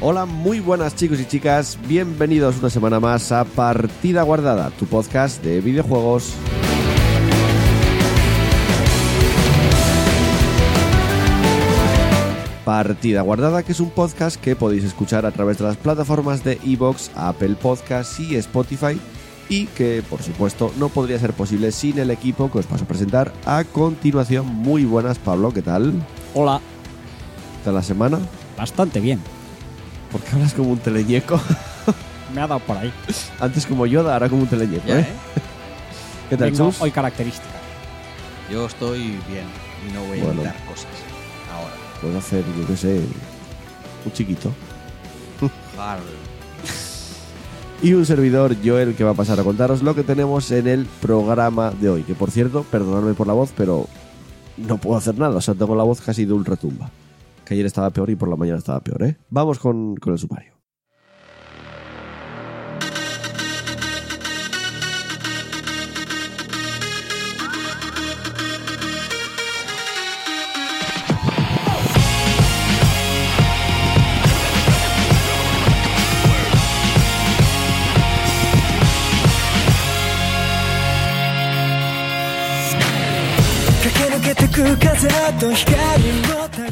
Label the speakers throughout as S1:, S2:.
S1: Hola, muy buenas chicos y chicas, bienvenidos una semana más a Partida Guardada, tu podcast de videojuegos. Partida Guardada, que es un podcast que podéis escuchar a través de las plataformas de Evox, Apple Podcasts y Spotify, y que, por supuesto, no podría ser posible sin el equipo que os paso a presentar a continuación. Muy buenas, Pablo, ¿qué tal?
S2: Hola,
S1: ¿Qué tal la semana?
S2: bastante bien.
S1: ¿Por qué hablas como un teleñeco?
S2: Me ha dado por ahí.
S1: Antes como Yoda, ahora como un teleñeco, ¿eh? ¿Qué tal,
S2: Tengo
S1: Chus?
S2: hoy características.
S3: Yo estoy bien y no voy a
S1: Bueno.
S3: inventar cosas. Ahora.
S1: Puedo hacer, yo qué sé, un chiquito.
S3: Har-
S1: Y un servidor, Joel, que va a pasar a contaros lo que tenemos en el programa de hoy. Que por cierto, perdonadme por la voz, pero no puedo hacer nada. O sea, tengo la voz casi de un retumba. Que ayer estaba peor y por la mañana estaba peor, ¿eh? Vamos con, con el sumario.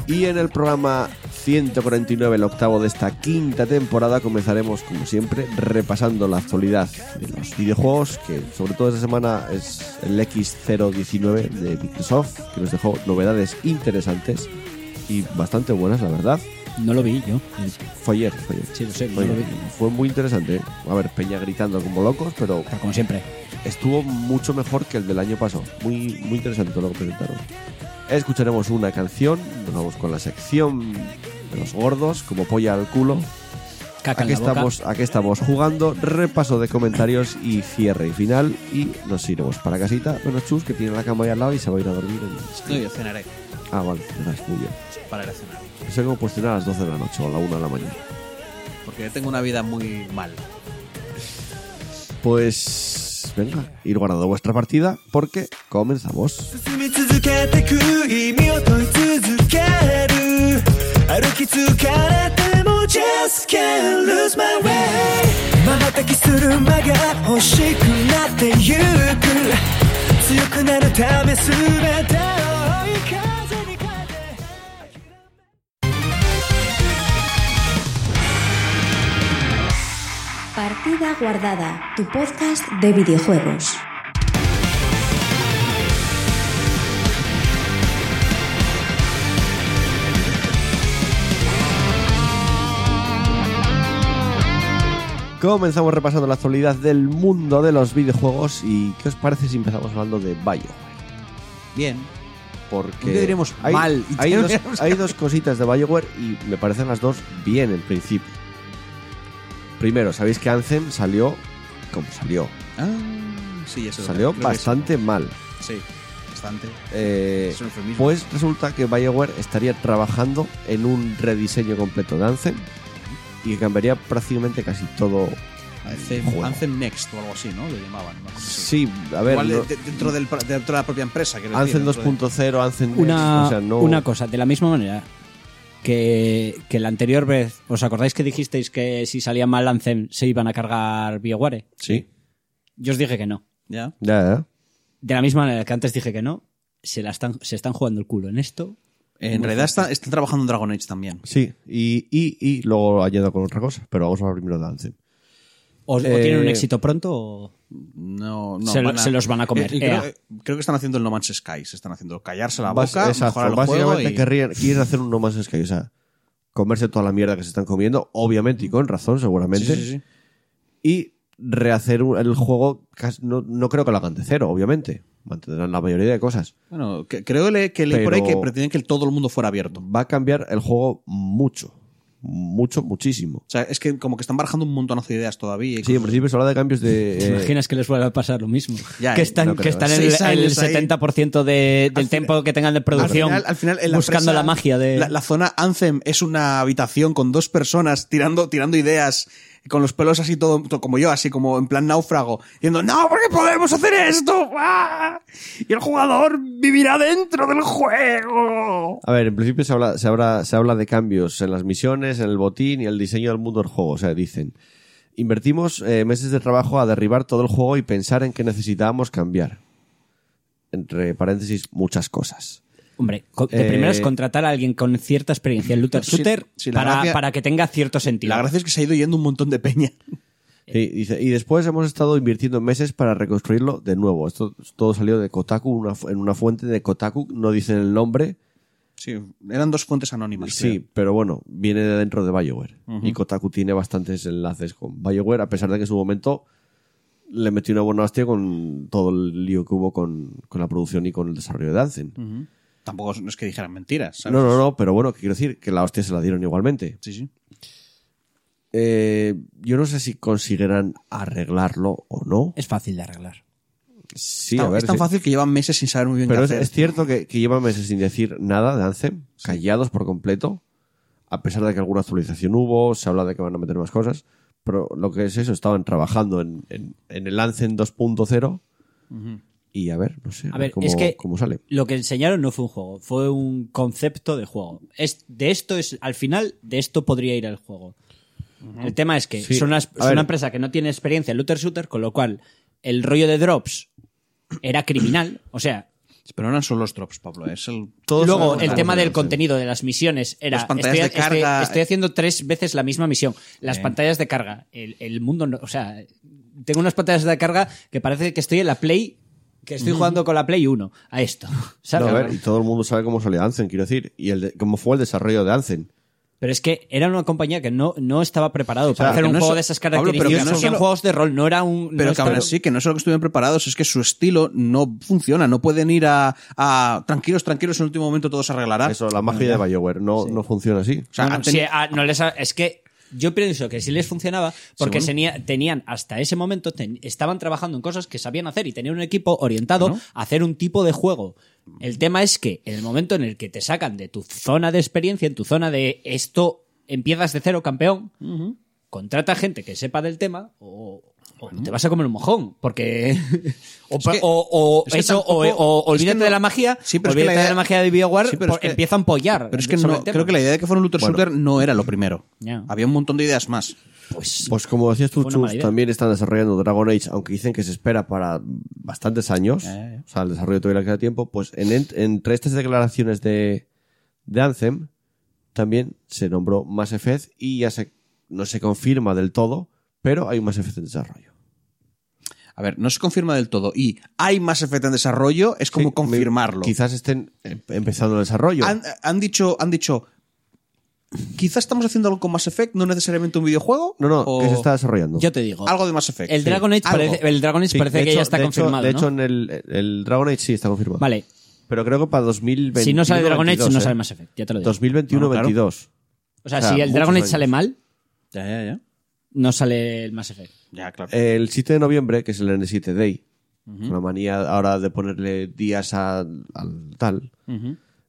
S1: Y en el programa 149, el octavo de esta quinta temporada, comenzaremos, como siempre, repasando la actualidad de los videojuegos, que sobre todo esta semana es el X019 de Microsoft, que nos dejó novedades interesantes y bastante buenas, la verdad.
S2: No lo vi yo.
S1: Fue ayer, fue ayer.
S2: Sí, lo sé,
S1: Fue,
S2: yo lo
S1: ayer.
S2: vi.
S1: Fue muy interesante. ¿eh? A ver, Peña gritando como locos, pero
S2: Pero como siempre.
S1: estuvo mucho mejor que el del año pasado. Muy, muy interesante todo lo que presentaron. Escucharemos una canción, nos vamos con la sección de los gordos, como polla al culo.
S2: Caca
S1: Aquí
S2: en la boca.
S1: estamos, aquí estamos jugando, repaso de comentarios y cierre y final. Y nos iremos para casita. Bueno, Chus, que tiene la cama ahí al lado y se va a ir a dormir. en-
S3: No, yo cenaré
S1: Ah, vale, gracias, muy bien.
S3: para ir a cenar.
S1: No sé cómo posicionar a las 12 de la noche o a la 1 de la mañana.
S3: Porque tengo una vida muy mal.
S1: Pues venga, ir guardando vuestra partida porque comenzamos.
S4: 進み続けてく意味を問い続ける歩き疲れても Just can't lose my way 瞬きする間が欲しくなってゆく強くなるため全てを追い風に変えて
S5: Partida Guardada, tu podcast de videojuegos.
S1: Comenzamos repasando la actualidad del mundo de los videojuegos y ¿qué os parece si empezamos hablando de Bayo?
S3: Bien.
S1: Porque
S3: Un día diremos
S1: hay,
S3: mal y
S1: hay, dos,
S3: tendremos que-
S1: hay dos cositas de Bioware y me parecen las dos bien en principio. Primero, sabéis que Anthem salió como salió.
S3: Ah, sí, eso
S1: Salió
S3: creo que
S1: bastante mal.
S3: Sí, bastante.
S1: Eh,
S3: Es un eufemismo.
S1: Pues resulta que BioWare estaría trabajando en un rediseño completo de Anthem y que cambiaría prácticamente casi todo.
S3: Anthem,
S1: Juego.
S3: Anthem Next o algo así, ¿no? Lo llamaban. ¿no?
S1: Sí, a ver,
S3: Igual
S1: no-
S3: de- dentro, del, pro- dentro de la propia empresa. quiero decir,
S1: Anthem
S3: dentro de-
S1: 2.0, Anthem
S2: Una,
S1: o sea, no-
S2: una cosa, de la misma manera que, que la anterior vez, ¿os acordáis que dijisteis que si salía mal Anthem se iban a cargar BioWare?
S1: Sí,
S2: Yo os dije que no.
S3: Ya.
S1: ya, ya.
S2: De la misma manera que antes dije que no, se, la están, se están jugando el culo en esto.
S3: En realidad está- están trabajando en Dragon Age también.
S1: Sí, y, y, y luego añado con otra cosa, pero vamos a hablar primero de Anthem.
S2: ¿O, o
S1: Eh,
S2: tienen un éxito pronto o...?
S3: No, no,
S2: Se lo- se los van a comer,
S3: Eh, eh, creo,
S2: ea.
S3: creo que están haciendo el No Man's Sky. Se están haciendo callarse la
S1: Bas-
S3: boca,
S1: exacto,
S3: mejorar el juego
S1: básicamente
S3: y...
S1: querrían- quieren hacer un No Man's Sky, o sea, comerse toda la mierda que se están comiendo, obviamente y con razón,
S3: Sí,
S1: seguramente.
S3: sí, sí.
S1: y rehacer un- el juego. casi- No, no creo que lo hagan de cero, obviamente. mantendrán la mayoría de cosas.
S6: Bueno, que- creo le- que leí por ahí
S1: Pero-
S6: que pretendían que el- todo el mundo fuera abierto.
S1: Va a cambiar el juego mucho. Mucho, muchísimo.
S6: O sea, es que como que están barajando un montonazo de ideas todavía. y
S1: Sí, en principio se habla de cambios de.
S2: ¿Te
S1: eh,
S2: imaginas que les vuelva a pasar lo mismo?
S6: Ya,
S2: que están,
S1: no
S2: que
S1: creo,
S2: están
S6: ¿eh?
S2: en el,
S6: Seis
S2: el
S6: años ahí.
S2: 70% de- del tiempo que tengan de producción
S6: Al final, al final, en la
S2: buscando
S6: empresa,
S2: la magia de...
S6: La, la zona Anthem es una habitación con dos personas tirando, tirando ideas, con los pelos así todo, todo como yo, así como en plan náufrago, diciendo, no, porque podemos hacer esto. ¡Ah! Y el jugador vivirá dentro del juego.
S1: A ver, en principio se habla, se, habla, se habla de cambios en las misiones, en el botín y el diseño del mundo del juego. O sea, dicen, invertimos eh, meses de trabajo a derribar todo el juego y pensar en que necesitábamos cambiar. Entre paréntesis, muchas cosas.
S2: Hombre, co- de
S1: Eh,
S2: primero es contratar a alguien con cierta experiencia en Looter
S6: Sí,
S2: Shooter
S6: sí, la
S2: para,
S6: gracia-
S2: para que tenga cierto
S6: Y
S2: sentido.
S6: la gracia es que se ha ido yendo un montón de peña.
S1: Sí, dice, y después hemos estado invirtiendo meses para reconstruirlo de nuevo. Esto todo salió de Kotaku, una fu- en una fuente de Kotaku, no dicen el nombre.
S6: Sí, eran dos fuentes anónimas.
S1: Sí, pero bueno, viene de dentro de BioWare. Y Kotaku tiene bastantes enlaces con BioWare, a pesar de que en su momento le metió una buena hostia con todo el lío que hubo con, con la producción y con el desarrollo de Dancing.
S6: creo. Ujú. Tampoco es- no es que dijeran mentiras. ¿sabes?
S1: No, no, no, pero bueno, que quiero decir que la hostia se la dieron igualmente.
S6: Sí, sí.
S1: Eh, yo no sé si conseguirán arreglarlo o no.
S2: Es fácil de arreglar.
S1: Sí,
S6: Tan-
S1: a ver,
S6: es tan
S1: sí.
S6: Eh, fácil que llevan meses sin saber muy bien
S1: Pero
S6: qué
S1: es,
S6: hacer.
S1: es cierto que, que llevan meses sin decir nada de Anthem, callados por completo, a pesar de que alguna actualización hubo, se habla de que van a meter más cosas, pero lo que es eso, estaban trabajando en, en- en el Anthem 2.0 y a ver, no sé,
S2: A ver,
S1: cómo,
S2: es que
S1: cómo sale.
S2: lo que enseñaron no fue un juego, fue un concepto de juego. Es, de esto es, al final, de esto podría ir al juego. El tema es que
S1: Sí.
S2: son, una,
S1: A
S2: son
S1: ver.
S2: una empresa que no tiene experiencia en looter shooter, con lo cual el rollo de drops era criminal. O sea,
S6: Pero no eran solo los drops, Pablo. Es el...
S2: luego
S1: son
S2: el tema
S1: drops,
S2: del
S1: sí.
S2: contenido de las misiones era
S6: Las pantallas
S2: estoy,
S6: de
S2: estoy-
S6: carga.
S2: estoy haciendo tres veces la misma misión.
S1: Eh.
S2: Las pantallas de carga, el, el mundo, no- o sea, tengo unas pantallas de carga que parece que estoy en la Play, que estoy jugando con la Play 1 a esto. ¿sabes?
S1: No, a ver, y todo el mundo sabe cómo salió Anthem, quiero decir, y el de- cómo fue el desarrollo de Anthem.
S2: Pero es que era una compañía que no, no estaba preparado
S6: sea,
S2: para hacer
S6: que
S2: un
S6: no es-
S2: juego de esas
S6: Pablo, pero que
S2: características.
S6: no es
S2: Porque
S6: solo-
S2: en juegos de rol no era un. no
S6: Pero que
S2: estaba-
S6: aún así, que no es lo que estuvieron preparados, es que su estilo no funciona. No pueden ir a, a, tranquilos, tranquilos, en el último momento todo se
S2: Ah,
S6: arreglará.
S1: Eso, la magia de BioWare, no, no funciona así.
S6: O sea,
S2: No, no,
S6: han
S2: sí,
S6: tenido-
S2: ah, no les ha- es que yo pienso que sí les funcionaba porque tenía- tenían hasta ese momento, ten- estaban trabajando en cosas que sabían hacer y tenían un equipo orientado a hacer un tipo de juego. El tema es que en el momento en el que te sacan de tu zona de experiencia, en tu zona de esto, empiezas de cero campeón, contrata gente que sepa del tema o, o te vas a comer un mojón porque o, pa-
S6: que-
S2: o- o
S6: es que
S2: eso
S6: tampoco-
S2: o, e, o
S6: es que
S2: olvídate de
S6: no-
S2: la magia
S6: Sí, pero es que
S2: olvídate
S6: la idea-
S2: de la magia de BioWare
S6: Sí, pero es
S2: por-
S6: que-
S2: empieza a empollar
S6: Pero es que
S2: sobre
S6: no,
S2: el tema.
S6: creo que la idea de que fuera un looter shooter no era lo primero.
S2: Ya.
S6: Había un montón de ideas más.
S2: Pues-
S1: Pues como decías tú,
S2: Fue una
S1: Chus,
S2: mala idea.
S1: también están desarrollando Dragon Age, aunque dicen que se espera para bastantes años, o sea, el desarrollo todavía le queda tiempo, pues en, en- entre estas declaraciones de, de Anthem también se nombró Mass Effect y ya se, no se confirma del todo, pero hay un Mass Effect en desarrollo.
S6: A ver, no se confirma del todo. Y hay más efecto en desarrollo, es como
S1: Sí,
S6: confirmarlo.
S1: Quizás estén em- empezando el desarrollo.
S6: han, han dicho, han dicho, quizás estamos haciendo algo con Mass Effect, no necesariamente un videojuego.
S1: no, no,
S6: o
S1: que se está desarrollando.
S2: Yo te digo.
S6: algo de Mass Effect.
S2: el,
S6: Sí,
S2: Dragon Age
S6: algo.
S2: parece, el Dragon Age
S1: Sí,
S2: parece
S1: de
S2: que
S1: hecho-
S2: ya está
S1: de hecho-
S2: confirmado.
S1: De
S2: ¿no?
S1: hecho, en el, el Dragon Age sí está confirmado.
S2: vale.
S1: Pero creo que para 2021.
S2: Si no sale Dragon Age, no
S1: 22,
S2: sale
S1: ¿eh?
S2: Mass Effect. Ya te lo digo.
S1: 2021
S6: No, claro.
S1: 22
S2: o sea,
S1: o sea,
S2: si el
S1: muchos
S2: Dragon Age
S1: años.
S2: sale mal,
S6: Ya, ya, ya. Eh,
S2: no sale el Mass Effect.
S6: Ya, claro.
S1: El 7 de noviembre, que es el N7 Day, con la manía ahora de ponerle días a- al tal,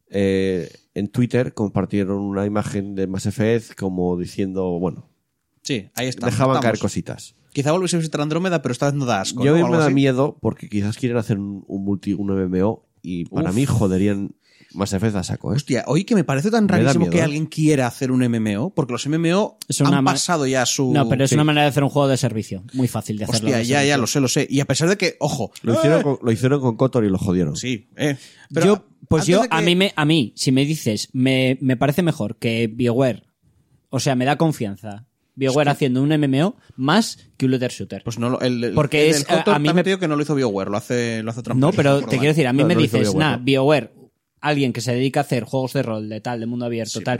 S1: eh, en Twitter compartieron una imagen de Mass Effect como diciendo, bueno,
S6: sí, ahí está.
S1: dejaban
S6: estamos.
S1: caer cositas.
S6: Quizá volviese a visitar Andrómeda, pero esta vez no da asco.
S1: Yo a
S6: ¿no?
S1: mí
S6: O algo
S1: me da
S6: así.
S1: miedo porque quizás quieren hacer un, un multi, un MMO y para
S6: Uf.
S1: mí joderían Mass Effect a saco. ¿eh?
S6: Hostia, hoy que me parece tan
S1: Me da
S6: rarísimo
S1: miedo,
S6: que
S1: ¿eh?
S6: alguien quiera hacer un MMO, porque los MMO
S2: Es una
S6: han
S2: ma-
S6: pasado ya su.
S2: No, pero es
S6: Sí.
S2: una manera de hacer un juego de servicio. Muy fácil de hacerlo.
S6: Hostia,
S2: de
S6: ya, ya,
S2: servicio.
S6: lo sé, lo sé. Y a pesar de que, ojo,
S1: Lo hicieron, con, lo hicieron con Kotor y lo jodieron.
S6: Ah. sí, eh.
S2: yo, pues
S6: antes
S2: yo,
S6: de
S2: a,
S6: que-
S2: mí me, a mí, si me dices, me, me parece mejor que BioWare, o sea, me da confianza BioWare haciendo un MMO más que un looter shooter.
S6: Pues no, lo- el, el-
S2: Porque
S6: el
S2: es-
S6: del Kotor
S2: a mí
S6: también
S2: me-
S6: te digo que no lo hizo BioWare, lo hace, lo hace otra
S2: No,
S6: empresa,
S2: pero
S6: recuerdo
S2: te
S6: mal.
S2: quiero decir, a mí
S1: No,
S2: me
S1: no lo hizo
S2: dices,
S1: BioWare,
S2: nah,
S1: no.
S2: BioWare, alguien que se dedica a hacer juegos de rol, de tal, de mundo abierto, tal,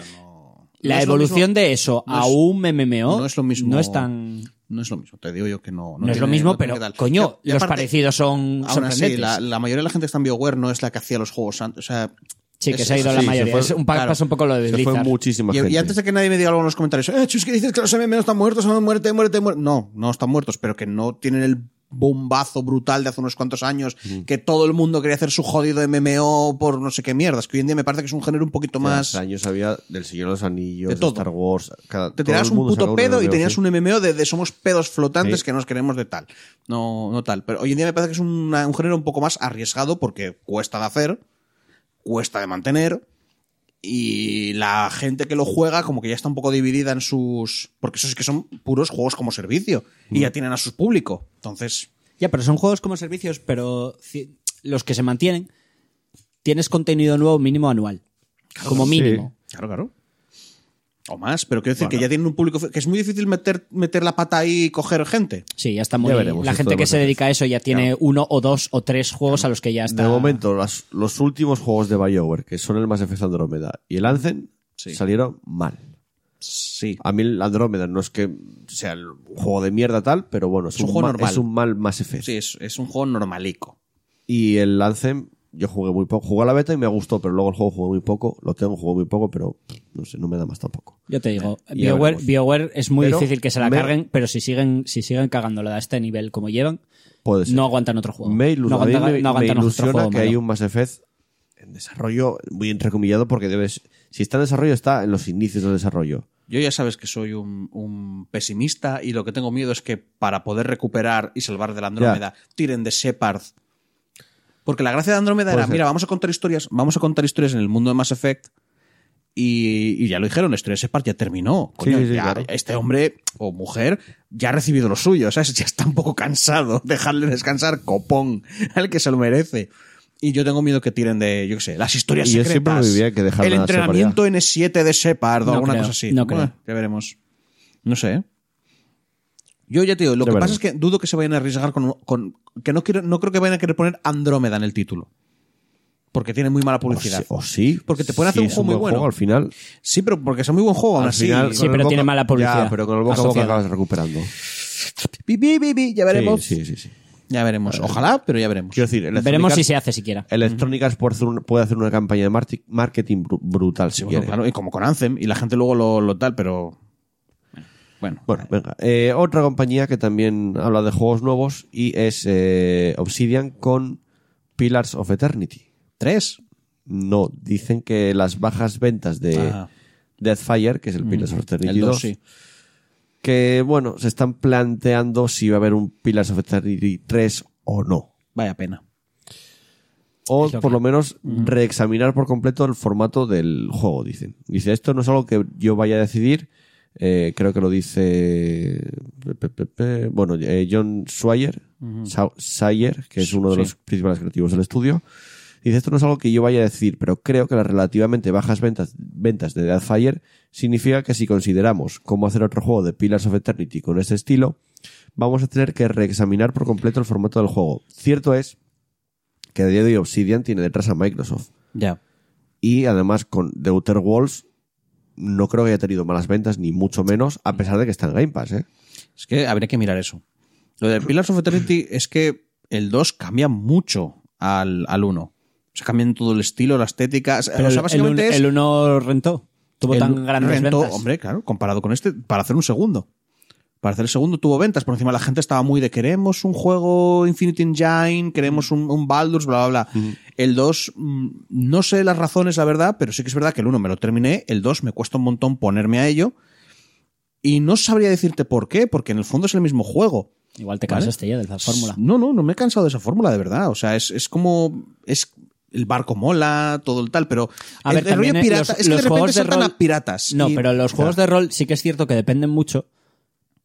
S2: La
S6: No es lo
S2: evolución
S6: mismo-
S2: de eso
S6: no
S2: a
S6: es-
S2: un MMO
S6: no es lo mismo.
S2: No es tan.
S6: No es lo mismo, te digo yo que no.
S2: No, es
S6: tiene-
S2: lo mismo,
S6: no tiene
S2: pero
S6: tal.
S2: coño,
S6: Y- y
S2: los
S6: aparte,
S2: parecidos son
S6: Aún así,
S2: sorprendentes.
S6: la, la mayoría de la gente que está en BioWare no es la que hacía los juegos antes. O sea,
S2: sí, que
S6: es-
S2: se ha ido la
S6: sí,
S2: mayoría.
S6: fue-
S2: es un pa-
S6: claro.
S2: pasa un poco lo de
S1: Se fue
S2: Blizzard.
S1: muchísima
S6: Y,
S1: gente.
S6: y antes de que nadie me diga algo en los comentarios, eh, chus, que dices que los MMO están muertos, son muerte, muerte, muerte. No, no están muertos, pero que no tienen el bombazo brutal de hace unos cuantos años que todo el mundo quería hacer su jodido MMO por no sé qué mierdas, que hoy en día me parece que es un género un poquito más...
S1: Hace años había del Señor de los Anillos,
S6: De
S1: de,
S6: todo.
S1: Star Wars. cada-
S6: Te
S1: todo el
S6: tirabas un
S1: mundo sacaba
S6: puto pedo y
S1: MMO,
S6: tenías
S1: sí.
S6: un MMO de, de somos pedos flotantes
S1: Sí.
S6: que nos queremos de tal. No, no tal. Pero hoy en día me parece que es una- un género un poco más arriesgado porque cuesta de hacer, cuesta de mantener. Y la gente que lo juega, como que ya está un poco dividida en sus. Porque esos sí que son puros juegos como servicio.
S1: Mm.
S6: Y ya tienen a su público. Entonces.
S2: Ya, pero son juegos como servicios, pero ci- los que se mantienen, tienes contenido nuevo mínimo anual. como
S1: sí.
S2: mínimo.
S6: Claro, claro. O más, pero quiero decir que ya tienen un público. Que es muy difícil meter, meter la pata ahí y coger gente.
S2: Sí, ya está muy.
S1: Ya veremos
S2: la
S1: esto
S2: gente
S1: de
S2: que se
S1: Microsoft.
S2: dedica a eso ya tiene uno o dos o tres juegos a los que ya está.
S1: De momento, las- los últimos juegos de BioWare, que son el Mass Effect Andrómeda y el Anthem, salieron mal.
S6: Sí.
S1: A mí el Andrómeda no es que sea el- un juego de mierda tal, pero bueno, es,
S6: un juego
S1: ma-
S6: normal.
S1: es un mal Mass Effect.
S6: Sí, es, es un juego normalico.
S1: Y el Anthem, yo jugué muy poco. Jugué a la beta y me gustó, pero luego el juego jugué muy poco. Lo tengo, jugué muy poco, pero no sé, no me da más tampoco.
S2: Yo te digo,
S1: Eh, Ya
S2: BioWare,
S1: veremos.
S2: BioWare es muy
S1: Pero
S2: difícil que se la
S1: me-
S2: carguen, pero si siguen, si siguen cagándola a este nivel como llevan,
S1: Puede ser.
S2: no aguantan otro juego.
S1: me ilusiona,
S2: no aguantan,
S1: a mí me- me
S2: no aguantan
S1: ilusiona
S2: otro juego.
S1: que hay
S2: malo.
S1: un Mass Effect en desarrollo, muy entrecomillado, porque debes. Si está en desarrollo, está en los inicios del desarrollo.
S6: Yo ya sabes que soy un, un pesimista y lo que tengo miedo es que para poder recuperar y salvar de la Andrómeda, tiren de Shepard. Porque la gracia de Andrómeda
S1: Puede
S6: era,
S1: ser.
S6: mira, vamos a contar historias, vamos a contar historias en el mundo de Mass Effect. Y, y ya lo dijeron, la historia de Shepard ya terminó. Coño,
S1: Sí, sí, sí,
S6: ya-
S1: claro.
S6: Este hombre o mujer ya ha recibido lo suyo, ¿sabes? Ya está un poco cansado. Dejarle descansar, copón, al que se lo merece. Y yo tengo miedo que tiren de, yo qué sé, las historias
S1: Y yo
S6: secretas.
S1: siempre me vivía que dejaran
S6: el
S1: a Shepard ya.
S6: entrenamiento N7 de Shepard o
S2: No
S6: alguna
S2: creo,
S6: cosa así.
S2: no creo.
S6: Bueno, ya veremos. No sé. ¿eh? Yo ya te digo, lo
S1: Ya
S6: que pasa
S1: veremos.
S6: es que dudo que se vayan a arriesgar con. con- que no, quiero, no creo que vayan a querer poner Andrómeda en el título. Porque tiene muy mala
S1: O sí,
S6: publicidad.
S1: o Oh, sí,
S6: Porque te pueden hacer
S1: sí,
S6: un
S1: es
S6: juego muy
S1: buen
S6: bueno.
S1: al final.
S6: Sí, pero porque es un muy buen juego, aún
S1: al
S6: así.
S1: final
S2: sí,
S1: con el
S2: pero tiene mala publicidad.
S1: Ya, pero con el boca a boca
S6: Asociada.
S1: acabas recuperando.
S6: Bi, bi, bi, bi, ya veremos.
S1: Sí, sí, sí, sí.
S6: Ya veremos. Ojalá, pero ya veremos.
S1: Quiero decir,
S2: Veremos
S1: Electronic
S2: si
S1: Arts-
S2: se hace siquiera.
S1: Electronic Arts puede hacer, un- puede hacer una campaña de marti- marketing bru- brutal si
S6: Sí, bueno,
S1: quiere.
S6: claro, y como con Anthem, y la gente luego lo, lo tal, pero. Bueno.
S1: Bueno, venga. Eh, otra compañía que también habla de juegos nuevos y es eh, Obsidian con Pillars of Eternity.
S6: Tres.
S1: No, dicen que las bajas ventas de
S6: Ajá. Mm.
S1: Deathfire, que es el Pillars of Eternity
S6: El
S1: 2,
S6: dos, sí.
S1: que bueno, se están planteando si va a haber un Pillars of Eternity 3 o no.
S6: Vaya pena.
S1: O
S2: Es lo
S1: por
S2: que-
S1: lo menos reexaminar por completo el formato del juego, dicen. Dice, esto no es algo que yo vaya a decidir. eh, creo que lo dice. pe, pe, pe, pe, Bueno, eh, John Swire, Sa- Sayer, que es uno de
S6: Sí.
S1: los principales creativos del estudio. Dice, esto no es algo que yo vaya a decir, pero creo que las relativamente bajas ventas, ventas de Deathfire significa que si consideramos cómo hacer otro juego de Pillars of Eternity con este estilo, vamos a tener que reexaminar por completo el formato del juego. Cierto es que a día de hoy Obsidian tiene detrás a Microsoft.
S6: Ya.
S1: Y además con The Outer Worlds no creo que haya tenido malas ventas, ni mucho menos,
S6: Mm.
S1: a pesar de que está en Game Pass. ¿eh?
S6: Es que habría que mirar eso. Lo de Pillars of Eternity es que el 2 cambia mucho al, al 1. Se cambian todo el estilo, la estética. o sea,
S2: Pero
S6: o
S2: el,
S6: sea,
S2: un-
S6: básicamente es.
S2: el uno rentó. Tuvo
S6: el
S2: tan grandes
S6: rento,
S2: ventas.
S6: Hombre, claro, comparado con este, para hacer un segundo. Para hacer el segundo tuvo ventas. Por encima la gente estaba muy de queremos un juego Infinity Engine, queremos un, un Baldur's, bla, bla, bla. El 2, mm, no sé las razones, la verdad, pero sí que es verdad que el 1 me lo terminé, el 2 me cuesta un montón ponerme a ello. Y no sabría decirte por qué, porque en el fondo es el mismo juego.
S2: Igual te
S6: ¿Vale?
S2: cansaste ya de esa fórmula.
S6: No, no, no me he cansado de esa fórmula, de verdad. O sea, es, es como. Es, el barco mola, todo el tal, pero.
S2: A
S6: el,
S2: ver,
S6: el rollo
S2: también eh,
S6: pirata.
S2: los-
S6: es
S2: los
S6: que de repente
S2: juegos de
S6: saltan
S2: rol-
S6: a piratas.
S2: No,
S6: y-
S2: pero los juegos de rol sí que es cierto que dependen mucho,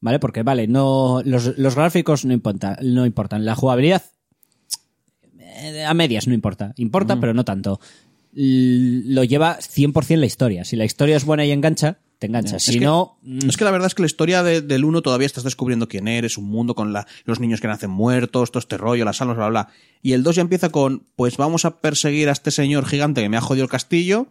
S2: ¿vale? Porque, vale, no los, los gráficos no, importa, no importan. La jugabilidad eh, a medias no importa.
S6: Mm.
S2: Importa, pero no tanto. L- lo lleva 100% la historia. Si la historia es buena y engancha, te engancha.
S6: Es
S2: si
S6: que-
S2: no... mm,
S6: Es que la verdad es que la historia de- del uno todavía estás descubriendo quién eres, un mundo con la- los niños que nacen muertos, todo este rollo, las almas, bla, bla. bla. Y el 2 ya empieza con, pues vamos a perseguir a este señor gigante que me ha jodido el castillo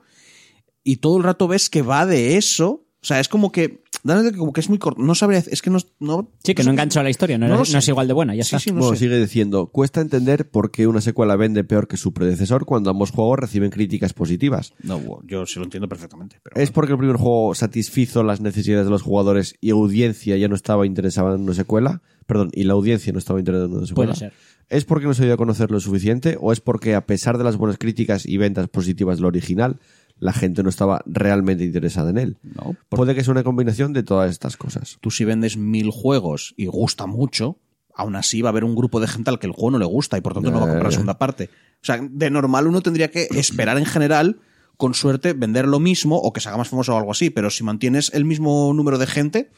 S6: y todo el rato ves que va de eso. O sea, es como que. dándote como que es muy corto. No sabría. Es que no. no
S2: Sí, que no enganchó a la historia, no,
S6: No
S2: era-
S6: lo sé.
S2: no es igual de buena, ya
S6: Sí,
S2: está.
S6: sí, no
S1: bueno,
S6: sé.
S1: sigue diciendo, cuesta entender por qué una secuela vende peor que su predecesor cuando ambos juegos reciben críticas positivas.
S6: No, bueno, yo sí lo entiendo perfectamente. Pero
S1: ¿Es porque el primer juego satisfizo las necesidades de los jugadores y audiencia ya no estaba interesada en una secuela? Perdón, y la audiencia no estaba interesada en una secuela.
S2: ser.
S1: ¿Es porque no se dio a conocer lo suficiente? ¿O es porque, a pesar de las buenas críticas y ventas positivas del original, la gente no estaba realmente interesada en él?
S6: No,
S1: Puede que sea una combinación de todas estas cosas.
S6: tú si vendes mil juegos y gusta mucho, aún así va a haber un grupo de gente al que el juego no le gusta y por tanto no va a comprar la segunda parte. O sea, de normal uno tendría que esperar en general, con suerte, vender lo mismo o que se haga más famoso o algo así, pero si mantienes el mismo número de gente,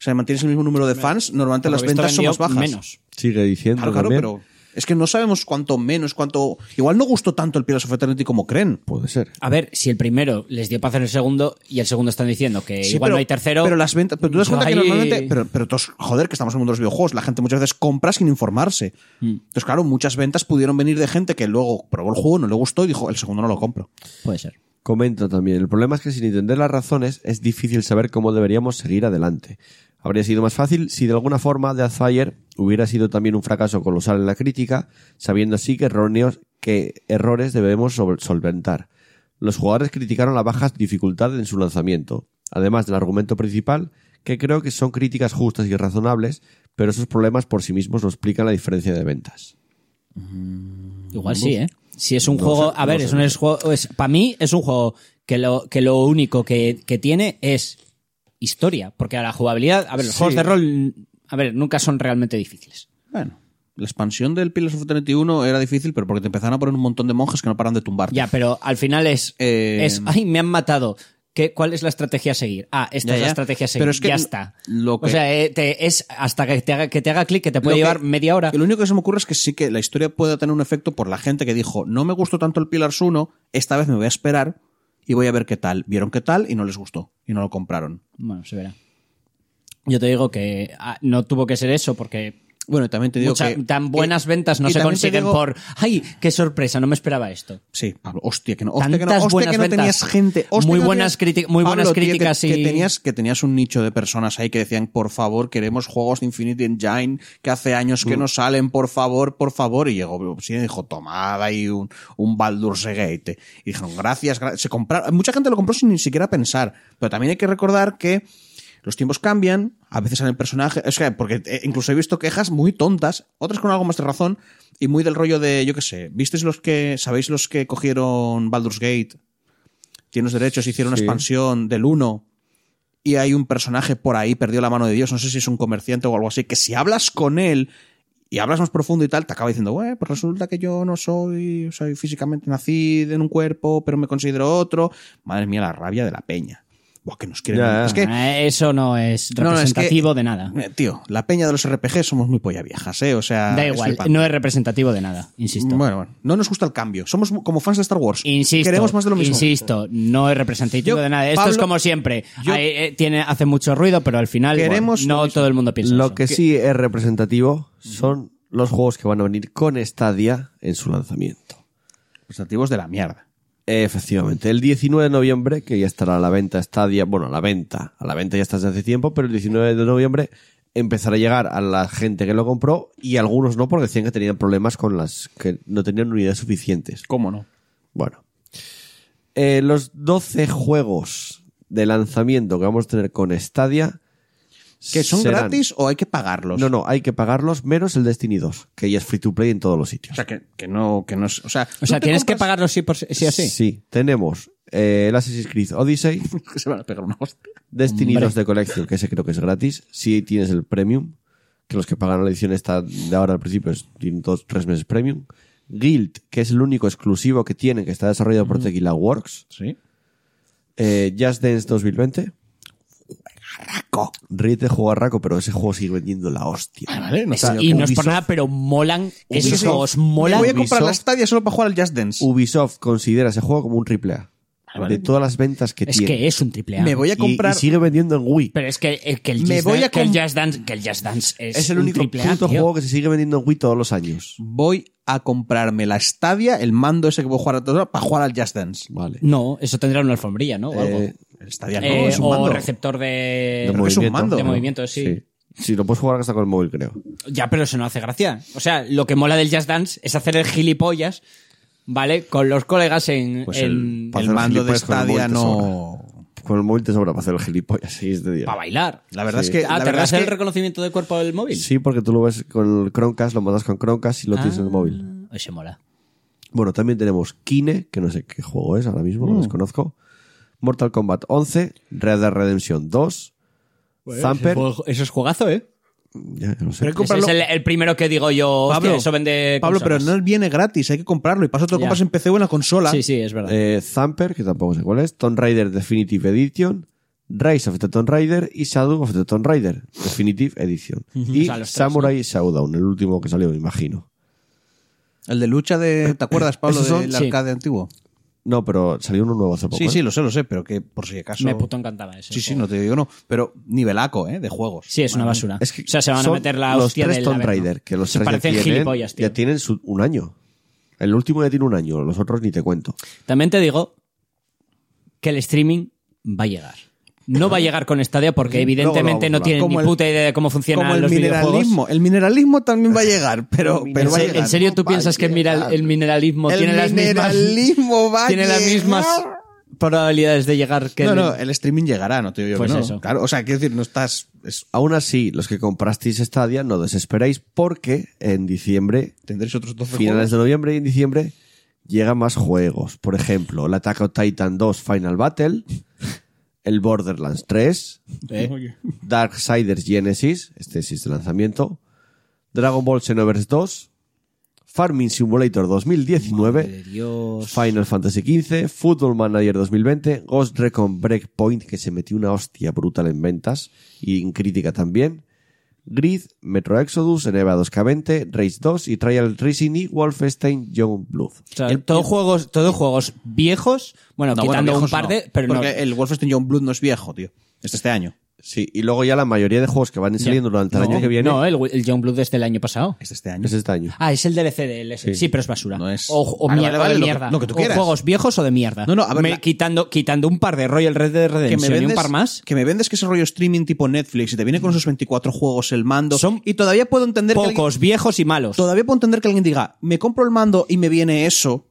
S6: o sea, mantienes el mismo número de fans, normalmente
S2: Por lo
S6: las
S2: visto
S6: ventas son más
S2: vendió
S6: bajas.
S2: Menos.
S1: Sigue diciendo
S6: Claro, claro,
S1: también,
S6: pero es que no sabemos cuánto menos, cuánto... Igual no gustó tanto el Pillars of Eternity como creen.
S1: Puede ser.
S2: A ver, si el primero les dio para hacer el segundo y el segundo están diciendo que
S6: Sí,
S2: Eh, igual
S6: pero-
S2: no hay tercero.
S6: Pero las ventas. Pero tú te das
S2: yo
S6: cuenta que
S2: ahí-
S6: normalmente. Pero, pero todos, joder, que estamos en el mundo de los videojuegos. La gente muchas veces compra sin informarse.
S2: Mm.
S6: Entonces, claro, muchas ventas pudieron venir de gente que luego probó el juego, no le gustó y dijo, el segundo no lo compro.
S2: Puede ser.
S1: Comenta también, el problema es que sin entender las razones es difícil saber cómo deberíamos seguir adelante. Habría sido más fácil si de alguna forma Death Fire hubiera sido también un fracaso colosal en la crítica, sabiendo así que, erróneos, que errores debemos sol- solventar. Los jugadores criticaron la baja dificultad en su lanzamiento, además del argumento principal, que creo que son críticas justas y razonables, pero esos problemas por sí mismos no explican la diferencia de ventas.
S6: Mm,
S2: Igual sí, ¿eh? Si es un
S1: No
S2: juego.
S1: sé,
S2: a ver,
S1: no
S2: es
S1: sé,
S2: un
S1: no
S2: es juego. para mí es un juego que lo, que lo único que, que tiene es historia. Porque a la jugabilidad. A ver, los
S1: Sí.
S2: juegos de rol. A ver, nunca son realmente difíciles.
S6: Bueno. La expansión del Pillars of Eternity 1 era difícil, pero porque te empezaron a poner un montón de monjes que no paran de tumbar.
S2: Ya, pero al final es.
S6: Eh,
S2: es ay, me han matado. ¿Qué, ¿Cuál es la estrategia a seguir? Ah, esta
S6: Ya,
S2: es la
S6: ya.
S2: estrategia a seguir.
S6: Pero es que
S2: ya
S6: n-
S2: está.
S6: lo
S2: O
S6: que-
S2: sea, eh, te- es hasta que te haga, que te haga clic, que te puede
S6: Lo que-
S2: llevar media hora.
S6: y Lo único que se me ocurre es que sí que la historia pueda tener un efecto por la gente que dijo, no me gustó tanto el Pillars 1, esta vez me voy a esperar y voy a ver qué tal. Vieron qué tal y no les gustó y no lo compraron.
S2: Bueno, se verá. Yo te digo que ah, no tuvo que ser eso porque
S6: Bueno, y también te digo
S2: mucha-
S6: que
S2: tan buenas ventas no
S6: y
S2: se
S6: también te
S2: consiguen
S6: digo-
S2: por ¡ay, qué sorpresa! No me esperaba esto.
S6: Sí, Pablo, hostia, que no, hostia,
S2: Tantas
S6: que no, hostia,
S2: buenas
S6: que no
S2: ventas.
S6: tenías gente. hostia,
S2: Muy
S6: que no
S2: buenas
S6: tenías-
S2: criti- muy buenas
S6: Pablo, tío, que-
S2: críticas y-
S6: que, tenías, que tenías un nicho de personas ahí que decían, por favor, queremos juegos de Infinity Engine que hace años que no salen, por favor, por favor. Y llegó Obsidian y dijo, tomad ahí un, un Baldur's Gate. Y dijeron, gracias, gra-". se compraron. Mucha gente lo compró sin ni siquiera pensar. Pero también hay que recordar que los tiempos cambian, a veces salen personajes, es que porque eh, incluso he visto quejas muy tontas, otras con algo más de razón y muy del rollo de, yo qué sé, ¿visteis los que sabéis los que cogieron Baldur's Gate? Tiene los derechos, hicieron
S1: Sí.
S6: una expansión del 1 y hay un personaje por ahí perdió la mano de Dios, no sé si es un comerciante o algo así, que si hablas con él y hablas más profundo y tal, te acaba diciendo, "Güey, pues resulta que yo no soy, soy físicamente nací en un cuerpo, pero me considero otro." Madre mía, la rabia de la peña. Buah, que nos quieren.
S1: Ya, ya.
S6: Es que
S2: Ah, Eso no es
S6: no, no, es que-
S2: representativo de nada.
S6: eh, Tío, la peña de los RPG somos muy polla viejas, ¿eh? O sea.
S2: Da
S6: es
S2: igual,
S6: flipante.
S2: no es representativo de nada, insisto.
S6: Bueno, bueno, no nos gusta el cambio. Somos mu- como fans de Star Wars.
S2: Insisto,
S6: Queremos más de lo mismo.
S2: insisto, no es representativo
S6: Yo,
S2: de nada. Esto es
S6: Pablo,
S2: como siempre.
S6: yo-
S2: Ahí, eh, tiene, hace mucho ruido, pero al final bueno,
S6: Queremos lo
S2: no
S6: mismo.
S2: todo el mundo piensa
S1: Lo
S2: eso.
S1: que sí es representativo son los juegos que van a venir con Stadia en su lanzamiento.
S6: Representativos de la mierda.
S1: Efectivamente, el 19 de noviembre, que ya estará a la venta Stadia, bueno, a la venta, a la venta ya está desde hace tiempo, pero el 19 de noviembre empezará a llegar a la gente que lo compró y algunos no, porque decían que tenían problemas con las que no tenían unidades suficientes.
S6: ¿Cómo no?
S1: Bueno, Eh, los 12 juegos de lanzamiento que vamos a tener con Stadia.
S6: ¿Que son
S1: serán-
S6: gratis o hay que pagarlos?
S1: No, no, hay que pagarlos menos el Destiny 2, que ya es free to play en todos los sitios.
S6: O sea, que, que no, que no es- O sea,
S2: O sea,
S6: tú te
S2: tienes que
S6: compras-
S2: pagarlo sí, por, sí o sí.
S1: Sí, tenemos eh, el Assassin's Creed Odyssey,
S6: que se van a pegar una hostia.
S1: Destiny
S2: Hombre.
S1: 2 de Collection, que ese creo que es gratis. Si tienes el Premium, que los que pagan la edición esta de ahora al principio es- tienen dos, tres meses Premium. Guild, que es el único exclusivo que tienen, que está desarrollado
S2: Mm.
S1: por Tequila Works.
S6: Sí.
S1: Eh, Just Dance 2020.
S6: Raco.
S1: Ríete, juega raco, pero ese juego sigue vendiendo la hostia.
S6: Ah, vale, no
S1: O sea,
S6: sé,
S2: y Ah, no es por
S1: Ubisoft-
S2: nada, pero molan. Esos
S6: Ubisoft.
S2: juegos
S6: Me
S2: molan.
S6: Voy a comprar la
S1: Ubisoft.
S6: Stadia solo para jugar al Just Dance.
S1: Ubisoft considera ese juego como un triple A. de todas las ventas que
S2: Es
S1: tiene.
S2: que es un triple A.
S6: Me voy a
S1: Y-
S6: comprar-
S1: Y, sigue vendiendo en Wii.
S2: Pero es que, eh, que el
S6: Me
S2: Just
S6: voy
S2: Dan-
S6: a
S2: que el
S6: com-
S2: Just Dance, que el Just Dance es,
S1: Es, el único
S2: un triple A,
S1: puto
S2: tío.
S1: juego que se sigue vendiendo en Wii todos los años.
S6: Voy a comprarme la Stadia, el mando ese que puedo jugar a todo, para jugar al Just Dance.
S1: Vale.
S2: No, eso tendrá una alfombrilla, ¿no? O algo.
S1: Eh,
S6: El Stadia no,
S2: Eh,
S6: es un
S2: o
S6: mando.
S2: receptor de...
S6: Creo que es un mando,
S2: de
S6: ¿no?
S2: movimiento, sí.
S1: Sí. Sí, lo puedes jugar hasta con el móvil, creo.
S2: Ya, pero eso no hace gracia. O sea, lo que mola del Just Dance es hacer el gilipollas, ¿vale? Con los colegas en...
S1: Pues
S2: en-
S1: pa-
S6: El
S1: Hacer
S6: mando de
S1: gilipollas con el
S6: Stadia
S1: móvil te
S6: no.
S1: Con el móvil te sobra para hacer el gilipollas, sí, es de día.
S2: Para bailar.
S6: La verdad
S1: Sí.
S6: es que.
S2: Ah,
S6: la
S2: ¿te
S6: verdad es
S2: hace el
S6: que-
S2: reconocimiento de cuerpo del móvil?
S1: Sí, porque tú lo ves con el Chromecast, lo mandas con Chromecast y lo tienes en el móvil.
S2: Ah, Ese mola.
S1: Bueno, también tenemos Kine, que no sé qué juego es ahora mismo, lo
S2: Mm.
S1: desconozco. Mortal Kombat 11, Red Dead Redemption 2, Zamper.
S2: Eso es juegazo, ¿eh?
S1: Ya, no sé.
S6: Pero hay que
S2: Ese
S6: comprarlo.
S2: es el, el primero que digo yo, hostia,
S6: Pablo,
S2: eso vende
S6: Pablo, pero
S2: consolas.
S6: no viene gratis, hay que comprarlo. Y paso te lo
S2: Ya.
S6: compras en PC o en la consola.
S2: Sí, sí, es verdad.
S1: Eh, Zamper, que tampoco sé cuál es, Tomb Raider Definitive Edition, Rise of the Tomb Raider y Shadow of the Tomb Raider Definitive Edition. Y
S2: O sea, los tres,
S1: Samurai Showdown, el último que salió, me imagino.
S6: El de lucha de. ¿Te acuerdas, Pablo,
S1: Esos son-
S6: del
S2: sí.
S6: arcade antiguo?
S1: No, pero salió uno nuevo hace poco.
S6: Sí,
S1: ¿eh?
S6: sí, lo sé, lo sé, pero que por si acaso.
S2: Me puto encantaba eso.
S6: Sí, sí, no te digo no. Pero nivelaco, ¿eh? De juegos.
S2: Sí, es una basura.
S1: Es que
S2: o sea, se van a
S1: son
S2: meter la
S1: los
S2: hostia
S1: tres
S2: del
S1: Tomb
S2: averno.
S1: Raider, que los
S2: Se
S1: tres ya
S2: parecen
S1: tienen,
S2: gilipollas, tío.
S1: ya tienen su- un año. El último ya tiene un año, los otros ni te cuento.
S2: También te digo que el streaming va a llegar. No va a llegar con Stadia porque evidentemente
S1: vamos a
S2: no
S1: hablar.
S2: tienen
S6: Como
S2: ni
S6: el-
S2: puta idea de cómo funcionan
S6: Como el
S2: los videojuegos.
S6: mineralismo. El mineralismo también va a llegar, pero,
S2: ¿En,
S6: pero va a
S2: se-
S6: llegar.
S2: en serio tú
S6: Va
S2: piensas
S6: a
S2: que el, mira-
S6: llegar.
S2: el mineralismo
S6: El
S2: tiene las mismas
S6: mineralismo va a
S2: tiene las
S6: llegar?
S2: mismas probabilidades de llegar que
S6: No,
S2: el-
S6: no, el streaming llegará, no te digo yo
S2: Pues
S6: que no.
S2: eso.
S6: Claro, o sea, quiero decir, no estás. es-
S1: Aún así, los que comprasteis Stadia, no desesperéis porque en diciembre,
S6: tendréis otros 12
S1: finales
S6: juegos.
S1: de noviembre y en diciembre, llegan más juegos. Por ejemplo, el Attack on Titan 2 Final Battle, el Borderlands 3,
S2: ¿eh?
S1: Darksiders Genesis, este sí es de lanzamiento, Dragon Ball Xenoverse 2, Farming Simulator 2019,
S2: Madre de Dios.
S1: Final Fantasy XV, Football Manager 2020, Ghost Recon Breakpoint, que se metió una hostia brutal en ventas y en crítica también, Grid, Metro Exodus, Eneva 2K20, Race 2 y Trial Racing y Wolfenstein Young Blood.
S2: O sea, todos juegos, todos juegos viejos, bueno,
S6: No, bueno,
S2: quitando un
S6: viejos
S2: par
S6: no,
S2: de, pero no.
S6: Porque el Wolfenstein John Blood no es viejo, tío. Este este año.
S1: Sí, y luego ya la mayoría de juegos que van saliendo durante el
S2: No,
S1: año que viene
S2: No, eh. el, el Youngblood es del año pasado.
S6: Este este año.
S1: es este año.
S2: Ah, es el DLC del ese. Sí, pero es basura.
S6: No es-
S2: O, o
S6: Vale,
S2: mierda,
S6: vale, vale,
S2: de
S6: lo que-
S2: mierda.
S6: lo que tú
S2: O
S6: quieras.
S2: juegos viejos o de mierda.
S6: No, no, a ver,
S2: Me-
S6: la-
S2: quitando, quitando un par de Royal Red Dead
S6: que me
S2: Redemption y
S6: vendes,
S2: un par más.
S6: que me vendes que ese rollo streaming tipo Netflix y te viene con esos 24 juegos el mando
S2: Son
S6: y todavía puedo entender que alguien-
S2: Pocos, viejos y malos.
S6: todavía puedo entender que alguien diga me compro el mando y me viene eso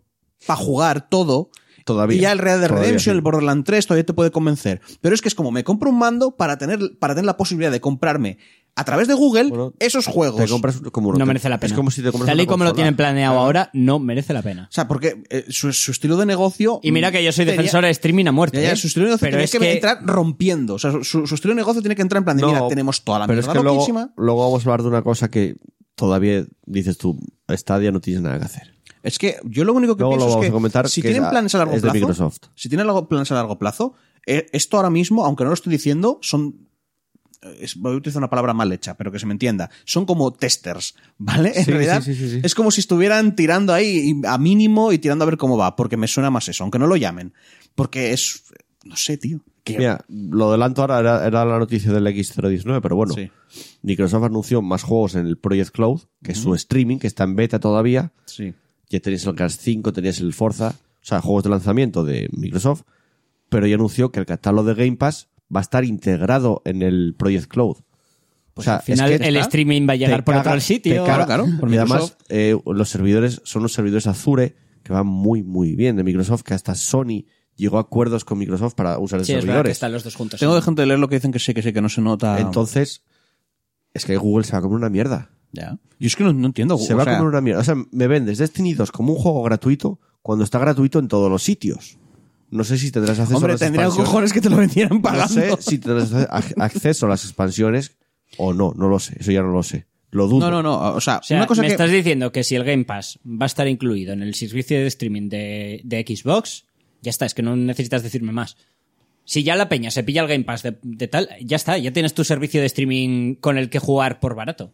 S6: para jugar todo
S1: Todavía.
S6: y ya el Red Dead
S1: Todavía,
S6: Redemption
S1: sí.
S6: el Borderlands 3 todavía te puede convencer pero es que es como me compro un mando para tener para tener la posibilidad de comprarme a través de Google
S1: Bueno,
S6: esos juegos
S1: Te compras como uno.
S2: no merece la pena.
S1: Es como si te compras
S2: Tal y
S1: una
S2: como lo
S1: consola.
S2: tienen planeado ahora, no merece la pena.
S6: o sea porque eh, su, su estilo de negocio
S2: Y mira que yo soy
S6: tenía-
S2: defensor de streaming a muerte.
S6: Ya, ya,
S2: ¿eh?
S6: su estilo de negocio
S2: pero
S6: tiene
S2: es
S6: que, entrar rompiendo. O sea, su, su estilo de negocio tiene que entrar en plan de,
S1: No,
S6: mira, tenemos toda la
S1: pero
S6: mierda
S1: es que luego,
S6: loquísima.
S1: luego vamos a hablar de una cosa que todavía dices tú, Stadia no tienes nada que hacer.
S6: Es que yo lo único que
S1: Luego lo
S6: pienso
S1: vamos
S6: es
S1: a
S6: que
S1: comentar,
S6: si
S1: que
S6: tienen
S1: es a-
S6: planes a largo
S1: es de
S6: plazo,
S1: Microsoft.
S6: si tienen largo- planes a largo plazo, eh, esto ahora mismo, aunque no lo estoy diciendo, son eh, es- voy a utilizar una palabra mal hecha, pero que se me entienda. Son como testers, ¿vale? En
S1: Sí,
S6: realidad
S1: sí, sí, sí, sí.
S6: es como si estuvieran tirando ahí y- a mínimo y tirando a ver cómo va, porque me suena más eso, aunque no lo llamen, porque es no sé, tío. Que-
S1: Mira, lo adelanto ahora, era, era la noticia del X019, pero bueno,
S6: Sí.
S1: Microsoft anunció más juegos en el Project Cloud, que es su streaming, que está en beta todavía.
S6: sí.
S1: Ya tenías el Cars 5, tenías el Forza, o sea, juegos de lanzamiento de Microsoft, pero ya anunció que el catálogo de Game Pass va a estar integrado en el Project Cloud. o
S6: Pues
S1: sea,
S2: al final
S1: es que
S2: el
S1: está-
S2: streaming va a llegar
S1: te
S2: por
S1: caga-
S2: otro sitio.
S1: te caga-
S6: Claro, claro, por
S1: y además,
S6: Microsoft.
S1: eh, los servidores son los servidores Azure que van muy, muy bien de Microsoft, que hasta Sony llegó a acuerdos con Microsoft para usar
S2: Sí,
S1: los
S2: es verdad que
S1: servidores.
S2: están los dos juntos. ¿eh?
S6: Tengo gente de leer lo que dicen que sí, que sí, que no se nota.
S1: Entonces, es que Google se va a comer una mierda.
S6: Ya. Yo es que no, no entiendo.
S1: Se
S6: o
S1: va
S6: sea,
S1: a comer una mierda. O sea, me vendes Destiny 2 como un juego gratuito cuando está gratuito en todos los sitios. No sé si tendrás acceso a
S6: Hombre,
S1: las
S6: tendrían
S1: expansiones.
S6: cojones que te lo vendieran
S1: No
S6: pagando.
S1: sé si tendrás ac- acceso a las expansiones o no, no lo sé. Eso ya no lo sé. Lo dudo.
S6: No, no, no. O sea,
S2: O sea,
S6: una cosa
S2: me
S6: que.
S2: estás diciendo que si el Game Pass va a estar incluido en el servicio de streaming de, de Xbox, ya está, es que no necesitas decirme más. Si ya la peña se pilla el Game Pass de, de tal, ya está, ya tienes tu servicio de streaming con el que jugar por barato.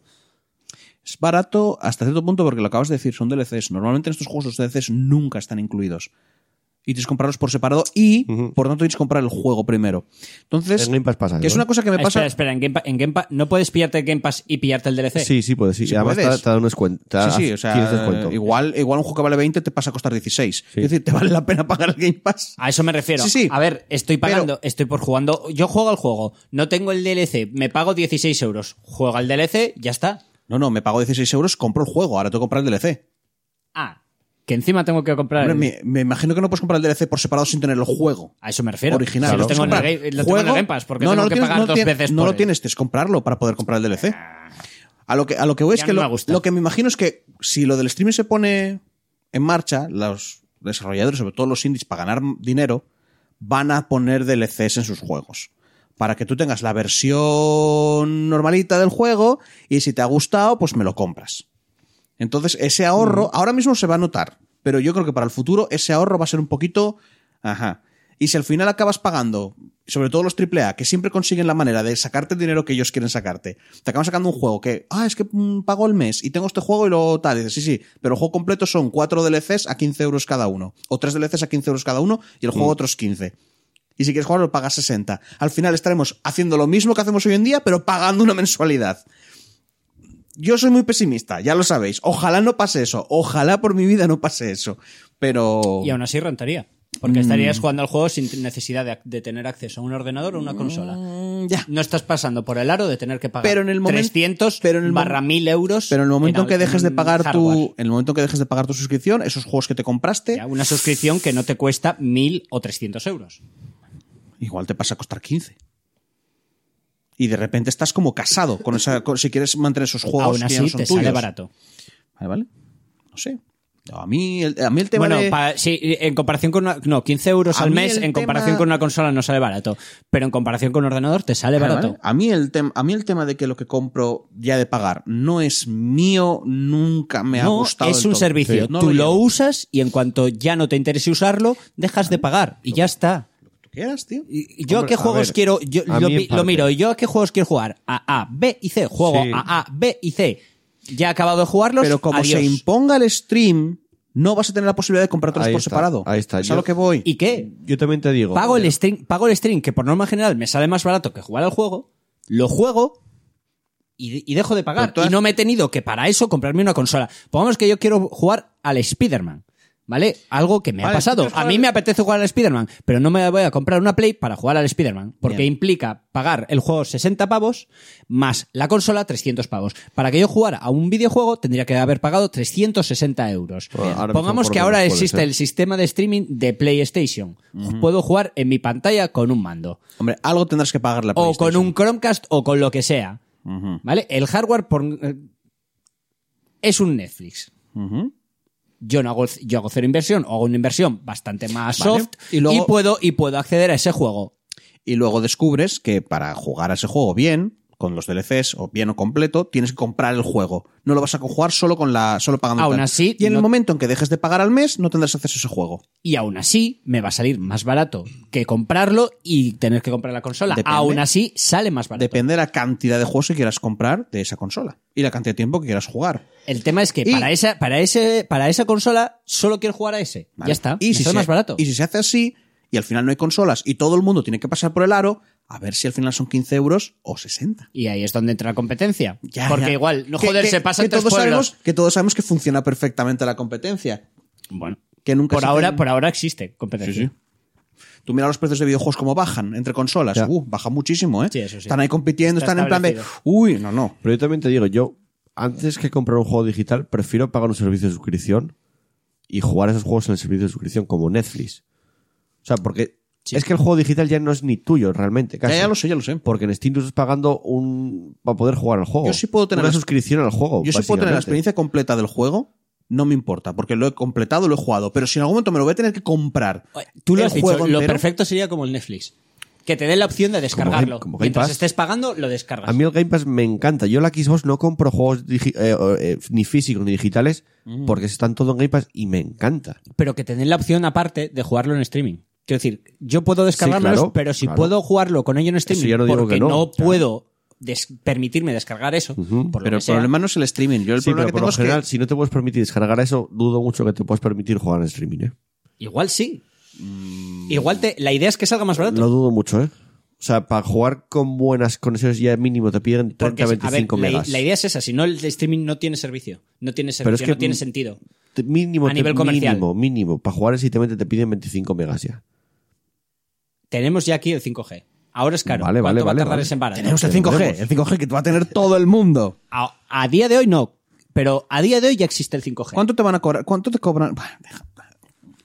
S6: Es barato hasta cierto punto porque lo acabas de decir, son DLCs. Normalmente en estos juegos los DLCs nunca están incluidos. y tienes que comprarlos por separado y, por tanto, tienes que comprar el juego primero. Entonces,
S1: En Game Pass pasa
S6: que
S1: eso,
S6: es una
S1: ¿eh?
S6: cosa que me
S2: Ah,
S6: pasa...
S2: Espera, espera, en Game, Pa- en Game Pass- ¿no puedes pillarte el Game Pass y pillarte el DLC?
S1: Sí, sí, puedes. Sí.
S6: Sí,
S1: Y además
S6: puedes.
S1: te, te dan unos cuentas.
S6: sí, sí, o
S1: Tienes descuento.
S6: sea, igual, igual un juego que vale 20 te pasa a costar 16.
S1: Sí.
S6: Es decir, te vale la pena pagar el Game Pass.
S2: A eso me refiero.
S6: Sí, sí.
S2: A ver, estoy
S6: Pero-
S2: pagando, estoy por jugando. Yo juego al juego, no tengo el DLC, me pago 16 euros. Juego al DLC, ya está.
S6: No, no, me pago 16 euros, compro el juego, ahora tengo que comprar el DLC.
S2: Ah, que encima tengo que comprar.
S6: Hombre,
S2: el-
S6: me, me imagino que no puedes comprar el DLC por separado sin tener el juego.
S2: A eso me refiero.
S6: original.
S2: Si lo
S6: ¿no?
S2: tengo, en el,
S6: Comprar
S2: Game- lo tengo
S6: juego-
S2: en el Game Pass, ¿por qué
S6: no,
S2: tengo
S6: no lo
S2: que
S6: tienes,
S2: pagar
S6: no lo
S2: dos
S6: tienes-
S2: veces
S6: No
S2: por
S6: lo
S2: él? Ah.
S6: tienes, tienes que comprarlo para poder comprar el DLC. A lo que, a lo que voy es
S2: Ya
S6: que
S2: no me
S6: lo,
S2: gusta.
S6: lo que me imagino es que si lo del streaming se pone en marcha, los desarrolladores, sobre todo los indies, para ganar dinero, van a poner DLCs en sus juegos. Para que tú tengas la versión normalita del juego y si te ha gustado, pues me lo compras. Entonces, ese ahorro ahora mismo se va a notar, pero yo creo que para el futuro ese ahorro va a ser un poquito... Ajá. Y si al final acabas pagando, sobre todo los AAA, que siempre consiguen la manera de sacarte el dinero que ellos quieren sacarte, te acaban sacando un juego que, ah, es que mm, pago el mes y tengo este juego y luego tal, y dices, sí, sí, pero el juego completo son cuatro DLCs a 15 euros cada uno, o tres DLCs a 15 euros cada uno y el juego otros 15. Y si quieres jugarlo, pagas 60. Al final estaremos haciendo lo mismo que hacemos hoy en día, pero pagando una mensualidad. Yo soy muy pesimista, ya lo sabéis. Ojalá no pase eso. Ojalá por mi vida no pase eso. Pero.
S2: Y aún así rentaría.
S6: Mm.
S2: Porque estarías jugando al juego sin necesidad de, de tener acceso a un ordenador o una consola.
S6: Mm, Ya.
S2: No estás pasando por el aro de tener que pagar
S6: Pero en el momento-
S2: 300
S6: pero en el mom-
S2: barra 1000 euros.
S6: Pero en el momento en que
S2: al-
S6: dejes de pagar
S2: hardware.
S6: tu. En el momento en que dejes de pagar tu suscripción, esos juegos que te compraste,
S2: Ya, una suscripción que no te cuesta 1000 o 300 euros.
S6: igual te pasa a costar 15. Y de repente estás como casado con esa. con- si quieres mantener esos juegos.
S2: aún
S6: Pues que ya no
S2: así
S6: son
S2: te sale
S6: tuyos.
S2: barato.
S6: Vale, vale. No sé. A mí el, a mí el tema.
S2: Bueno,
S6: de-
S2: pa- sí, en comparación con una- no, 15 euros
S6: A
S2: al
S6: mí
S2: mes
S6: el
S2: en comparación
S6: tema-
S2: con una consola no sale barato, pero en comparación con un ordenador te sale
S6: Vale,
S2: barato.
S6: Ah, vale. A, mí el tem- a mí el tema de que lo que compro ya de pagar no es mío, nunca me ha
S2: No,
S6: gustado.
S2: es
S6: del
S2: un
S6: todo.
S2: servicio.
S6: Sí, no
S2: Tú lo,
S6: llevo.
S2: usas y en cuanto ya no te interese usarlo, dejas de pagar y ya está.
S6: Tú quieras, tío.
S2: Y- y yo
S1: Hombre,
S2: a qué
S1: a
S2: juegos
S1: ver,
S2: quiero, yo
S1: a
S2: lo,
S1: mí en
S2: pi- lo
S1: parte.
S2: miro, yo a qué juegos quiero jugar, a A, B y C, juego
S1: Sí.
S2: a A, B y C. Ya he acabado de jugarlos,
S6: Pero como
S2: adiós.
S6: se imponga el stream, no vas a tener la posibilidad de comprar todos
S1: Ahí
S6: por
S1: está,
S6: separado.
S1: ahí está.
S6: Es a
S1: Yo-
S6: lo que voy.
S2: ¿Y qué?
S1: Yo también te digo.
S2: Pago el stream, pago el stream que por norma general me sale más barato que jugar al juego, lo juego y, y dejo de pagar.
S6: Pero tú has-
S2: Y no me he tenido que para eso comprarme una consola. Pongamos que yo quiero jugar al Spider-Man. ¿Vale? Algo que me ha
S6: Vale, tú
S2: pasado.
S6: quieres
S2: A
S6: jugar
S2: mí
S6: al-
S2: me apetece jugar al Spider-Man, pero no me voy a comprar una Play para jugar al Spider-Man. Porque
S6: Bien.
S2: implica pagar el juego 60 pavos más la consola 300 pavos. Para que yo jugara a un videojuego tendría que haber pagado 360 euros.
S1: Bueno, ahora mismo
S2: Pongamos
S1: por
S2: que
S1: lo
S2: ahora
S1: menos puedes,
S2: existe
S1: ¿eh?
S2: el sistema de streaming de PlayStation. Puedo jugar en mi pantalla con un mando.
S6: Hombre, algo tendrás que pagar la
S2: O con
S6: PlayStation.
S2: un Chromecast o con lo que sea. ¿Vale? El hardware por- eh, es un Netflix.
S6: Ujú.
S2: Yo no hago, yo hago cero inversión, o hago una inversión bastante más
S6: Vale.
S2: soft
S6: Y
S2: y,
S6: luego-
S2: puedo, y puedo acceder a ese juego.
S6: Y luego descubres que para jugar a ese juego bien, con los DLCs o bien o completo, tienes que comprar el juego. No lo vas a jugar solo con la solo pagando.
S2: Aún
S6: tal.
S2: así,
S6: y en el
S2: no-
S6: momento en que dejes de pagar al mes, no tendrás acceso a ese juego.
S2: Y aún así, me va a salir más barato que comprarlo y tener que comprar la consola.
S6: Depende.
S2: Aún así, sale más barato.
S6: Depende de la cantidad de juegos que quieras comprar de esa consola y la cantidad de tiempo que quieras jugar.
S2: El tema es que
S6: Y-
S2: para esa, para ese, para esa consola solo quiero jugar a ese.
S6: ¿vale?
S2: Ya está.
S6: Y si,
S2: es
S6: se,
S2: más barato.
S6: y si se hace así y al final no hay consolas y todo el mundo tiene que pasar por el aro, a ver si al final son 15 euros o 60.
S2: Y ahí es donde entra la competencia.
S6: Ya,
S2: Porque
S6: ya.
S2: igual, no
S6: Que-
S2: joder,
S6: que-
S2: se pasa
S6: que
S2: entre
S6: todos
S2: pueblos.
S6: sabemos Que todos sabemos que funciona perfectamente la competencia.
S2: Bueno,
S6: Que nunca
S2: por
S6: se
S2: ahora,
S6: hacen-
S2: por ahora existe competencia.
S6: Sí, sí. Tú mira los precios de videojuegos cómo bajan entre consolas.
S1: Ya.
S6: Uh, baja muchísimo, ¿eh?
S2: Sí, eso sí.
S6: Están ahí compitiendo,
S2: Está
S6: están en plan de...
S2: establecido.
S6: Uy, no, no.
S1: Pero yo también te digo, yo, antes que comprar un juego digital, prefiero pagar un servicio de suscripción y jugar esos juegos en el servicio de suscripción como Netflix. O sea, porque es que el juego digital ya no es ni tuyo realmente,
S6: Ya,
S1: casi.
S6: ya lo sé, ya lo sé.
S1: Porque en Steam tú estás pagando un. para poder jugar al juego.
S6: Yo sí puedo tener
S1: Una
S6: la-
S1: suscripción al juego.
S6: Yo si puedo tener
S1: básicamente.
S6: la experiencia completa del juego, no me importa, porque lo he completado, lo he jugado. Pero si en algún momento me lo voy a tener que comprar,
S2: Tú lo
S6: el
S2: has dicho,
S6: juego
S2: lo
S6: entero,
S2: perfecto sería como el Netflix. Que te den la opción de descargarlo.
S1: Game- como Game
S2: Mientras
S1: Pass.
S2: estés pagando, lo descargas.
S1: A mí el Game Pass me encanta. Yo en la Xbox no compro juegos digi- eh, o, eh, ni físicos ni digitales
S6: Mm.
S1: porque están todo en Game Pass y me encanta.
S2: Pero que te den la opción aparte de jugarlo en streaming. Quiero decir, yo puedo descargarlo,
S1: claro,
S2: pero si
S1: claro.
S2: puedo jugarlo con ello en streaming,
S1: ya no digo que
S2: porque
S1: no.
S2: no,
S1: Claro.
S2: puedo des- permitirme descargar eso. por lo
S6: Pero
S2: que
S6: el
S2: sea.
S6: problema no es el streaming. Yo el
S1: Sí,
S6: problema
S1: pero
S6: que
S1: por
S6: tengo
S1: lo
S6: es que-
S1: general, si no te puedes permitir descargar eso, dudo mucho que te puedas permitir jugar en streaming. ¿eh?
S2: Igual sí.
S1: Mm.
S2: Igual te, la idea es que salga más barato.
S1: Lo dudo mucho, ¿eh? O sea, para jugar con buenas conexiones ya mínimo te piden 30,
S2: Porque, a ver,
S1: 25
S2: la,
S1: megas.
S2: la idea es esa, si no el streaming no tiene servicio, no tiene servicio,
S1: es que-
S2: no tiene sentido.
S1: Te- mínimo,
S2: a
S1: te-
S2: nivel comercial.
S1: Mínimo, mínimo. Para jugar exitamente te piden 25 megas ya.
S2: Tenemos ya aquí el 5G. Ahora es caro.
S1: Vale, vale,
S2: ¿Cuánto va a
S1: vale,
S2: tardar
S1: vale.
S2: ese embarazo?
S6: Tenemos el
S1: Lo
S6: 5G,
S1: tenemos.
S6: el 5G que va a tener todo el mundo.
S2: A, a día de hoy no, pero a día de hoy ya existe el 5G.
S6: ¿Cuánto te van a cobrar? ¿Cuánto te cobran? Bah, deja.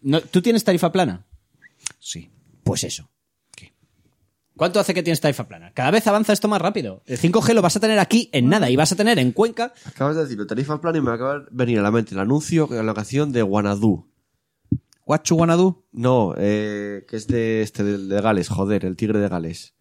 S2: No, ¿Tú tienes tarifa plana?
S6: Sí.
S2: Pues eso. ¿Cuánto hace que tienes tarifa plana? Cada vez avanza esto más rápido. El 5G lo vas a tener aquí en nada y vas a tener en Cuenca.
S1: Acabas de decirlo, tarifa plana y me acaba de venir a la mente el anuncio de la locación de Guanadu.
S6: What you wanna do?
S1: No, eh, que es de este de, de Gales, joder, el tigre de Gales.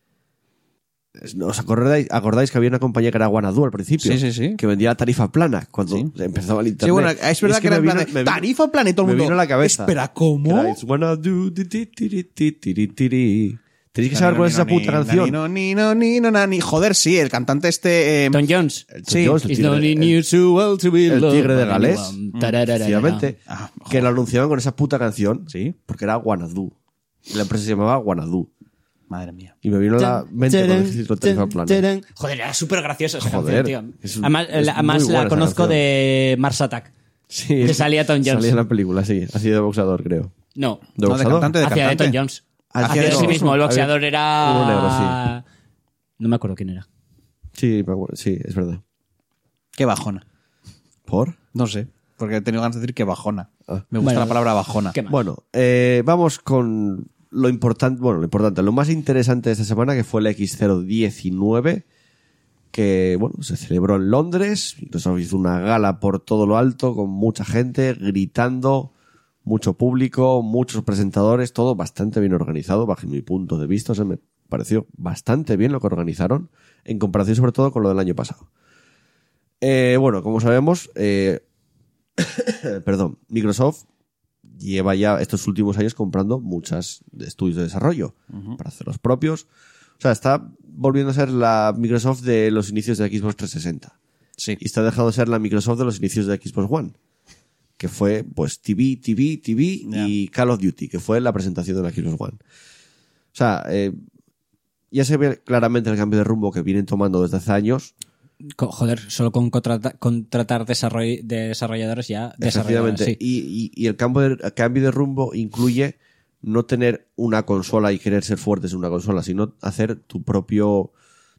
S1: Es- ¿No ¿Os acordáis, acordáis que había una compañía que era Guanadu al principio?
S6: Sí, sí, sí.
S1: Que vendía tarifa plana cuando
S6: Sí.
S1: empezaba el internet.
S6: Sí, bueno, es verdad que,
S1: me
S6: era en plan
S1: vino-
S6: de,
S1: me vino-
S6: tarifa plana y todo el
S1: me
S6: mundo.
S1: vino a la cabeza.
S6: Espera, ¿cómo?
S1: Era, "It's Guanadu, ti, ti, ti, ti, ti, ti, ti, ti, ti". Tenéis que saber cuál es esa puta canción.
S6: No, ni, no, ni, no, na, ni. Joder, sí, el cantante este. eh,
S2: Don Jones.
S1: El
S6: Sí,
S1: Jones, el
S2: It's
S1: tigre
S2: not
S1: de-
S2: in
S1: el-
S2: you too well to be
S1: el
S2: loved Mm,
S1: tigre de
S2: by
S1: Gales.
S2: anyone. Tararara.
S1: Efectivamente,
S6: Ah, joder.
S1: que lo anunciaban con esa puta canción.
S6: Sí.
S1: Porque era Guanadu. La empresa se llamaba Guanadu.
S6: Madre mía.
S1: Y me vino a la mente con el título de tarifa plana.
S2: Joder, era súper gracioso esa
S1: Joder,
S2: canción, tío.
S1: es un-
S2: además
S1: es
S2: la, además
S1: muy
S2: la
S1: buena esa
S2: conozco
S1: canción.
S2: de Mars Attack.
S1: Sí.
S2: Que salía Tom Jones.
S1: Salía en la película, sí. Ha sido de boxeador, creo.
S2: No.
S1: ¿De
S6: No, de
S1: boxeador?
S6: cantante, de
S2: Hacía de
S6: cantante.
S2: Tom Jones.
S1: Ah,
S2: Hacía de
S1: no.
S2: sí mismo. El
S1: Había-
S2: boxeador
S1: Hubo negro,
S2: era. No me acuerdo quién era.
S1: sí. Sí, me acuerdo. Sí, es verdad.
S6: Qué bajona.
S1: ¿Por?
S6: No sé. Porque he tenido ganas de decir que bajona.
S1: Ah.
S6: Me gusta
S2: Bueno,
S6: la palabra bajona.
S2: ¿qué más?
S1: Bueno, eh, vamos con lo importante, bueno, lo importante, lo más interesante de esta semana que fue el X019 que bueno, se celebró en Londres, nos hizo una gala por todo lo alto con mucha gente gritando, mucho público, muchos presentadores, todo bastante bien organizado bajo mi punto de vista, o sea, me pareció bastante bien lo que organizaron en comparación sobre todo con lo del año pasado. Eh, bueno, como sabemos, eh, perdón, Microsoft lleva ya estos últimos años comprando muchas de estudios de desarrollo para hacer los propios. O sea, está volviendo a ser la Microsoft de los inicios de Xbox 360
S6: Sí.
S1: y está dejando de ser la Microsoft de los inicios de Xbox One, que fue pues TV, TV, TV y Call of Duty, que fue la presentación de la Xbox One. O sea, eh, ya se ve claramente el cambio de rumbo que vienen tomando desde hace años
S2: Co- Joder, solo con contrata- contratar desarroll- de desarrolladores ya. desarrolladores,
S1: Efectivamente.
S2: sí.
S1: Y, y- y el cambio de, el cambio de rumbo incluye no tener una consola y querer ser fuertes en una consola, sino hacer tu propio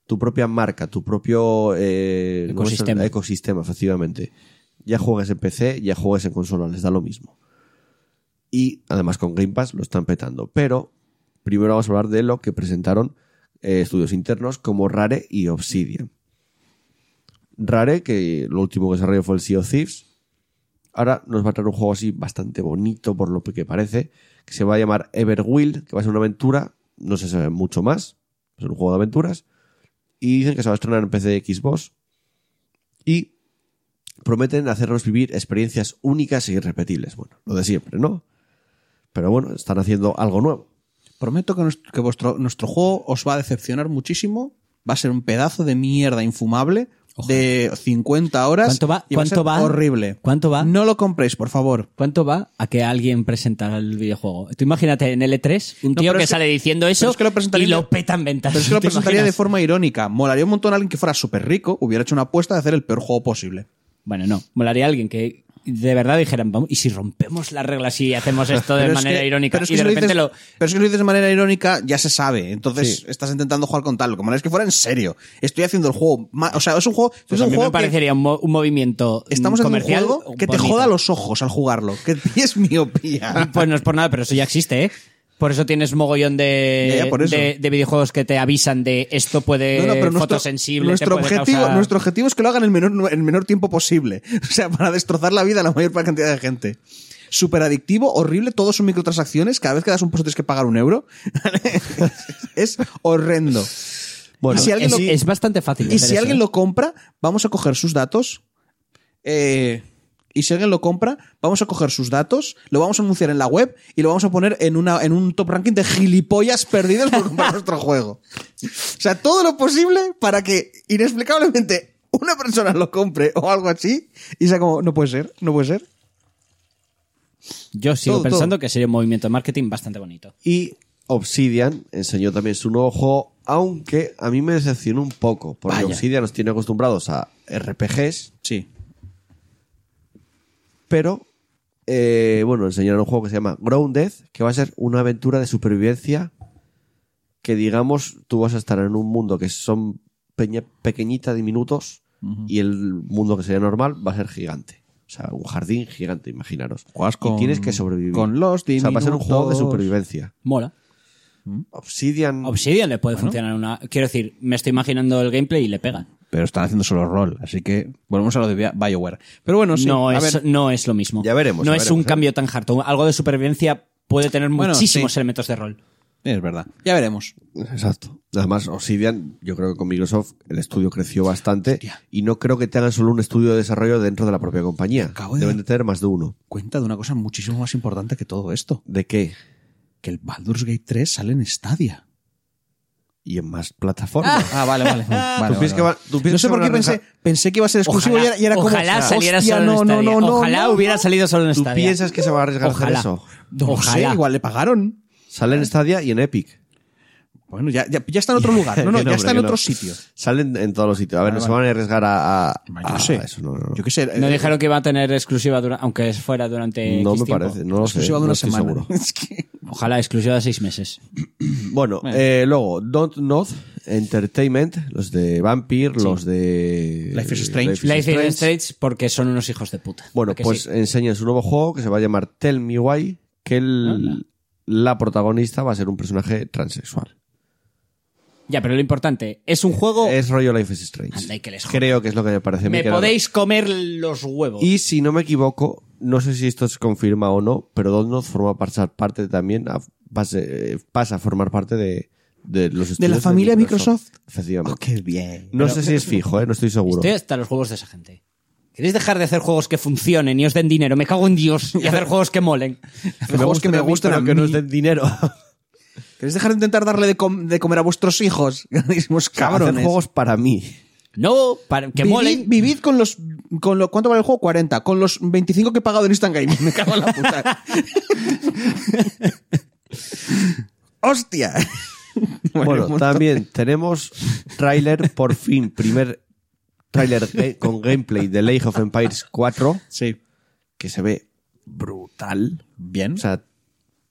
S1: tu propia marca, tu propio eh, ¿cómo se llama?
S2: Ecosistema.
S1: ecosistema, efectivamente. Ya juegues en PC, ya juegues en consola, les da lo mismo. Y además con Game Pass lo están petando. Pero primero vamos a hablar de lo que presentaron eh, estudios internos como Rare y Obsidian. Rare, que lo último que desarrolló fue el Sea of Thieves, Ahora nos va a traer un juego así bastante bonito, por lo que parece, que se va a llamar Everwild, que va a ser una aventura, no se sabe mucho más, es un juego de aventuras, y dicen que se va a estrenar en PC y Xbox, y prometen hacernos vivir experiencias únicas e irrepetibles. Bueno, lo de siempre, ¿no? Pero bueno, están haciendo algo nuevo.
S6: Prometo que, nuestro, que vuestro, nuestro juego os va a decepcionar muchísimo. Va a ser un pedazo de mierda infumable de 50 horas.
S2: ¿Cuánto va?
S6: y va a
S2: ¿Cuánto
S6: ser
S2: va?
S6: Horrible.
S2: ¿Cuánto va?
S6: No lo compréis, por favor.
S2: ¿Cuánto va a que alguien presentara el videojuego? Tú imagínate en L3 un
S6: No,
S2: tío
S6: pero
S2: que
S6: es que-
S2: sale diciendo
S6: pero
S2: eso
S6: es que lo presentaría
S2: y
S6: de-
S2: lo peta en ventas.
S6: Pero es que lo
S2: ¿Te
S6: presentaría de
S2: imaginas?
S6: forma irónica. Molaría un montón alguien que fuera súper rico, hubiera hecho una apuesta de hacer el peor juego posible.
S2: Bueno, no. Molaría alguien que de verdad dijeran, vamos, ¿y si rompemos las reglas y hacemos esto de
S6: Pero es
S2: manera
S6: que-
S2: irónica?
S6: pero es
S2: y de
S6: que si lo
S2: repente
S6: dices-
S2: lo.
S6: Pero es que si lo dices de manera irónica, ya se sabe. Entonces
S1: Sí.
S6: estás intentando jugar con tal. Lo que mola es que fuera en serio. Estoy haciendo el juego. ma- O sea, es un juego. es
S2: Pues a
S6: un
S2: mí
S6: juego
S2: me parecería un, mo- un movimiento
S6: que estamos
S2: mm,
S6: haciendo un
S2: comercial
S6: juego que te
S2: bonito.
S6: joda los ojos al jugarlo. Que es miopía.
S2: Pues no es por nada, pero eso ya existe, ¿eh? Por eso tienes mogollón de,
S6: Ya, ya, por eso.
S2: de, de videojuegos que te avisan de esto puede
S6: No, no, pero nuestro,
S2: fotosensible,
S6: nuestro
S2: te puede
S6: objetivo,
S2: causar-
S6: nuestro objetivo es que lo hagan el menor, el menor tiempo posible. O sea, para destrozar la vida a la mayor cantidad de gente. Súper adictivo, horrible, todo son microtransacciones. Cada vez que das un paso tienes que pagar un euro. es horrendo.
S1: Bueno,
S6: Y si alguien
S2: es,
S6: lo-
S2: es bastante fácil.
S6: Y
S2: hacer
S6: si
S2: eso,
S6: alguien
S2: ¿eh?
S6: lo compra, vamos a coger sus datos. eh, y si alguien lo compra, vamos a coger sus datos, lo vamos a anunciar en la web y lo vamos a poner en, una, en un top ranking de gilipollas perdidos por comprar nuestro juego. O sea, todo lo posible para que inexplicablemente una persona lo compre o algo así y sea como, no puede ser, no puede ser.
S2: Yo sigo
S1: Todo,
S2: pensando
S1: todo.
S2: que sería un movimiento de marketing bastante bonito.
S1: Y Obsidian enseñó también su nuevo juego, aunque a mí me decepcionó un poco, porque
S2: Vaya.
S1: Obsidian nos tiene acostumbrados a RPGs,
S6: Sí.
S1: pero eh, bueno, enseñaron un juego que se llama Grounded, que va a ser una aventura de supervivencia que digamos tú vas a estar en un mundo que son peña- pequeñita, diminutos, y el mundo que sería normal va a ser gigante. O sea, un jardín gigante, imaginaros.
S6: Juegas
S1: y
S6: con-
S1: tienes que sobrevivir.
S6: con los
S1: O sea, va a ser un juego de
S6: diminutos.
S1: supervivencia.
S2: Mola.
S1: Obsidian...
S2: Obsidian le puede funcionar una. Quiero decir, me estoy imaginando el gameplay y le pega.
S6: Pero están haciendo solo rol, así que volvemos a lo de Bio- BioWare. Pero bueno, sí.
S2: no,
S6: a
S2: es,
S6: ver,
S2: no es lo mismo.
S1: Ya veremos,
S2: No
S1: ya
S2: es
S1: veremos,
S2: un
S1: ¿eh?
S2: cambio tan harto. Algo de supervivencia puede tener
S6: Bueno,
S2: muchísimos
S6: sí.
S2: elementos de rol.
S6: es verdad. Ya veremos.
S1: Exacto. Además, Obsidian, yo creo que con Microsoft el estudio creció bastante y no creo que tengan solo un estudio de desarrollo dentro de la propia compañía.
S6: Acabo de-
S1: Deben de tener más de uno.
S6: Cuenta de una cosa muchísimo más importante que todo esto.
S1: ¿De qué?
S6: Que el Baldur's Gate 3 sale en Stadia.
S1: Y en más plataformas.
S6: Ah, vale, vale.
S1: ¿Tú piensas que va- tú piensas
S6: no sé
S1: que
S6: por
S1: van
S6: qué
S1: a
S6: pensé,
S1: arrancar-
S6: pensé que iba a ser exclusivo y era, y era como...
S2: ojalá saliera
S6: hostia,
S2: solo
S6: no,
S2: en
S6: no,
S2: Stadia.
S6: no, no,
S2: ojalá
S6: no,
S2: hubiera salido solo en
S1: ¿Tú
S2: Stadia.
S1: piensas que se va a arriesgar con
S2: Ojalá.
S1: eso?
S6: No
S2: Ojalá.
S6: sé, igual le pagaron.
S1: Sale en Stadia y en Epic.
S6: Bueno, ya, ya, ya está en otro lugar. Ah, No, no,
S1: Que
S6: ya está en
S1: hombre, que
S6: otro
S1: no.
S6: sitio.
S1: Salen en todos los sitios. A ver,
S6: Vale,
S1: no se
S6: vale.
S1: van a arriesgar a, a-
S6: Yo
S1: a
S6: sé.
S1: eso. No, no, no.
S6: Yo qué sé.
S2: No
S6: eh,
S2: dijeron que iba a tener exclusiva, dura- aunque fuera durante.
S1: No
S2: X
S1: me
S2: tiempo.
S1: parece. No lo sé.
S6: exclusiva de
S1: no
S6: una
S1: estoy
S6: semana.
S1: seguro.
S6: Es que-
S2: Ojalá exclusiva de seis meses.
S1: Bueno, eh, luego, Don't Not Entertainment, los de Vampire, los de.
S6: Life is Strange.
S2: Life is Strange porque son unos hijos de puta.
S1: Bueno,
S2: ¿A que
S1: pues
S2: sí?
S1: enseñan su nuevo juego que se va a llamar Tell Me Why, que el- la protagonista va a ser un personaje transexual.
S2: Ya, pero lo importante, es un
S6: Oh.
S2: juego.
S1: Es rollo Life is Strange.
S2: Anda, y que les jodan.
S1: Creo que es lo que me parece a mí
S2: Me
S1: que era-
S2: podéis comer los huevos.
S1: Y si no me equivoco, no sé si esto se confirma o no, pero Donut forma pasar parte también, a- pase- eh, pasa a formar parte de, de los estudios
S6: la familia Microsoft?
S1: Efectivamente.
S6: Oh, qué bien.
S1: No sé si es fijo, eh, no estoy seguro.
S2: Estoy hasta los huevos de esa gente. ¿Queréis dejar de hacer juegos que funcionen y os den dinero? Me cago en Dios. Y hacer juegos que molen.
S6: Me juegos que me gustan a
S1: aunque
S6: mí.
S1: nos den dinero.
S6: ¿Queréis dejar de intentar darle de, com- de comer a vuestros hijos? Mismos cabrones.
S1: Hacer juegos para mí.
S2: No, para, que
S6: vivid,
S2: molen.
S6: vivid con los... Con lo, ¿Cuánto vale el juego? 40. Con los 25 que he pagado en Instant Gaming. Me cago en la puta. ¡Hostia!
S1: Bueno,
S6: un montón.
S1: también tenemos tráiler, por fin, primer tráiler ga- con gameplay de Age of Empires 4,
S6: Sí.
S1: que se ve brutal.
S6: Bien.
S1: O sea,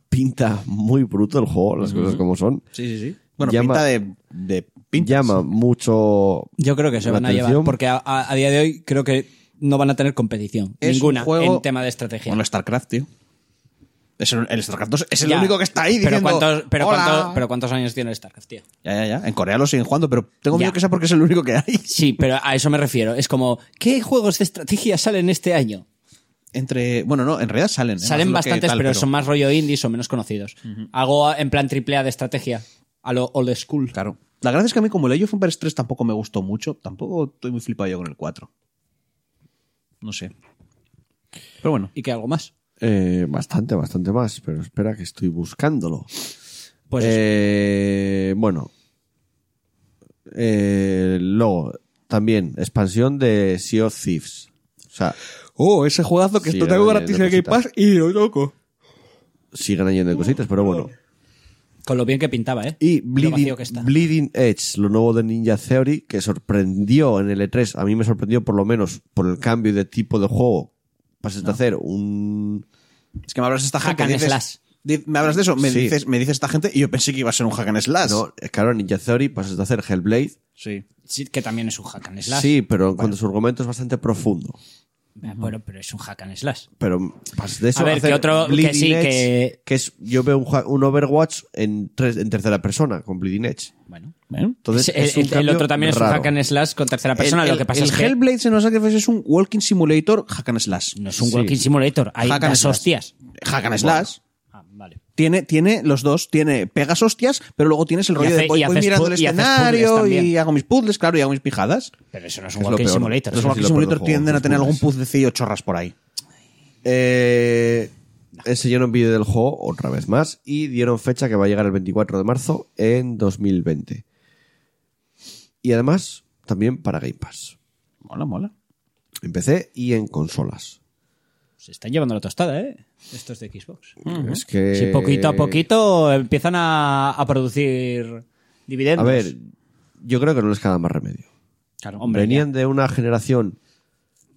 S1: pinta muy bruto el juego, las cosas como son.
S6: sí, sí, sí. Bueno,
S1: llama-
S6: pinta de... de pintas.
S1: Llama mucho...
S2: Yo creo que se
S1: la
S2: van a llevar.
S1: atención.
S2: Porque a, a- a día de hoy creo que no van a tener competición.
S6: Es un
S2: ninguna
S6: juego-
S2: en tema de estrategia.
S6: Bueno, StarCraft, tío. Es el, el StarCraft 2 es el
S2: Ya.
S6: único que está ahí
S2: pero
S6: diciendo...
S2: ¿cuántos, pero,
S6: "Hola".
S2: cuántos- pero ¿cuántos años tiene el StarCraft, tío?
S6: Ya, ya, ya. En Corea lo siguen jugando, pero tengo miedo
S2: Ya.
S6: que sea porque es el único que hay.
S2: Sí, pero a eso me refiero. Es como, ¿qué juegos de estrategia salen este año?
S6: Entre. Bueno, no, en realidad salen. ¿eh? Más
S2: Salen
S6: de lo que
S2: bastantes,
S6: tal,
S2: pero, son más rollo indies son menos conocidos. Hago en plan triple A de estrategia, a lo old school.
S6: Claro. La gracia es que a mí, como el Age of Empires 3 tampoco me gustó mucho, tampoco estoy muy flipado yo con el 4. No sé. Pero bueno.
S2: ¿Y qué algo más?
S1: eh, bastante, bastante más, pero espera que estoy buscándolo.
S2: Pues
S1: Eh, bueno. Eh, luego, también, expansión de Sea of Thieves. O sea,
S6: Oh, ese juegazo que
S1: Sí,
S6: esto
S1: era
S6: tengo
S1: de-
S6: gratis en
S1: de
S6: el Game Pass
S1: cositas.
S6: y lo loco.
S1: siguen añadiendo cositas, pero bueno.
S2: con lo bien que pintaba, ¿eh?
S1: Y
S2: Lo
S1: Bleeding,
S2: Uh, vacío que está.
S1: Bleeding Edge, lo nuevo de Ninja Theory, que sorprendió en el E3. A mí me sorprendió por lo menos por el cambio de tipo de juego. Pases de hacer un...
S6: Es que me hablas de esta
S2: Hack
S6: gente.
S2: and
S6: dices-
S2: slash.
S6: di- me hablas de eso, me,
S1: Sí.
S6: dices, me dices esta gente y yo pensé que iba a ser un hack and slash.
S1: No, eh, claro, Ninja Theory, pases de hacer Hellblade.
S6: Sí.
S2: Sí, que también es un hack and slash. Eh,
S1: Sí, pero en cuanto a su argumento es bastante profundo.
S2: Bueno, pero es un hack and slash.
S1: Pero pasas de eso
S2: A ver,
S1: hacer
S2: que otro- que
S1: Bleeding
S2: sí,
S1: Edge,
S2: que-
S1: es, yo veo un, jua- un Overwatch en, tres- en tercera persona con Bleeding Edge.
S2: Bueno.
S1: Entonces,
S2: el,
S1: es un
S2: el- el
S1: cambio
S2: otro también es
S1: raro.
S2: un hack and slash con tercera persona.
S6: El-
S2: lo que pasa
S6: el
S2: es que
S6: Hellblade Senua's Sacrifice es un walking simulator hack and slash.
S2: no es un walking simulator. Hay
S6: Hack and
S2: las
S6: slash.
S2: hostias.
S6: Hack and slash.
S2: Ah, vale.
S6: Tiene, tiene los dos, tiene pegas hostias, pero luego tienes el rollo
S2: hace-
S6: de voy,
S2: y
S6: voy
S2: haces
S6: mirando el
S2: puzzles, y haces
S6: escenario
S2: puzzles también.
S6: y hago mis puzzles, claro, y hago mis pijadas.
S2: Pero eso no es
S1: Es
S2: un
S1: lo
S2: walking
S1: peor.
S2: simulator.
S1: Eso
S6: Los
S1: sí
S6: Walking
S1: lo
S6: Simulator
S1: perdono,
S6: tienden a
S1: los
S6: tener algún
S1: puzzles.
S6: puzzlecillo chorras por ahí.
S1: Eh, enseñaron vídeo del juego otra vez más y dieron fecha que va a llegar el 24 de marzo en 2020. Y además, también para Game Pass.
S6: Mola, mola.
S1: En PC y en consolas.
S2: se están llevando la tostada, ¿eh? Estos de Xbox.
S1: Es que.
S6: Eh,
S2: Sí, poquito a poquito empiezan a, a producir
S1: A
S2: dividendos.
S1: ver, yo creo que no les queda más remedio.
S2: Claro, hombre,
S1: Venían de una generación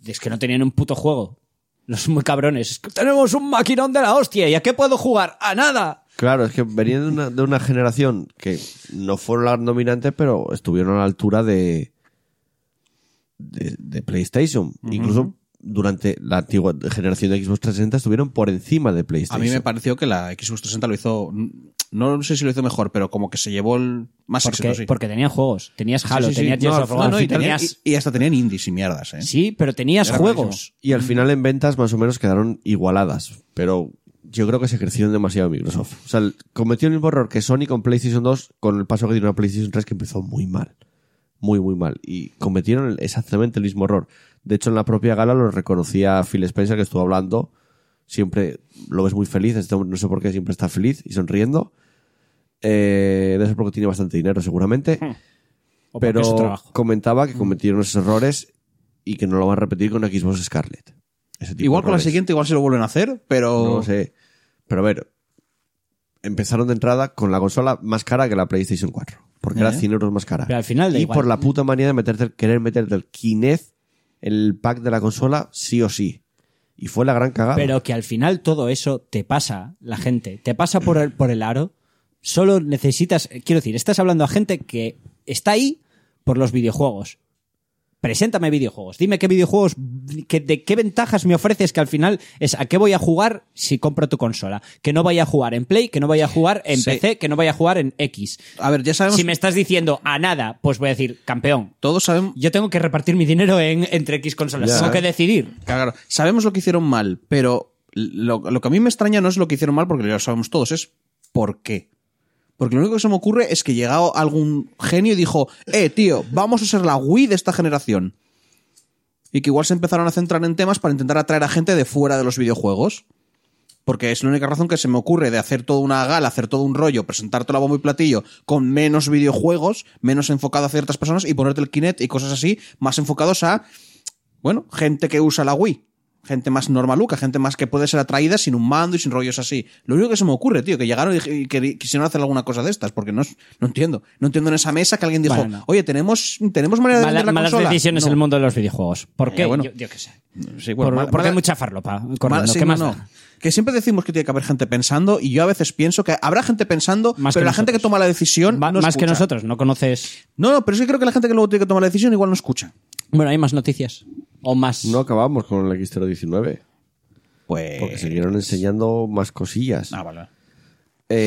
S2: ya. es que no tenían un puto juego. Los muy cabrones. Es que tenemos un maquinón de la hostia. ¿Y a qué puedo jugar? ¡A nada!
S1: Claro, es que venían de una, de una generación que no fueron las dominantes, pero estuvieron a la altura de, de, de PlayStation. Incluso durante la antigua generación de Xbox 360 estuvieron por encima de
S6: A
S1: PlayStation.
S6: mí me pareció que la Xbox 360 lo hizo. No sé si lo hizo mejor, pero como que se llevó el más
S2: Porque,
S6: éxito, Ah, sí.
S2: porque tenían juegos. Tenías Halo,
S6: Sí, sí, sí.
S2: tenías Gears
S6: No,
S2: of
S6: no,
S2: War,
S6: no, y, tenía-
S2: tenías...
S6: y- y hasta tenían indies y mierdas, ¿eh?
S2: Sí, pero tenías
S6: Era
S2: juegos.
S6: buenísimo.
S1: Y al final en ventas más o menos quedaron igualadas, pero yo creo que se crecieron demasiado Microsoft. O sea, el- cometió el mismo error que Sony con PlayStation 2 con el paso que tiene una PlayStation 3 que empezó muy mal. Muy, muy mal. Y cometieron el- exactamente el mismo error. De hecho, en la propia gala lo reconocía Phil Spencer que estuvo hablando. Siempre lo ves muy feliz. este hombre no sé por qué siempre está feliz y sonriendo. Eh, debe ser porque tiene bastante dinero, seguramente
S2: O porque es su
S1: pero
S2: trabajo. Mm.
S1: comentaba que cometieron esos errores y que no lo van a repetir con Xbox Scarlett. Ese tipo
S6: Igual
S1: de
S6: con la
S1: errores.
S6: siguiente, igual se lo vuelven a hacer, pero.
S1: No lo sé. Pero a ver, empezaron de entrada con la consola más cara que la PlayStation 4. Porque era 100 euros más cara.
S2: Eh. Pero al final da
S1: y
S2: igual.
S1: por la puta manía de meterte, el- querer meterte el Kinect en el pack de la consola sí o sí. Y fue la gran cagada.
S2: Pero que al final todo eso te pasa, la gente, te pasa por el, por el aro. Solo necesitas, eh, quiero decir, estás hablando a gente que está ahí por los videojuegos. Preséntame videojuegos. Dime qué videojuegos, que, de qué ventajas me ofreces que al final es a qué voy a jugar si compro tu consola. Que no vaya a jugar en Play, que no vaya a jugar en
S6: Sí.
S2: PC, que no vaya a jugar en X.
S6: A ver, ya sabemos.
S2: Si me estás diciendo a nada, pues voy a decir, campeón,
S6: Todos sabemos.
S2: yo tengo que repartir mi dinero en, entre X consolas.
S1: Ya.
S2: Tengo que decidir.
S6: Claro, sabemos lo que hicieron mal, pero lo, lo que a mí me extraña no es lo que hicieron mal, porque ya lo sabemos todos, es por qué. Porque lo único que se me ocurre es que llegado algún genio y dijo, eh, tío, vamos a ser la Wii de esta generación. Y que igual se empezaron a centrar en temas para intentar atraer a gente de fuera de los videojuegos. Porque es la única razón que se me ocurre de hacer toda una gala, hacer todo un rollo, presentarte la bomba y platillo con menos videojuegos, menos enfocado a ciertas personas y ponerte el Kinect y cosas así, más enfocados a bueno, gente que usa la Wii. Gente más normaluca, gente más que puede ser atraída sin un mando y sin rollos así. Lo único que se me ocurre, tío, que llegaron y y que quisieron hacer alguna cosa de estas, porque no, es- no entiendo. No entiendo en esa mesa que alguien dijo,
S2: Bueno, no.
S6: oye, tenemos, tenemos manera Eh, de
S2: Mala-
S6: vender la
S2: malas
S6: consola?".
S2: decisiones
S6: No.
S2: en el mundo de los videojuegos. ¿Por qué?
S6: Eh, bueno.
S2: yo, yo qué sé.
S6: Sí, bueno,
S2: Por-
S6: mala-
S2: porque hay
S6: mala-
S2: mucha farlopa.
S6: mala-
S2: corriendo.
S6: sí,
S2: ¿Qué
S6: no,
S2: más
S6: no.
S2: da?
S6: Que siempre decimos que tiene que haber gente pensando, y yo a veces pienso que habrá gente pensando,
S2: Más
S6: pero
S2: que
S6: la gente que
S2: nosotros.
S6: toma la decisión.
S2: Ma-
S6: no
S2: más que
S6: escucha.
S2: nosotros, no conoces.
S6: No, no, pero sí creo que la gente que luego tiene que tomar la decisión igual no escucha.
S2: Bueno, hay más noticias. O más.
S1: No acabamos con el X019.
S6: Pues.
S2: Eh,
S1: Porque siguieron enseñando más cosillas.
S6: Ah, vale.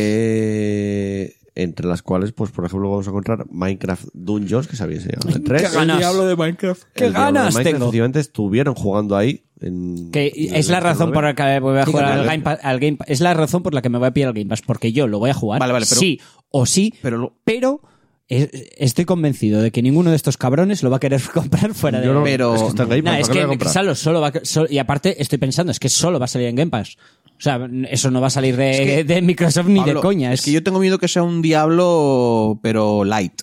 S1: Eh, entre las cuales, pues por ejemplo, vamos a encontrar Minecraft Dungeons, que se había enseñado en 3.
S2: qué ganas! Diablo
S6: de Minecraft.
S2: ¡Qué ganas tengo!
S1: Efectivamente, estuvieron jugando ahí. En,
S2: Que
S1: en
S2: es la
S1: el
S2: razón por la
S1: 19.
S2: que voy a
S1: Sí,
S2: jugar al
S1: claro.
S2: Game Pass. al Game Pass. Es la razón por la que me voy a pillar el Game Pass. Porque yo lo voy a jugar.
S6: Vale, vale, pero-
S2: sí o sí.
S6: pero lo-
S2: pero es- estoy convencido de que ninguno de estos cabrones lo va a querer comprar fuera de.
S1: Yo no-
S6: Pero-
S1: es que está en Game
S2: Nah,
S1: Pass, ¿para
S2: es
S1: qué lo
S2: que
S1: voy a comprar?
S2: Salo solo va a- solo- y aparte estoy pensando, es que solo va a salir en Game Pass. O sea, eso no va a salir de,
S6: Es que-
S2: de Microsoft ni de
S6: Pablo,
S2: coña. Es
S6: que yo tengo miedo que sea un diablo, pero light.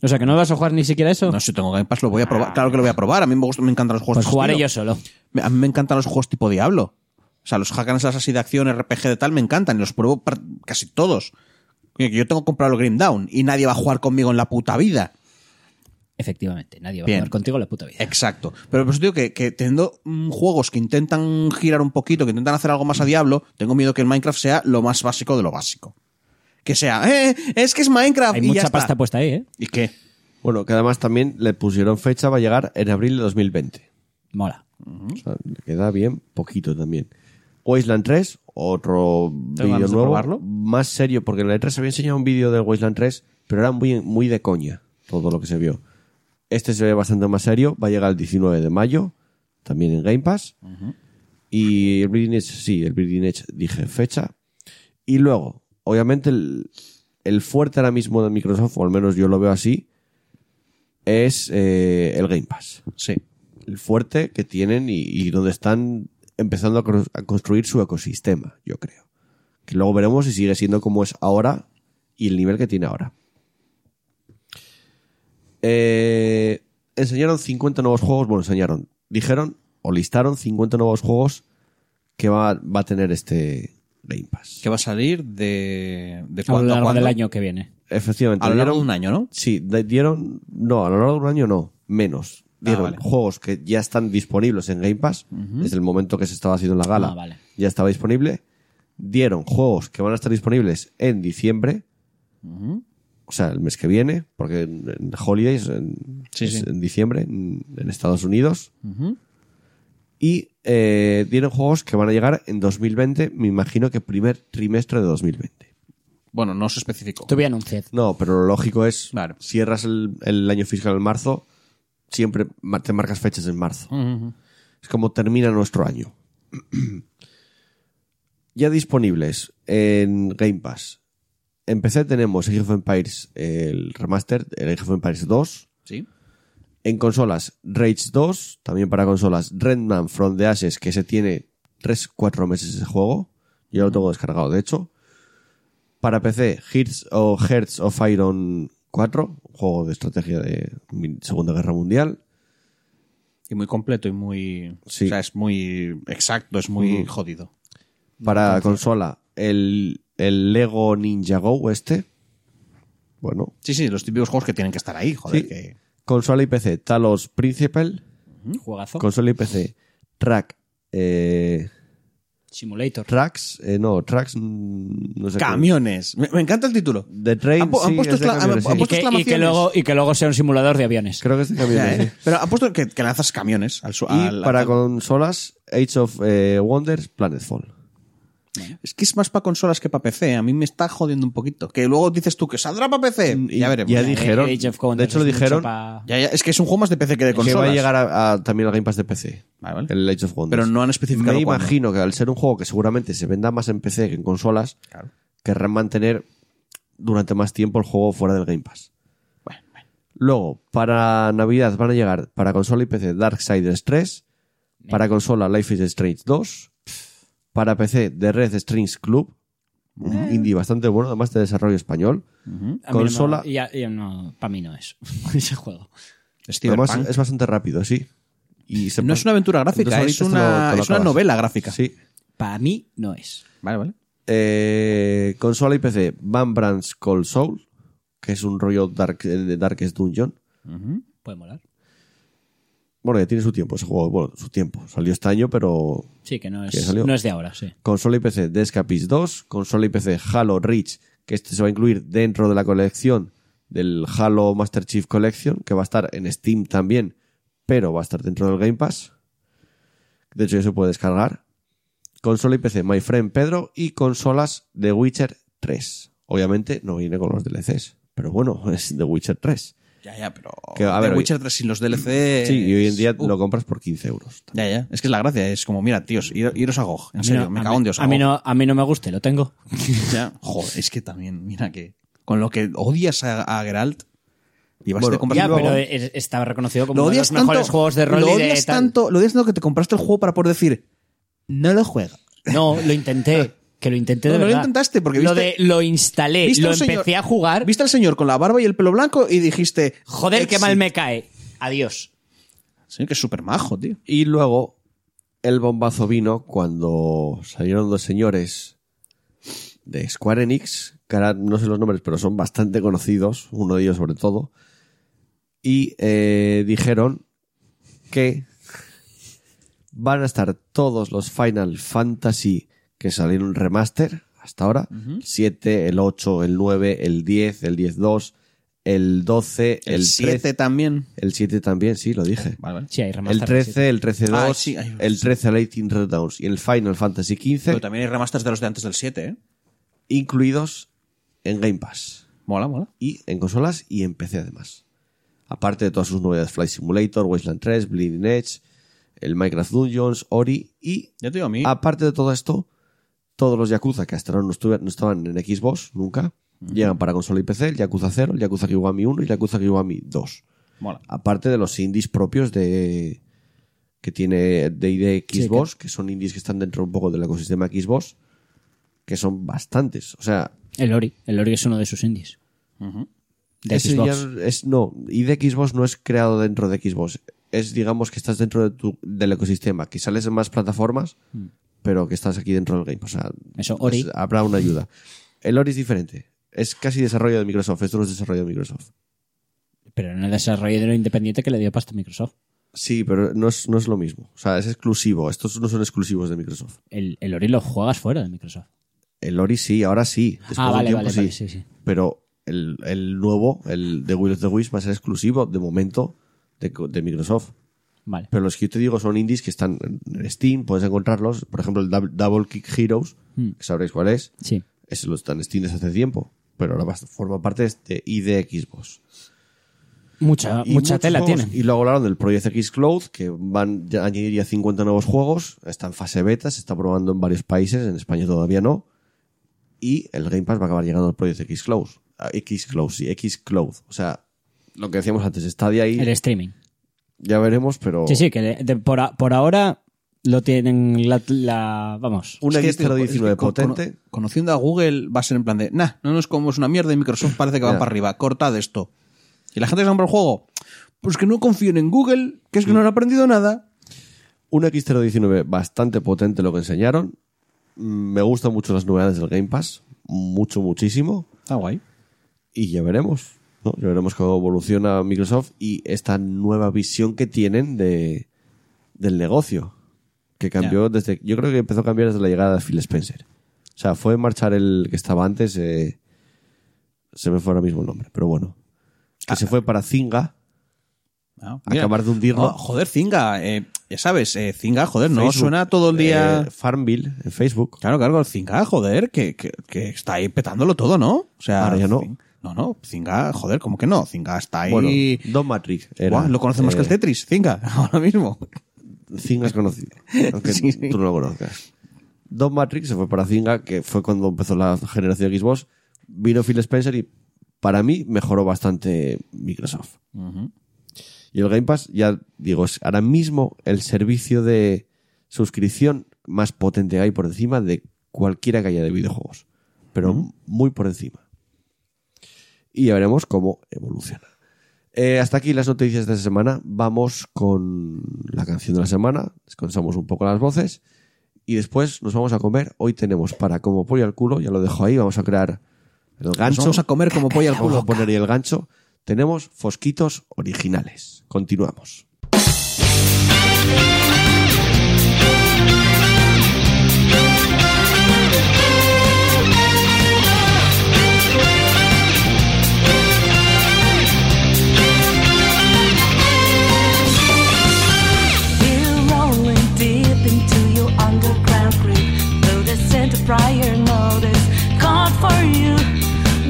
S2: O sea, que no vas a jugar ni siquiera eso.
S6: No sé, tengo Game Pass, lo voy a probar. Claro que lo voy a probar. A mí me, gustan, me encantan los juegos.
S2: pues
S6: de ese
S2: jugaré
S6: estilo.
S2: yo solo.
S6: Me- A mí me encantan los juegos tipo diablo. O sea, los hack and slash así de acción, RPG de tal, me encantan. Y los pruebo par- casi todos. Coño, que Yo tengo comprado el Grim Down y nadie va a jugar conmigo en la puta vida.
S2: Efectivamente, nadie va
S6: Bien.
S2: a jugar contigo la puta vida.
S6: Exacto. Pero por eso digo que, que teniendo mm, juegos que intentan girar un poquito, que intentan hacer algo más a diablo, tengo miedo que el Minecraft sea lo más básico de lo básico. Que sea, eh, es que es Minecraft
S2: Hay
S6: y
S2: mucha
S6: ya
S2: pasta
S6: está.
S2: puesta ahí, ¿eh?
S6: ¿Y qué?
S1: Bueno, que además también le pusieron fecha, va a llegar en abril de 2020.
S2: Mola.
S1: O sea, le queda bien poquito también. Wasteland 3, otro vídeo
S6: ganas de
S1: nuevo.
S6: probarlo.
S1: Más serio, porque en la E3 se había enseñado un vídeo del Wasteland 3, pero era muy, muy de coña todo lo que se vio. Este se ve bastante más serio, va a llegar el 19 de mayo, también en Game Pass. Y el Bleeding Edge, sí, el Bleeding Edge dije fecha. Y luego, obviamente, el, el fuerte ahora mismo de Microsoft, o al menos yo lo veo así, es eh, el Game Pass
S6: Sí.
S1: el fuerte que tienen y, y donde están empezando a, cru- a construir su ecosistema, yo creo. Que luego veremos si sigue siendo como es ahora y el nivel que tiene ahora. Eh, enseñaron 50 nuevos juegos, bueno, enseñaron, dijeron o listaron 50 nuevos juegos que va, va a tener este Game Pass.
S6: Que va a salir de. ¿De
S2: a lo
S6: cuándo a
S2: largo
S6: cuándo?
S2: del año que viene.
S1: Efectivamente.
S6: A lo largo de
S1: dieron-
S6: un año, ¿no?
S1: Sí, de- dieron. No, a lo largo de un año no, menos. Dieron
S6: Ah, vale.
S1: juegos que ya están disponibles en Game Pass, desde el momento que se estaba haciendo la gala,
S2: Ah, vale.
S1: ya estaba disponible. Dieron juegos que van a estar disponibles en diciembre, o sea, el mes que viene, porque en, en Holidays, en,
S6: Sí,
S1: es
S6: sí.
S1: en diciembre, en, en Estados Unidos. Y eh, dieron juegos que van a llegar en 2020, me imagino que primer trimestre de 2020.
S6: Bueno, no se especificó.
S2: Te voy a anunciar.
S1: No, pero lo lógico es,
S6: Claro.
S1: cierras el, el año fiscal en marzo, siempre mar- te marcas fechas en marzo. Es como termina nuestro año. ya disponibles en Game Pass. En PC tenemos Age of Empires, el remaster, el Age of Empires 2.
S6: Sí.
S1: En consolas, Rage 2, también para consolas, Redman From the Ashes, que se tiene 3-4 meses ese juego. Yo lo tengo descargado, de hecho. Para PC, Hearts o Hearts of Iron 4, un juego de estrategia de mi- Segunda Guerra Mundial.
S6: Y muy completo y muy.
S1: Sí.
S6: O sea, es muy exacto, es muy jodido.
S1: Para consola, el, el Lego Ninja Go este. Bueno.
S6: Sí, sí, los típicos juegos que tienen que estar ahí, joder.
S1: Sí.
S6: que-
S1: Consola y PC, Talos Principal.
S6: ¿Mm?
S2: Juegazo.
S1: Consola y PC, Track. Eh,
S2: Simulator.
S1: tracks, eh, no, Tracks, mm, no sé. qué.
S6: Camiones. Me, me encanta el título.
S1: The Train,
S6: Han pu- han
S1: sí,
S6: puesto
S1: es de
S6: escla-
S1: camiones,
S6: han-
S1: sí.
S6: han
S2: Y
S6: puesto
S2: que, y, que
S6: exclamaciones.
S2: luego, y que luego sea un simulador de aviones.
S1: Creo que es de
S6: O sea,
S1: camiones,
S6: ¿eh?
S1: sí.
S6: Pero ha puesto que, que lanzas camiones al, su- al-
S1: Y para
S6: al-
S1: consolas, Age of eh, Wonders, Planetfall.
S6: Es que es más para consolas que para PC. A mí me está jodiendo un poquito. Que luego dices tú que saldrá para PC.
S1: Mm, Y
S6: ya veremos.
S1: ya
S6: Ya,
S1: dijeron.
S2: Age of Wonders
S1: de hecho, lo
S2: es mucho
S1: dijeron
S2: pa-
S6: ya, es que es un juego más de PC que de
S1: que
S6: consolas.
S1: va a llegar a, a- también al Game Pass de PC.
S6: Vale, vale.
S1: El Age of Wonders.
S6: Pero no han especificado
S1: Me
S6: cuándo.
S1: imagino que al ser un juego que seguramente se venda más en PC que en consolas,
S6: Claro.
S1: querrán mantener durante más tiempo el juego fuera del Game Pass.
S6: Bueno, bueno.
S1: Luego, para Navidad van a llegar para consola y PC Darksiders 3, para consola Life is Strange 2, para PC The Red Strings Club, un
S6: Eh.
S1: indie bastante bueno, además de desarrollo español.
S2: A mí no me-
S1: Consola-
S2: ya- ya no, para mí no es ese juego.
S1: Además,
S6: Cyberpunk.
S1: es bastante rápido, sí. Y se
S6: No es una aventura gráfica,
S1: Entonces,
S6: es
S1: ahorita te lo-
S6: una-
S1: te lo
S6: es una
S1: acabas.
S6: novela gráfica.
S1: Sí.
S2: Para mí no es.
S6: Vale, vale.
S1: Eh, consola y PC, Van Brandt's Cold Soul, que es un rollo dark, eh, de Darkest Dungeon.
S2: Puede molar.
S1: Bueno, ya tiene su tiempo ese juego. Bueno, su tiempo. Salió este año, pero
S2: Sí, que no
S1: ¿Que
S2: es,
S1: salió?
S2: no es de ahora, sí.
S1: Consola y PC The Escapist 2, consola y PC Halo Reach, que este se va a incluir dentro de la colección del Halo Master Chief Collection, que va a estar en Steam también, pero va a estar dentro del Game Pass. De hecho, ya se puede descargar. Consola y PC My Friend Pedro y consolas The Witcher 3. Obviamente no viene con los DLCs, pero bueno, es The Witcher 3.
S6: Ya, ya, pero.
S1: Que, a
S6: The
S1: ver, hoy-
S6: Witcher 3 sin los DLC.
S1: Sí, y hoy en día
S6: Uh,
S1: lo compras por 15 euros.
S6: Ya, ya. Es que es la gracia. Es como, mira, tíos, ir- iros a GOG. En
S2: A mí
S6: serio,
S2: no-
S6: me
S2: a
S6: cago en
S2: mí-
S6: Dios.
S2: A mí,
S6: GOG.
S2: no, a mí no me guste, lo tengo.
S6: Ya. Joder, es que también, mira que. Con lo que odias a, a Geralt. Y vas
S1: Bueno,
S6: te compras
S2: Ya,
S6: el juego.
S2: pero es- estaba reconocido como
S6: lo
S2: uno de
S6: odias
S2: los mejores
S6: tanto,
S2: juegos de rol
S6: lo
S2: y de
S6: odias
S2: tal.
S6: tanto, lo odias tanto que te compraste el juego para poder decir, no lo juego.
S2: No, lo intenté. Que lo intenté
S6: Ah. No,
S2: de
S6: no lo
S2: verdad.
S6: intentaste, porque
S2: Lo,
S6: viste-
S2: de, lo instalé,
S6: ¿Viste
S2: lo
S6: al señor-
S2: empecé a jugar.
S6: Viste al señor con la barba y el pelo blanco y dijiste,
S2: Joder, qué
S6: "Exit".
S2: mal me cae. Adiós.
S6: Sí, que es súper majo, tío.
S1: Y luego el bombazo vino cuando salieron dos señores de Square Enix, que ahora no sé los nombres, pero son bastante conocidos, uno de ellos sobre todo, y eh, dijeron que van a estar todos los Final Fantasy que salieron remaster hasta ahora, el 7, el 8, el 9, el 10, el 10-2, el 12, el,
S6: El 7
S1: 13,
S6: también.
S1: el 7 también, sí, lo dije.
S6: Vale, vale.
S2: Sí, hay
S1: El
S2: remaster, sí.
S1: 13, el 13 2,
S6: Ah, sí, ahí va.
S1: el 13 Lightning Redowns y el Final Fantasy
S6: Pero
S1: XV,
S6: también hay remasters de los de antes del 7, ¿eh?
S1: incluidos en Game Pass.
S6: Mola, mola.
S1: Y en consolas y en PC además. Aparte de todas sus novedades, Flight Simulator, Wasteland 3, Bleeding Edge, el Minecraft Dungeons, Ori y
S6: Ya te digo a mí.
S1: aparte de todo esto, todos los Yakuza que hasta ahora no, estuve- no estaban en Xbox nunca, llegan para consola y PC, el Yakuza 0, el Yakuza Kiwami 1 y el Yakuza Kiwami 2.
S6: Mola.
S1: aparte de los indies propios de que tiene D&D Xbox, que... son indies que están dentro un poco del ecosistema Xbox, que son bastantes. O sea,
S2: El Ori. El Ori es uno de sus indies. De
S1: ese
S2: Xbox.
S1: ya es no, ID Xbox no es creado dentro de Xbox, es digamos que estás dentro de tu- del ecosistema, que sales en más plataformas, pero que estás aquí dentro del game. O sea,
S2: Hmm. Eso, Ori.
S1: es- habrá una ayuda. El Ori es diferente. Es casi desarrollo de Microsoft. Esto no es desarrollo de Microsoft.
S2: Pero en el desarrollador independiente que le dio pasta a Microsoft.
S1: Sí, pero no es, no es lo mismo. O sea, es exclusivo. Estos no son exclusivos de Microsoft.
S2: El, el Ori lo juegas fuera de Microsoft.
S1: El Ori sí, ahora sí. Después
S2: Ah,
S1: de un
S2: vale,
S1: tiempo
S2: vale,
S1: sí.
S2: vale, sí, sí.
S1: Pero el, el nuevo, el de Will of the Wisps, va a ser exclusivo de momento de, co- de Microsoft.
S2: Vale.
S1: Pero los que yo te digo son indies que están en Steam, puedes encontrarlos. Por ejemplo, el Dab- Double Kick Heroes,
S2: Hmm.
S1: que sabréis cuál es.
S2: Sí.
S1: Ese lo está en Steam desde hace tiempo. Pero ahora va- forma parte de ID Xbox.
S2: Mucha,
S1: Y
S2: Ah, mucha
S1: muchos
S2: tela
S1: juegos.
S2: tiene.
S1: Y luego hablaron del Project X Cloud, que van ya a añadir ya 50 nuevos juegos. Está en fase beta, se está probando en varios países, en España todavía no. Y el Game Pass va a acabar llegando al Project X Cloud. A X Cloud, sí, X Cloud. O sea, lo que decíamos antes, está de ahí,
S2: El streaming.
S1: ya veremos, pero
S2: Sí, sí, que de- de- por, a- por ahora lo tienen la. la- vamos.
S1: una
S6: Es que, tío,
S1: X019
S6: es que con-
S1: potente.
S6: cono- conociendo a Google va a ser en plan de, nah, no nos comemos una mierda y Microsoft parece que va
S1: Ya.
S6: para arriba, cortad esto. Y la gente se compra el juego. Pues que no confíen en Google, que es que no han aprendido nada.
S1: Un X019 bastante potente lo que enseñaron. Mm, Me gustan mucho las novedades del Game Pass. Mucho, muchísimo.
S6: Está guay.
S1: y ya veremos. ¿no? Ya veremos cómo evoluciona Microsoft y esta nueva visión que tienen de, del negocio. Que cambió desde. Yo creo que empezó a cambiar desde la llegada de Phil Spencer. O sea, fue marchar el que estaba antes. eh, se me fue ahora mismo el nombre, pero bueno. Que se fue para Zinga.
S6: Ah,
S1: Acabar de hundirlo.
S6: Oh, joder, Zinga, eh, ya sabes, eh, Zinga, joder, no
S1: Facebook,
S6: suena todo el día.
S1: eh, Farmville en Facebook.
S6: Claro, claro, el Zinga, joder, que, que, que está ahí petándolo todo, ¿no? O sea,
S1: Ahora ya no.
S6: Zing- No, no, Zinga, joder, ¿cómo que no? Zinga está ahí.
S1: Bueno, Don Matrix. era,
S6: Buah, lo conoce más
S1: eh,
S6: que el Tetris, Zinga, ahora mismo.
S1: Zinga es conocido, aunque
S6: Sí, sí.
S1: tú no lo conozcas. Don Matrix se fue para Zinga, que fue cuando empezó la generación Xbox. Vino Phil Spencer y para mí mejoró bastante Microsoft. Y el Game Pass, ya digo, es ahora mismo el servicio de suscripción más potente que hay por encima de cualquiera que haya de videojuegos. Pero muy por encima. Y ya veremos cómo evoluciona. Eh, hasta aquí las noticias de esta semana. Vamos con la canción de la semana. Descansamos un poco las voces. Y después nos vamos a comer. Hoy tenemos para como pollo al culo, ya lo dejo ahí. Vamos a crear el
S6: Nos
S1: gancho.
S6: vamos a comer como pollo al
S1: Vamos
S6: culo.
S1: a poner ahí el gancho. Tenemos fosquitos originales. Continuamos.
S7: You're rolling deep into your underground grip. Though the center prior notice called for you.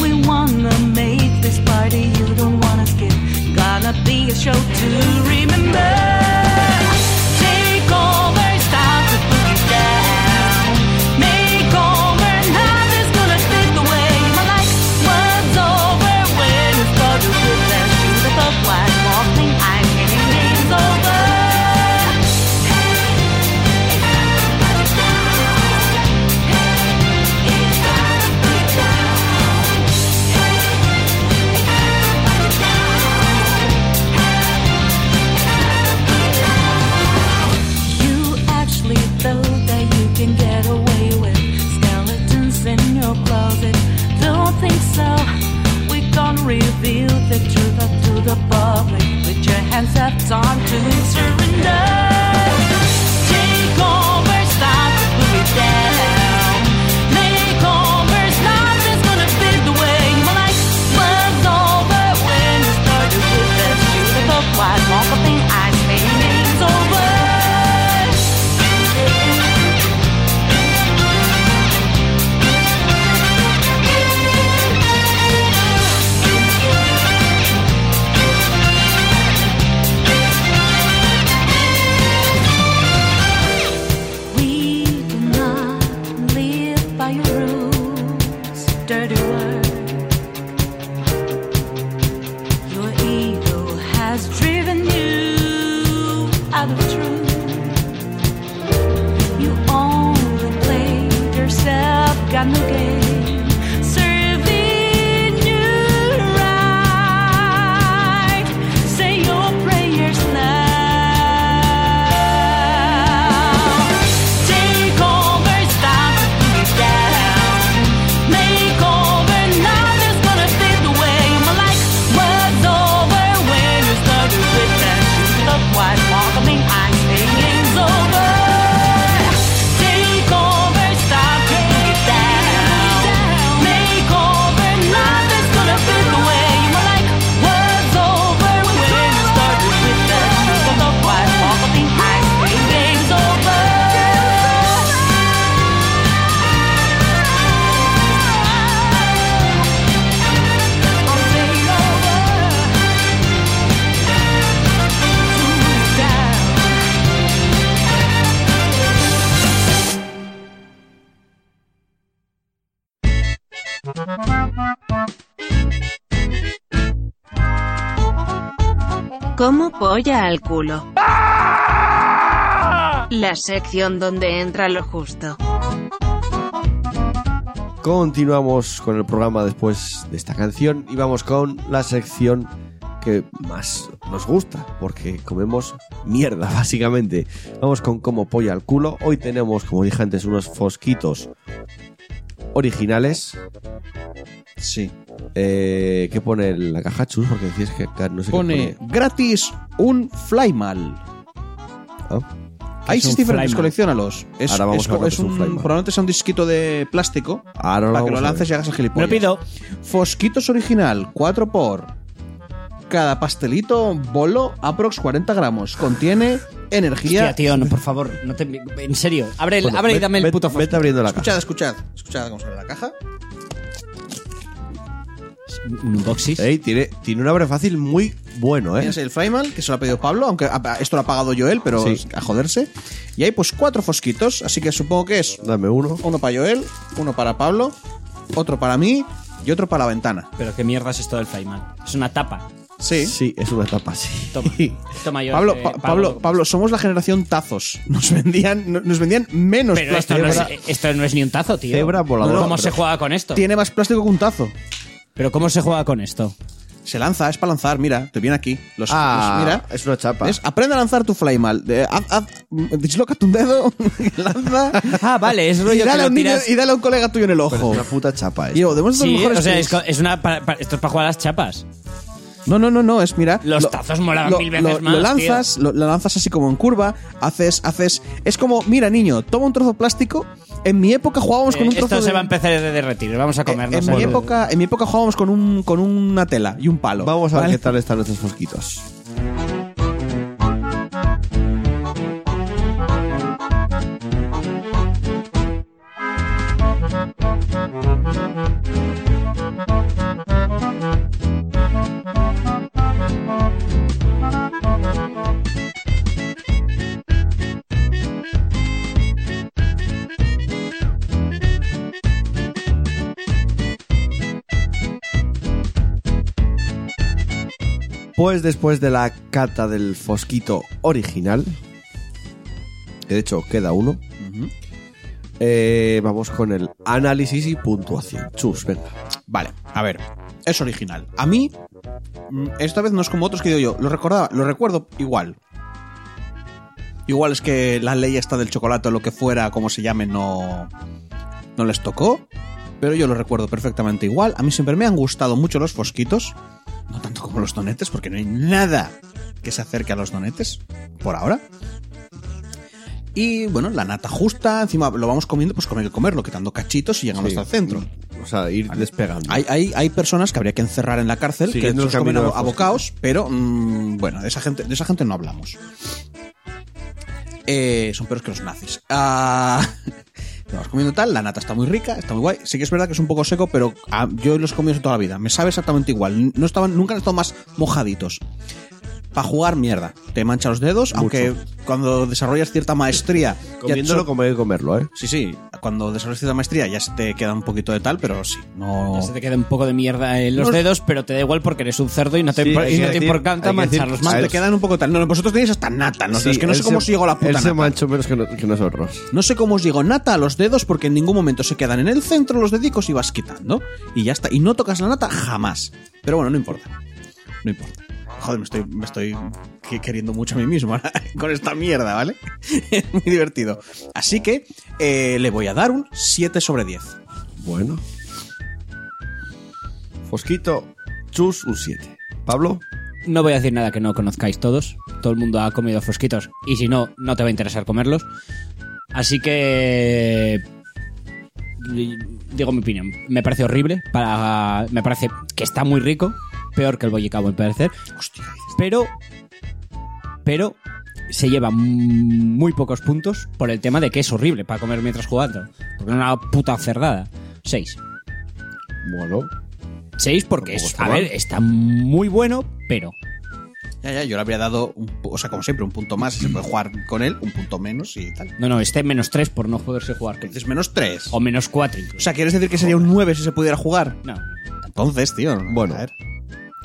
S7: We wanna make this party you don't wanna skip. Gonna be a show to remember. Take over, stop the boogie down. Make over, nothing's gonna take away my life. What's over when it's called to put that shoe that the black wall thing I'm getting is over.
S8: Como polla al culo. La sección donde entra lo justo.
S1: Continuamos con el programa después de esta canción y vamos con la sección que más nos gusta, porque comemos mierda, básicamente. Vamos con como polla al culo. Hoy tenemos, como dije antes, unos fosquitos originales. Sí. Eh, ¿Qué pone en la caja, Chus? Porque decías que acá no sé qué
S6: Pone gratis un Flymal.
S1: pone. Ah,
S6: Hay
S2: es un
S6: diferentes,
S2: Flymal?
S6: coleccionalos. Es,
S1: Ahora vamos
S6: es
S1: a ver
S6: co-
S1: lo que
S6: es
S1: es un
S6: un-
S1: Flymal.
S6: probablemente sea un disquito de plástico.
S1: Ahora lo
S6: para que
S1: vamos
S6: lo
S1: a
S6: lances
S1: ver.
S6: y hagas el
S2: Lo
S6: gilipollas.
S2: pido.
S6: Fosquitos original, 4 por. Cada pastelito, bolo, aprox 40 gramos. Contiene energía.
S2: Hostia, tío, no, por favor, no te... En serio, abre, el-
S1: Bueno,
S2: abre y
S1: ve-
S2: dame el
S1: ve-
S2: puto
S1: Vete abriendo la caja.
S6: Escuchad, escuchad. Escuchad cómo sale la caja.
S2: fosco. Un unboxing.
S1: Ey, tiene, tiene un abre fácil muy bueno, ¿eh?
S6: Tienes el Frymal, que se lo ha pedido Pablo, aunque a- a- esto lo ha pagado yo él, pero
S1: Sí.
S6: a joderse. Y hay pues cuatro fosquitos, así que supongo que es
S1: Dame uno.
S6: uno para Joel, uno para Pablo, otro para mí y otro para la ventana.
S2: Pero qué mierda es esto del Flyman. Es una tapa.
S6: Sí.
S1: Sí, es una tapa, sí.
S2: Toma, toma yo.
S6: Pablo,
S2: eh,
S6: Pa- Pablo, Pablo, somos la generación tazos. Nos vendían, no- nos vendían menos
S2: Pero esto
S6: plástico.
S2: no, es,
S6: Ahora
S2: esto no es ni un tazo, tío.
S1: Cebra voladora.
S2: ¿Cómo
S1: Pero-
S2: se juega con esto?
S6: Tiene más plástico que un tazo.
S2: Pero ¿cómo se juega con esto?
S6: Se lanza, es para lanzar, mira, te viene aquí. Los,
S1: Ah,
S6: los- mira.
S1: es una chapa.
S6: ¿Ves? Aprende a lanzar tu flymal. De- haz- haz- disloca tu dedo, lanza.
S2: Ah, vale, es rollo
S6: y dale,
S2: que
S6: a
S2: lo
S6: un niño-
S2: tiras-
S6: y dale a un colega tuyo en el
S1: Pero
S6: ojo.
S1: es una puta chapa, esto.
S6: Diego, demos los
S2: Sí,
S6: mejores
S2: o sea, es,
S6: trucos.
S2: co- es una pa- pa- esto es para jugar a las chapas.
S6: No, no, no, no, es mira.
S2: Los tazos molaban mil veces
S6: lo
S2: más,
S6: lanzas, lo, lo lanzas así como en curva, haces, haces. Es como, mira, niño, toma un trozo plástico. En mi época jugábamos
S2: Eh,
S6: con un trozo.
S2: esto se
S6: de-
S2: va a empezar a derretir, vamos a
S6: en,
S2: comernos.
S6: en mi
S2: el-
S6: época, en mi época jugábamos con un con una tela y un palo.
S1: Vamos a ver
S6: ¿vale?
S1: qué tal están estos mosquitos. Pues después de la cata del fosquito original, que de hecho queda uno, eh, vamos con el análisis y puntuación. Chus, venga.
S6: Vale, a ver. Es original. A mí, mm, esta vez no es como otros que digo yo. Lo recordaba, lo recuerdo igual. Igual es que la ley esta del chocolate o lo que fuera, como se llame, no, no les tocó. Pero yo lo recuerdo perfectamente igual. A mí siempre me han gustado mucho los fosquitos. No tanto como los donetes, porque no hay nada que se acerque a los donetes. Por ahora. Y bueno, la nata justa. Encima lo vamos comiendo, pues como hay que comerlo, quitando cachitos y llegamos
S1: Sí.
S6: hasta el centro.
S1: O sea, ir despegando.
S6: Hay, hay, hay personas que habría que encerrar en la cárcel,
S1: Sí,
S6: que
S1: es
S6: no
S1: el
S6: los comen
S1: camino
S6: a,
S1: de
S6: a
S1: Fausto.
S6: bocaos, pero mm, bueno, de esa gente, de esa gente no hablamos. Eh, son peores que los nazis. Ah, lo vas comiendo tal, la nata está muy rica, está muy guay. Sí que es verdad que es un poco seco, pero ah, yo los he comido toda la vida. Me sabe exactamente igual. No estaban, nunca han estado más mojaditos. Para jugar, mierda. Te mancha los dedos, aunque cuando desarrollas cierta maestría. ya
S1: Comiéndolo
S6: so-
S1: como hay que comerlo, ¿eh?
S6: Sí, sí. Cuando desarrollas cierta maestría ya se te queda un poquito de tal, pero sí. No...
S2: Ya se te queda un poco de mierda en los dedos, pero te da igual porque eres un cerdo y no te,
S1: Sí,
S2: impor-
S1: hay
S2: y
S1: que
S2: no te
S1: decir-
S2: importa
S1: hay que decir-
S2: mancharlos
S6: Se
S2: más.
S1: Él-
S6: te quedan un poco tal. No, vosotros tenéis hasta nata. No, es que no sé
S1: él
S6: cómo
S1: se-
S6: os llegó la puta
S1: Él se
S6: nata.
S1: manchó menos que, no- que nosotros.
S6: No sé cómo os llegó nata a los dedos porque en ningún momento se quedan en el centro los dedicos y vas quitando. Y ya está. Y no tocas la nata jamás. Pero bueno, no importa. No importa. Joder, me estoy, me estoy que- queriendo mucho a mí mismo ahora con esta mierda, ¿vale? Es muy divertido. Así que eh, le voy a dar un 7 sobre 10.
S1: Bueno. Fosquito, Chus, un 7. Pablo,
S2: No voy a decir nada que no conozcáis todos. Todo el mundo ha comido fosquitos y si no, no te va a interesar comerlos. Así que li- digo mi opinión. Me parece horrible, para me parece que está muy rico, peor que el bollicao me parecer,
S6: Hostia.
S2: pero pero se lleva m- muy pocos puntos por el tema de que es horrible para comer mientras jugando, porque es una puta cerrada. Seis.
S1: bueno.
S2: 6 porque
S1: Tampoco
S2: es,
S1: está
S2: a
S1: mal.
S2: ver, está muy bueno, pero
S6: Ya, ya, yo le habría dado, un pu- o sea, como siempre, un punto más. Se puede jugar con él, un punto menos y tal.
S2: no, no, está en menos 3 por no poderse jugar con
S6: Entonces, menos 3.
S2: o menos 4
S6: O sea, ¿quieres decir que sería un 9 si se pudiera jugar?
S2: no.
S6: Entonces, tío.
S1: Bueno.
S6: a ver.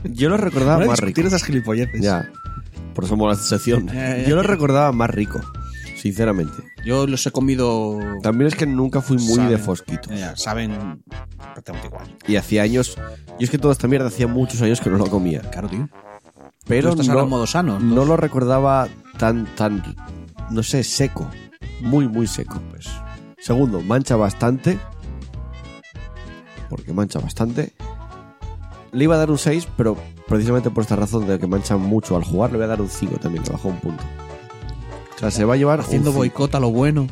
S1: Yo lo recordaba
S6: No
S1: más rico.
S6: discutir esas gilipolleces.
S1: Ya. Pues Por eso mola esta sección. Yo lo recordaba más rico, sinceramente.
S6: Yo los he comido.
S1: También es que nunca fui muy
S6: saben-
S1: de fosquitos.
S6: Ya, ya, saben prácticamente igual.
S1: Y hacía años. Yo es que toda esta mierda hacía muchos años que no lo comía.
S6: Claro, tío.
S1: Pero
S6: Tú estás ahora
S1: no,
S6: en modo sano,
S1: no lo recordaba tan, tan, no sé, seco. Muy, muy seco. Pues. Segundo, mancha bastante. Porque mancha bastante. Le iba a dar un 6, pero precisamente por esta razón de que mancha mucho al jugar, le voy a dar un 5 también, le bajó un punto. O sea, se va a llevar. un
S6: Haciendo
S1: cinco.
S6: boicot a lo bueno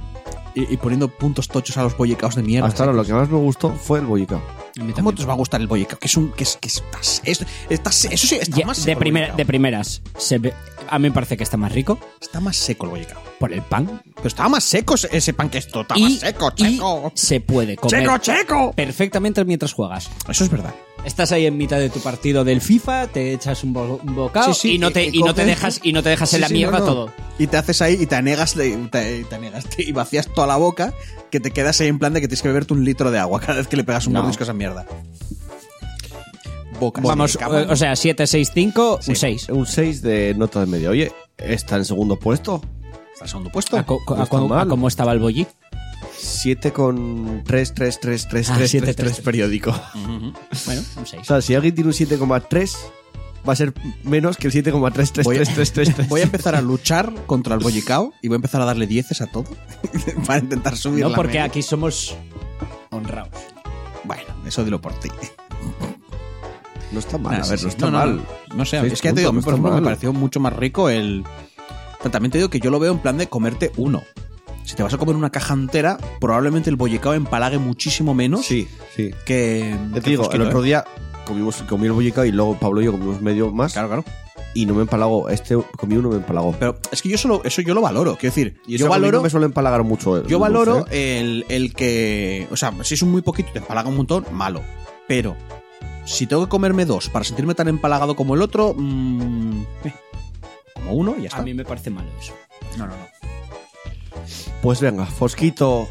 S6: y, y poniendo puntos tochos a los bollicaos de mierda.
S1: Hasta ahora lo que más me gustó fue el bollicao.
S6: ¿Cómo te os va a gustar el bollicao? Que es un. que es. que estás. Es, está se- eso sí, está
S2: Ya,
S6: más seco.
S2: de,
S6: el
S2: primera-
S6: bollicao.
S2: de primeras, se ve- a mí me parece que está más rico
S6: Está más seco el bollicao.
S2: por el pan.
S6: Pero estaba más seco ese- ese pan que esto. Está
S2: y,
S6: más seco,
S2: y
S6: checo.
S2: se puede comer
S6: ¡Checo, checo!
S2: perfectamente mientras juegas.
S6: Eso es verdad.
S2: Estás ahí en mitad de tu partido del FIFA, te echas un, bo- un bocado
S6: Sí, sí,
S2: y no te
S6: y- y
S2: y no te
S6: coges-
S2: dejas y no te dejas en
S6: Sí,
S2: la
S6: sí,
S2: mierda
S6: no, no.
S2: todo.
S6: Y te haces ahí y te anegas, te, te anegas y vacías toda la boca, que te quedas ahí en plan de que tienes que beberte un litro de agua cada vez que le pegas un
S2: No.
S6: mordisco a esa mierda. Boca.
S2: Vamos,
S6: seca, man.
S2: o sea, 7 6 5, un 6.
S1: Un 6 de nota de media. Oye, está en segundo puesto.
S6: Está en segundo puesto. Pues
S2: A, co- co- a
S1: No está
S2: co- a
S1: mal.
S2: cómo estaba el bolli.
S1: 7 con 3, 3, 3, 3,
S2: Ah,
S1: 3,
S2: 7,
S1: 3,
S2: 3,
S1: 3 periódico.
S2: Bueno, un
S1: O
S2: 6.
S1: sea, si alguien tiene un 7,3, va a ser menos que el
S6: Voy a-
S1: 7,3333333.
S6: Voy a empezar a luchar contra el bollicao y voy a empezar a darle dieces a todo para intentar subir
S2: No
S6: la
S2: porque
S6: media.
S2: aquí somos honrados.
S6: Bueno, eso dilo por ti.
S1: No está mal,
S6: Nada,
S1: a ver,
S6: Ah, sí,
S1: no
S6: sí.
S1: está mal.
S6: No, sé,
S1: Seis
S6: es que ya te digo, a mí,
S1: puntos, no está
S6: por ejemplo, me
S1: mal.
S6: pareció mucho más rico el. Pero También te digo que yo lo veo en plan de comerte uno. Si te vas a comer una caja entera, probablemente el bollicao empalague muchísimo menos
S1: Sí, sí.
S6: que.
S1: Ya
S6: que
S1: te digo, el
S6: fresquito,
S1: otro
S6: ¿eh?
S1: día comimos, comí el bollicao y luego Pablo y yo comimos medio más
S6: Claro, claro.
S1: y no me empalagó. Este comí uno y me empalagó.
S6: Pero es que yo solo, eso yo lo valoro. Quiero decir,
S1: Y eso
S6: yo
S1: que a mí
S6: valoro.
S1: no me suele empalagar mucho. el
S6: Yo
S1: dulce,
S6: valoro
S1: ¿eh?
S6: el, el que. O sea, si es un muy poquito y te empalaga un montón, malo. Pero si tengo que comerme dos para sentirme tan empalagado como el otro, mm, eh, como uno y ya está.
S2: A mí me parece malo eso.
S6: No, no, no.
S1: Pues venga, fosquito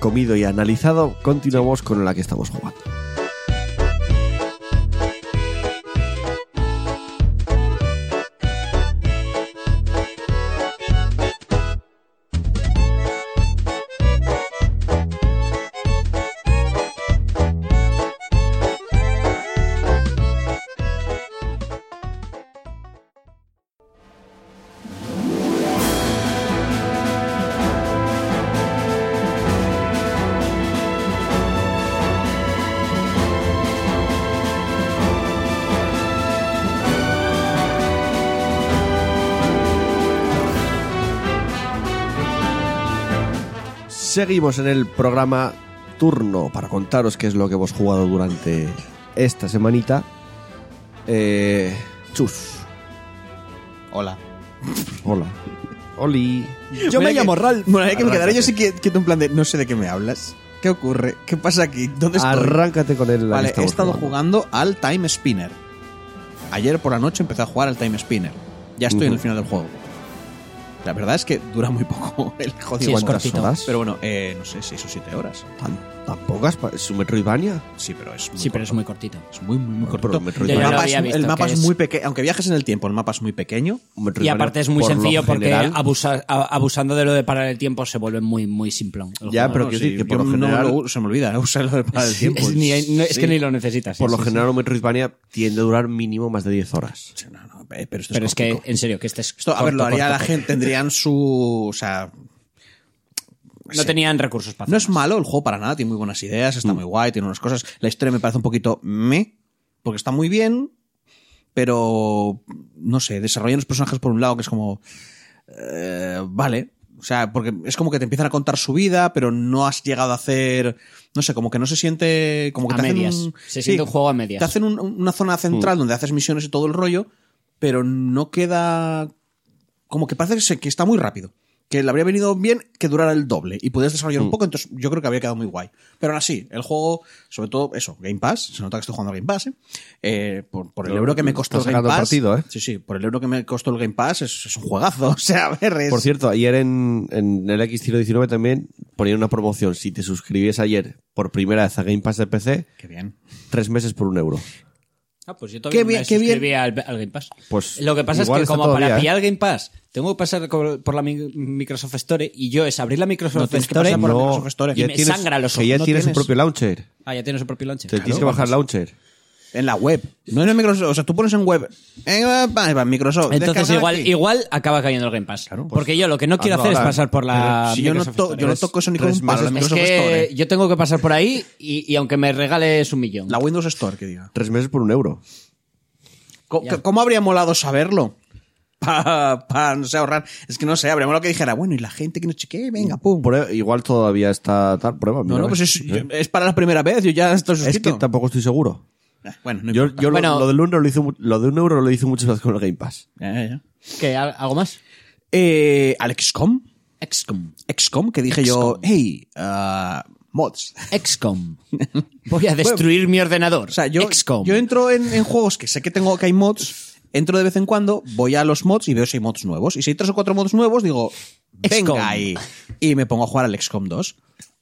S1: comido y analizado, continuamos con la que estamos jugando. Seguimos en el programa turno para contaros qué es lo que hemos jugado durante esta semanita. Eh, chus.
S6: Hola.
S1: Hola. Oli.
S6: Yo me llamo Ral. Bueno, hay que me quedaré yo
S1: Arráncate.
S6: sí que quieto en plan de no sé de qué me hablas. ¿Qué ocurre? ¿Qué pasa aquí?
S2: ¿eh?
S6: ¿Dónde estoy?
S1: Arráncate con él.
S6: vale, he estado jugando al Time Spinner. Ayer por la noche empecé a jugar al Time Spinner. Ya estoy en el
S1: Ujú.
S6: final del juego. La verdad es que dura muy poco el
S2: Sí,
S6: jodido
S2: es
S6: juego.
S2: cortito.
S1: horas?
S6: Pero bueno, eh, no sé, 6 o 7 horas.
S1: ¿Tan, tan pocas? pa- ¿Es un Metroidvania?
S6: Sí, pero es muy
S2: Sí, pero es
S6: corto.
S2: muy cortito.
S6: Es muy, muy, muy
S1: Bueno,
S6: cortito.
S1: pero
S6: El
S1: Metroidvania-
S2: Yo ya lo
S6: mapa, es,
S2: había
S6: el
S2: visto,
S6: mapa
S2: que
S6: es
S2: es-
S6: muy pequeño. Aunque viajes en el tiempo, el mapa es muy pequeño.
S1: Un
S2: Y
S1: Metroidvania,
S2: aparte es muy
S1: por lo
S2: sencillo porque
S1: general-
S2: abusa- a- abusando de lo de parar el tiempo se vuelve muy, muy simplón. el
S1: Ya,
S2: juego.
S1: pero
S6: No,
S1: quiero
S6: sí,
S1: decir que
S6: yo
S1: por lo general.
S6: no lo uso, se me olvida, no usarlo del para el
S2: Sí,
S6: tiempo.
S2: es, ni- no- es que ni lo necesitas. sí,
S1: por lo
S2: sí, sí.
S1: general, un Metroidvania tiende a durar mínimo más de 10 horas.
S6: No, no, eh, pero esto
S2: Pero
S6: es
S2: es que,
S6: cortico.
S2: en serio, que este es.
S6: Esto, a
S2: corto,
S6: ver, lo haría
S2: corto,
S6: la
S2: corto.
S6: gente, tendrían su. O sea,
S2: No tenían recursos para
S6: no es
S2: hacer más.
S6: malo el juego para nada, tiene muy buenas ideas, está muy guay, tiene unas cosas. La historia me parece un poquito me, porque está muy bien, pero. No sé, desarrollan los personajes por un lado que es como. eh, vale. O sea, porque es como que te empiezan a contar su vida, pero no has llegado a hacer. No sé, como que no se siente. Como que
S2: A
S6: te hacen
S2: medias.
S6: un-
S2: Se siente un juego a medias.
S6: Te hacen un- una zona central donde haces misiones y todo el rollo, pero no queda como que parece que, se- que está muy rápido. Que le habría venido bien que durara el doble y pudieras desarrollar
S1: Mm.
S6: un poco, entonces yo creo que habría quedado muy guay. Pero aún así, el juego, sobre todo eso, Game Pass, se nota que estoy jugando a Game Pass, ¿eh? Eh, por, por el
S1: Lo-
S6: euro que me
S1: lo
S6: costó el
S1: estás
S6: Game
S1: sacando
S6: Pass.
S1: partido, ¿eh?
S6: Sí, sí, por el euro que me costó el Game Pass es, es un juegazo. O sea, a ver, es-
S1: Por cierto, ayer en, en el X019 también ponían una promoción. Si te suscribías ayer por primera vez a Game Pass de PC,
S6: Qué bien.
S1: tres meses por un euro.
S2: Ah, pues yo todavía
S6: Qué bien,
S2: me
S6: qué bien.
S2: suscribí al, al Game Pass.
S1: Pues
S2: Lo que pasa es
S1: igual
S2: que
S1: está
S2: como
S1: todavía,
S2: para
S1: ¿eh?
S2: pillar el Game Pass tengo que pasar co- por la mi- Microsoft Store y yo es abrir la Microsoft
S6: No, tienes que
S2: Store
S6: pasar por la
S2: no.
S6: Microsoft Store.
S2: y
S1: ya
S2: me
S1: tienes-
S2: sangra los
S1: que
S2: ojos.
S1: ya
S2: No
S1: tienes su
S2: tienes-
S1: propio launcher. Te
S2: Ah, ya tiene su propio launcher.
S1: tienes que bajar launcher.
S6: En la web. No en el Microsoft. O sea, tú pones en web. eh, En en Microsoft.
S2: Entonces
S6: descargar
S2: igual,
S6: Pues aquí.
S2: igual acaba cayendo el Game Pass. Porque yo lo que no quiero
S1: hazlo
S2: hacer es
S1: ahora.
S2: pasar por la
S6: Si pues yo no,
S2: Microsoft
S6: to-
S2: Store.
S6: yo no
S1: Tres-
S6: toco eso ni con
S1: tres
S6: un palo. La
S1: meses.
S2: Es
S6: Microsoft
S2: que
S6: Store. eh.
S2: yo tengo que pasar por ahí y, y aunque me regales un millón.
S6: La Windows Store, que diga.
S1: Tres meses por un euro.
S6: Co-
S2: Ya.
S6: ¿Cómo habría molado saberlo? Para, no sé, ahorrar. Es que no sé, habría molado que dijera, bueno, y la gente que no chequee, venga, pum.
S1: Prueba- e- igual todavía está tal prueba.
S6: No,
S1: mira,
S6: no,
S1: ves.
S6: pues es, yo- es para la primera vez, yo ya estoy
S1: eh, Es
S6: suscrito.
S1: que tampoco estoy seguro.
S6: Eh, bueno, no
S1: Yo,
S6: importa.
S1: yo lo-
S2: Bueno.
S1: lo, del euro lo hice mu- lo de un euro lo hice muchas veces con el Game Pass.
S6: Ya, ya, ya.
S2: ¿Qué? ¿Al- ¿Algo más?
S6: Eh, al XCOM,
S2: XCOM.
S6: XCOM, que dije yo, hey, ah, mods.
S2: XCOM. Voy a destruir mi ordenador.
S6: O sea, yo,
S2: XCOM.
S6: yo entro en, en juegos que sé que tengo que hay mods, entro de vez en cuando, voy a los mods y veo si hay mods nuevos. Y si hay tres o cuatro mods nuevos, digo,
S2: XCOM.
S6: venga ahí. Y me pongo a jugar al XCOM 2.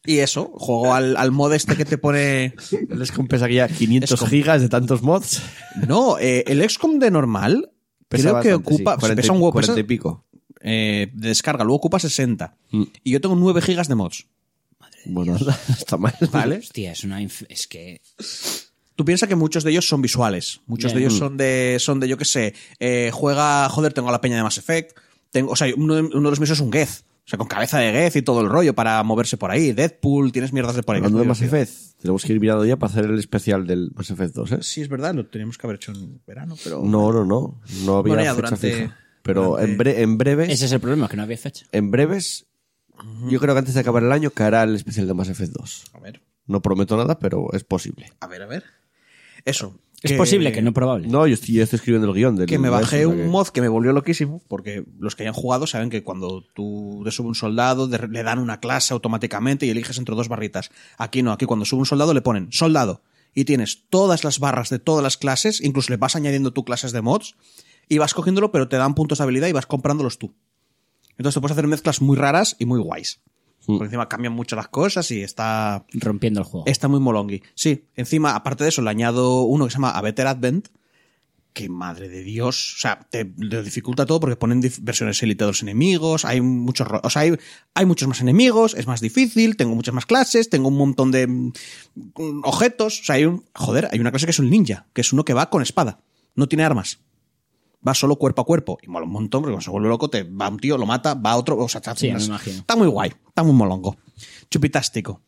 S6: Y eso, juego al, al mod este que te pone...
S1: Les compensé que ya 500
S6: Es como-
S1: gigas de tantos mods.
S6: No, eh, el XCOM de normal
S1: Pesa
S6: creo
S1: bastante,
S6: que
S1: sí,
S6: ocupa...
S1: 40 y-
S6: pesa un huevo,
S1: 40 y Mm.
S6: pesa-
S1: pico.
S6: eh, de descarga, luego ocupa 60. Y yo tengo 9 gigas de mods.
S1: Bueno, está mal.
S6: ¿Vale?
S2: Hostia, es una... inf- Es que...
S6: Tú piensas que muchos de ellos son visuales. Muchos
S2: Bien.
S6: de
S1: Mm.
S6: ellos son de, son de yo qué sé, eh, juega, joder, tengo a la peña de Mass Effect. Tengo, o sea, uno de, uno de los míos es un Geth. O sea, con cabeza de Geth y todo el rollo para moverse por ahí. Deadpool, tienes mierdas de por ahí.
S1: Hablando de
S6: Es muy
S1: Mass
S6: divertido.
S1: Effect, tenemos que ir mirando ya para hacer el especial del Mass Effect 2, ¿eh?
S6: Sí, es verdad, lo teníamos que haber hecho en verano, pero.
S1: No, no, no. No había
S6: Bueno, ya
S1: fecha
S6: durante-
S1: fija. Pero
S6: durante-
S1: en, bre- en breves,
S2: Ese es el problema, que no había fecha.
S1: en breves, yo creo que antes de acabar el año caerá el especial de Mass Effect 2.
S6: A ver,
S1: No prometo nada, pero es posible.
S6: a ver, a ver. Eso.
S2: Es posible que no probable.
S1: No, yo estoy, yo estoy escribiendo el guión del
S6: Que me
S1: del-
S6: bajé
S1: o sea que-
S6: un mod que me volvió loquísimo, porque los que hayan jugado saben que cuando tú te sube un soldado, de- le dan una clase automáticamente y eliges entre dos barritas. Aquí no, aquí cuando sube un soldado le ponen soldado y tienes todas las barras de todas las clases, incluso le vas añadiendo tú clases de mods y vas cogiéndolo, pero te dan puntos de habilidad y vas comprándolos tú. Entonces te puedes hacer mezclas muy raras y muy guays.
S1: Mm.
S6: Por encima cambian mucho las cosas y está
S2: Rompiendo el juego.
S6: Está muy molongi. Sí, encima, aparte de eso, le añado uno que se llama A Better Advent. Que madre de Dios. O sea, te, te dificulta todo porque ponen dif- versiones élite de los enemigos. Hay muchos, ro- o sea, hay, hay muchos más enemigos, es más difícil, tengo muchas más clases, tengo un montón de mm, mm, objetos. O sea, hay un, joder, hay una clase que es un ninja, que es uno que va con espada. No tiene armas. Va solo cuerpo a cuerpo. Y mola un montón porque cuando se vuelve loco, te va un tío, lo mata, va otro. O sea, te hace
S2: Sí, me
S6: unas-
S2: imagino.
S6: está muy guay, está muy molongo. Chupitástico.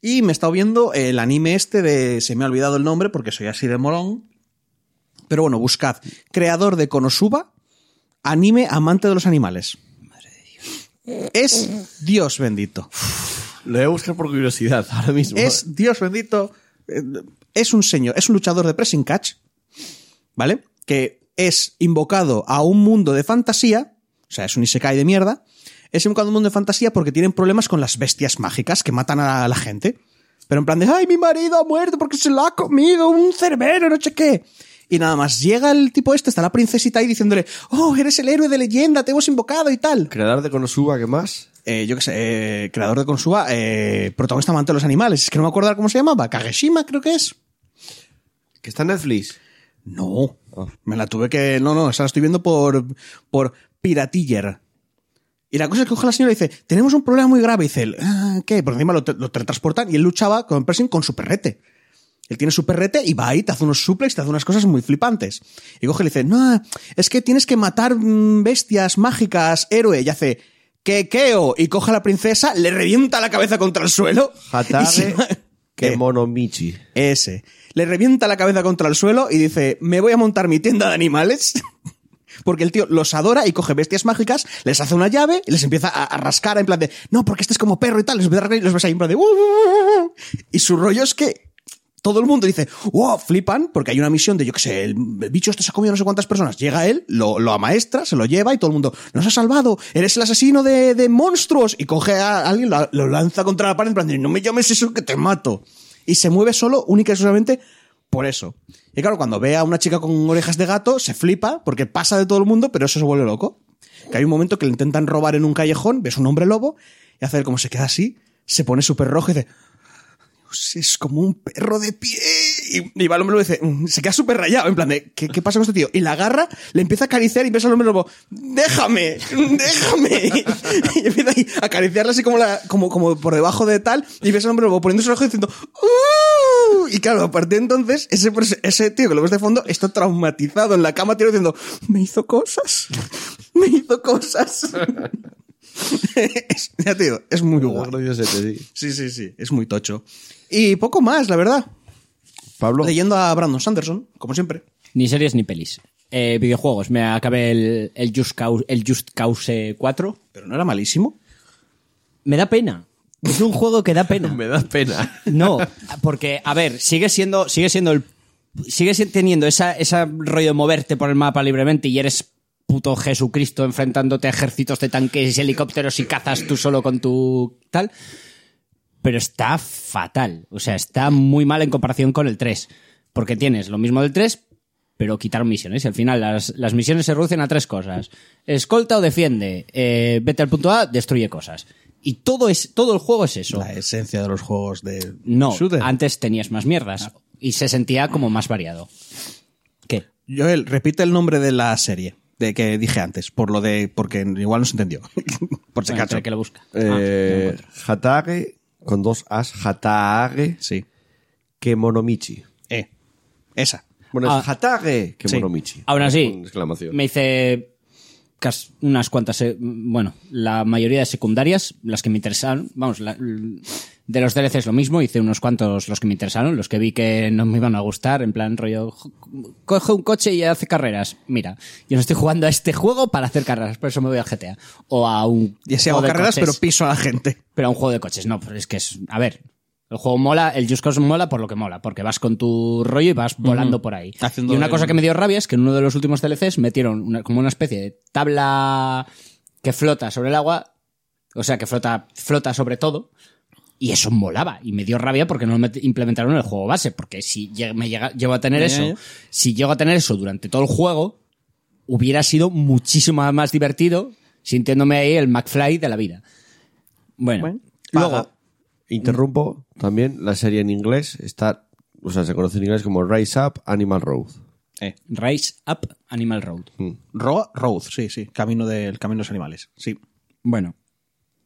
S6: Y me he estado viendo el anime este de. Se me ha olvidado el nombre porque soy así de molón. Pero bueno, buscad. Creador de Konosuba, anime amante de los animales. Madre de Dios. Es Dios bendito.
S1: Lo voy a buscar por curiosidad ahora mismo.
S6: Es Dios bendito. eh, Es un señor, es un luchador de pressing catch. ¿Vale? Que es invocado a un mundo de fantasía. O sea, es un isekai de mierda. Es invocado a un mundo de fantasía porque tienen problemas con las bestias mágicas que matan a la gente. Pero en plan de, ay, mi marido ha muerto porque se lo ha comido un cerbero, no sé qué. Y nada más, llega el tipo este, está la princesita ahí diciéndole, oh, eres el héroe de leyenda, te hemos invocado y tal
S1: Creador de Konosuba, ¿qué más?
S6: eh, yo qué sé, eh, creador de Konosuba, eh, protagonista amante de los animales. Es que no me acuerdo cómo se llamaba. Kageshima, creo que es.
S1: Que está en Netflix.
S6: No. Me la tuve que. No, no, esa la estoy viendo por. por Piratiller. Y la cosa es que coge la señora y dice: Tenemos un problema muy grave. Y dice: él, "Ah, ¿Qué? Por encima lo, te- lo teletransportan y él luchaba con Pershing con su perrete. Él tiene su perrete y va ahí, te hace unos suplex, te hace unas cosas muy flipantes. Y coge y le dice: No, es que tienes que matar mm, bestias mágicas, héroe. Y hace. ¿Qué, queo? Y coge a la princesa, le revienta la cabeza contra el suelo. y eh. se
S1: Hatare
S6: va- ¿Qué?
S1: Kemonomichi.
S6: Ese. Le revienta la cabeza contra el suelo y dice, me voy a montar mi tienda de animales. Porque el tío los adora y coge bestias mágicas, les hace una llave y les empieza a, a rascar en plan de, no, porque este es como perro y tal, les empieza a rascar y los ves ahí en plan de... "Uh, uh, uh, uh". Y su rollo es que todo el mundo dice, wow, flipan, porque hay una misión de, yo qué sé, el bicho este se ha comido no sé cuántas personas. Llega él, lo, lo amaestra, se lo lleva y todo el mundo, nos ha salvado, eres el asesino de, de monstruos. Y coge a alguien, lo, lo lanza contra la pared en plan de, no me llames eso que te mato. Y se mueve solo, única y exclusivamente por eso. Y claro, cuando ve a una chica con orejas de gato, se flipa porque pasa de todo el mundo, pero eso se vuelve loco. Que hay un momento que le intentan robar en un callejón, ves un hombre lobo, y hace él como se queda así, se pone súper rojo y dice, "Dios, es como un perro de pie y, y va el hombre lobo y dice, "Mm", se queda súper rayado, en plan de, ¿qué, qué pasa con este tío? Y la agarra, le empieza a acariciar y ves al hombre lobo, déjame, déjame. Y empieza ahí a acariciarla así como, la, como, como por debajo de tal y ves al hombre lobo poniendo su ojo diciendo, "Uh". Y claro, a partir de entonces, ese, pers- ese tío que lo ves de fondo está traumatizado en la cama, tío, diciendo, me hizo cosas, me hizo cosas. Es- ya te digo, es muy guay.
S1: Graciosete, sí.
S6: Sí, sí, sí, es muy tocho. Y poco más, la verdad.
S1: Pablo,
S6: Leyendo a Brandon Sanderson, como siempre.
S2: Ni series ni pelis. Eh, videojuegos. Me acabé el, el, Just Cause, el Just Cause 4.
S6: Pero no era malísimo.
S2: Me da pena. Es un juego que da pena.
S1: me da pena.
S2: No, porque, a ver, sigue siendo, sigue siendo el. Sigue si- teniendo esa, esa rollo de moverte por el mapa libremente y eres puto Jesucristo enfrentándote a ejércitos de tanques, helicópteros y cazas tú solo con tu tal. Pero está fatal. O sea, está muy mal en comparación con el 3. Porque tienes lo mismo del 3, pero quitaron misiones. Y al final las, las misiones se reducen a tres cosas. Escolta o defiende. eh, vete al punto A, destruye cosas. Y todo, es, todo el juego es eso.
S6: La esencia de los juegos pues, de.
S2: No,
S6: Shooter. Ah.
S2: antes tenías más mierdas y se sentía como más variado. ¿Qué?
S6: Joel, repite el nombre de la serie de que dije antes, por lo de. porque igual no se entendió. por si
S2: Bueno,
S6: acaso.
S2: espera que lo busca. Ah, no lo
S1: Eh,
S2: encuentro.
S1: Hatare, con dos as, Hatare
S6: Sí.
S1: Kemonomichi.
S6: Eh. Esa.
S1: Bueno, es
S2: Ah.
S1: Hatare Kemonomichi.
S6: Ah,
S2: Aún así,
S1: Con exclamación.
S2: me hice cas- unas cuantas, eh, bueno, la mayoría de secundarias, las que me interesaron, vamos, la- l- de los DLCs lo mismo, hice unos cuantos los que me interesaron, los que vi que no me iban a gustar, en plan rollo, jo- coge un coche y hace carreras. Mira, yo no estoy jugando a este juego para hacer carreras, por eso me voy al GTA. O a un...
S6: Y así
S2: juego
S6: hago
S2: de
S6: carreras,
S2: coches.
S6: pero piso a la gente.
S2: Pero a un juego de coches, no, pues es que es. A ver, el juego mola, el Just Cause mola por lo que mola, porque vas con tu rollo y vas volando por ahí.
S6: Haciendo
S2: y una
S6: el-
S2: cosa que me dio rabia es que en uno de los últimos DLCs metieron una- como una especie de tabla que flota sobre el agua, o sea, que flota, flota sobre todo. Y eso molaba. Y me dio rabia porque no lo met- implementaron en el juego base. Porque si lle- me llega- llego a tener
S6: Ya,
S2: eso,
S6: ya.
S2: si llego a tener eso durante todo el juego, hubiera sido muchísimo más divertido sintiéndome ahí el McFly de la vida. Bueno, luego,
S1: Interrumpo también la serie en inglés. Está, o sea, se conoce en inglés como Rise Up Animal Road.
S2: E. Rise Up Animal Road.
S6: Ro- Road, sí, sí. Camino del camino de los animales. Sí.
S2: Bueno,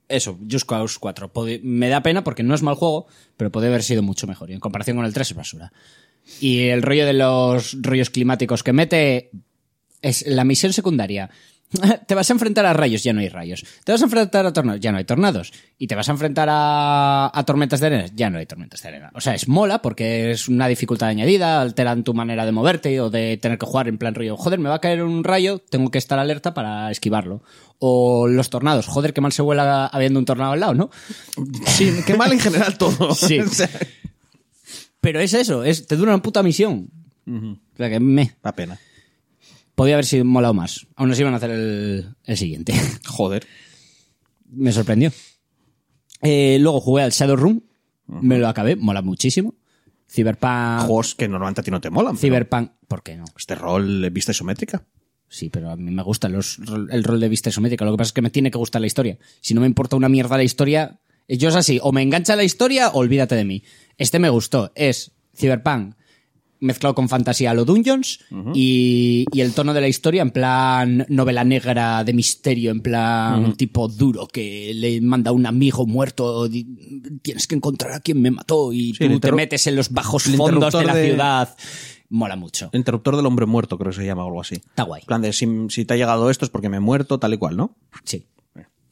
S2: eso, Just Cause 4. Pode- me da pena porque no es mal juego, pero puede haber sido mucho mejor. Y en comparación con el 3 es basura. Y el rollo de los rollos climáticos que mete es la misión secundaria. Te vas a enfrentar a rayos, ya no hay rayos. Te vas a enfrentar a tornados, ya no hay tornados. Y te vas a enfrentar a, a tormentas de arena, ya no hay tormentas de arena. O sea, es mola porque es una dificultad añadida, alteran tu manera de moverte o de tener que jugar en plan rollo. Joder, me va a caer un rayo, tengo que estar alerta para esquivarlo. O los tornados, joder, qué mal se vuela habiendo un tornado al lado, ¿no?
S6: Sí, qué mal en general todo.
S2: Sí.
S6: O sea,
S2: Pero es eso, es, te dura una puta misión. O sea que me.
S6: da pena.
S2: Podía haber sido molado más. Aún así van a hacer el, el siguiente.
S6: Joder.
S2: me sorprendió. Eh, luego jugué al Shadow Room, me lo acabé, mola muchísimo. Cyberpunk.
S6: Juegos que normalmente a ti no te molan. pero
S2: Cyberpunk, ¿por qué no?
S6: Este rol, vista isométrica.
S2: Sí, pero a mí me gusta los, el rol de vista isométrica. Lo que pasa es que me tiene que gustar la historia. Si no me importa una mierda la historia, eh, yo es así, o me engancha la historia o olvídate de mí. Este me gustó, es Cyberpunk mezclado con fantasía a lo Dungeons y, y el tono de la historia en plan novela negra de misterio, en plan tipo duro que le manda a un amigo muerto, di- tienes que encontrar a quien me mató y
S6: el
S2: tú te
S6: interru-
S2: metes en los bajos
S6: el
S2: fondos de la
S6: interruptor de-
S2: ciudad. Mola mucho.
S6: El interruptor del hombre muerto, creo que se llama o algo así.
S2: Está guay.
S6: En plan de si, si te ha llegado esto es porque me he muerto, tal y cual, ¿no?
S2: Sí.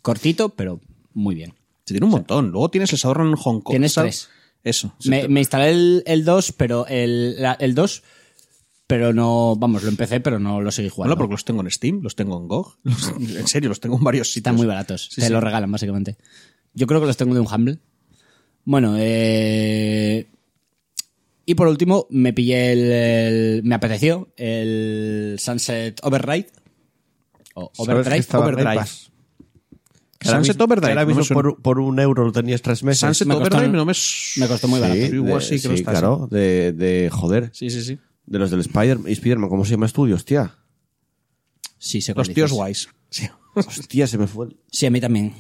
S2: Cortito, pero muy bien.
S6: Se tiene un montón. Luego tienes el Sauron Hong Kong.
S2: Tienes
S6: ¿sabes?
S2: tres.
S6: Eso. Sí,
S2: Me,
S6: te-
S2: me instalé el, el 2, pero el, la- el 2, pero no, vamos, lo empecé, pero no lo seguí jugando.
S6: Mola porque los tengo en Steam, los tengo en GOG. los- en serio, los tengo en varios sitios.
S2: Están muy baratos,
S6: Sí,
S2: te
S6: sí.
S2: lo regalan básicamente. Yo creo que los tengo de un Humble. Bueno, eh, y por último me pillé el, el- me apeteció el Sunset Override o
S1: ¿Sabes que
S2: Overdrive,
S1: estaba en Game
S6: Overdrive.
S1: Pass? Que ahora
S6: Sunset
S1: mismo- que
S6: Overdrive.
S1: Ahora
S6: no me
S1: mismo
S6: suena.
S1: por, por un euro lo tenías tres meses.
S2: pues,
S6: Sunset
S2: me costó-
S6: Overdrive no me... su-
S2: me costó muy
S1: Sí,
S2: barato.
S1: de-
S6: Igual sí, creo que
S1: sí,
S6: está,
S1: claro, de, de joder,
S6: Sí, sí, sí.
S1: de los del Spider Spiderman, ¿cómo se llama estudios, tía?
S2: Sí, sé cuál
S6: Los tíos
S2: dices.
S6: guays. Sí.
S1: Hostia, se me fue. el-
S2: Sí, a mí también.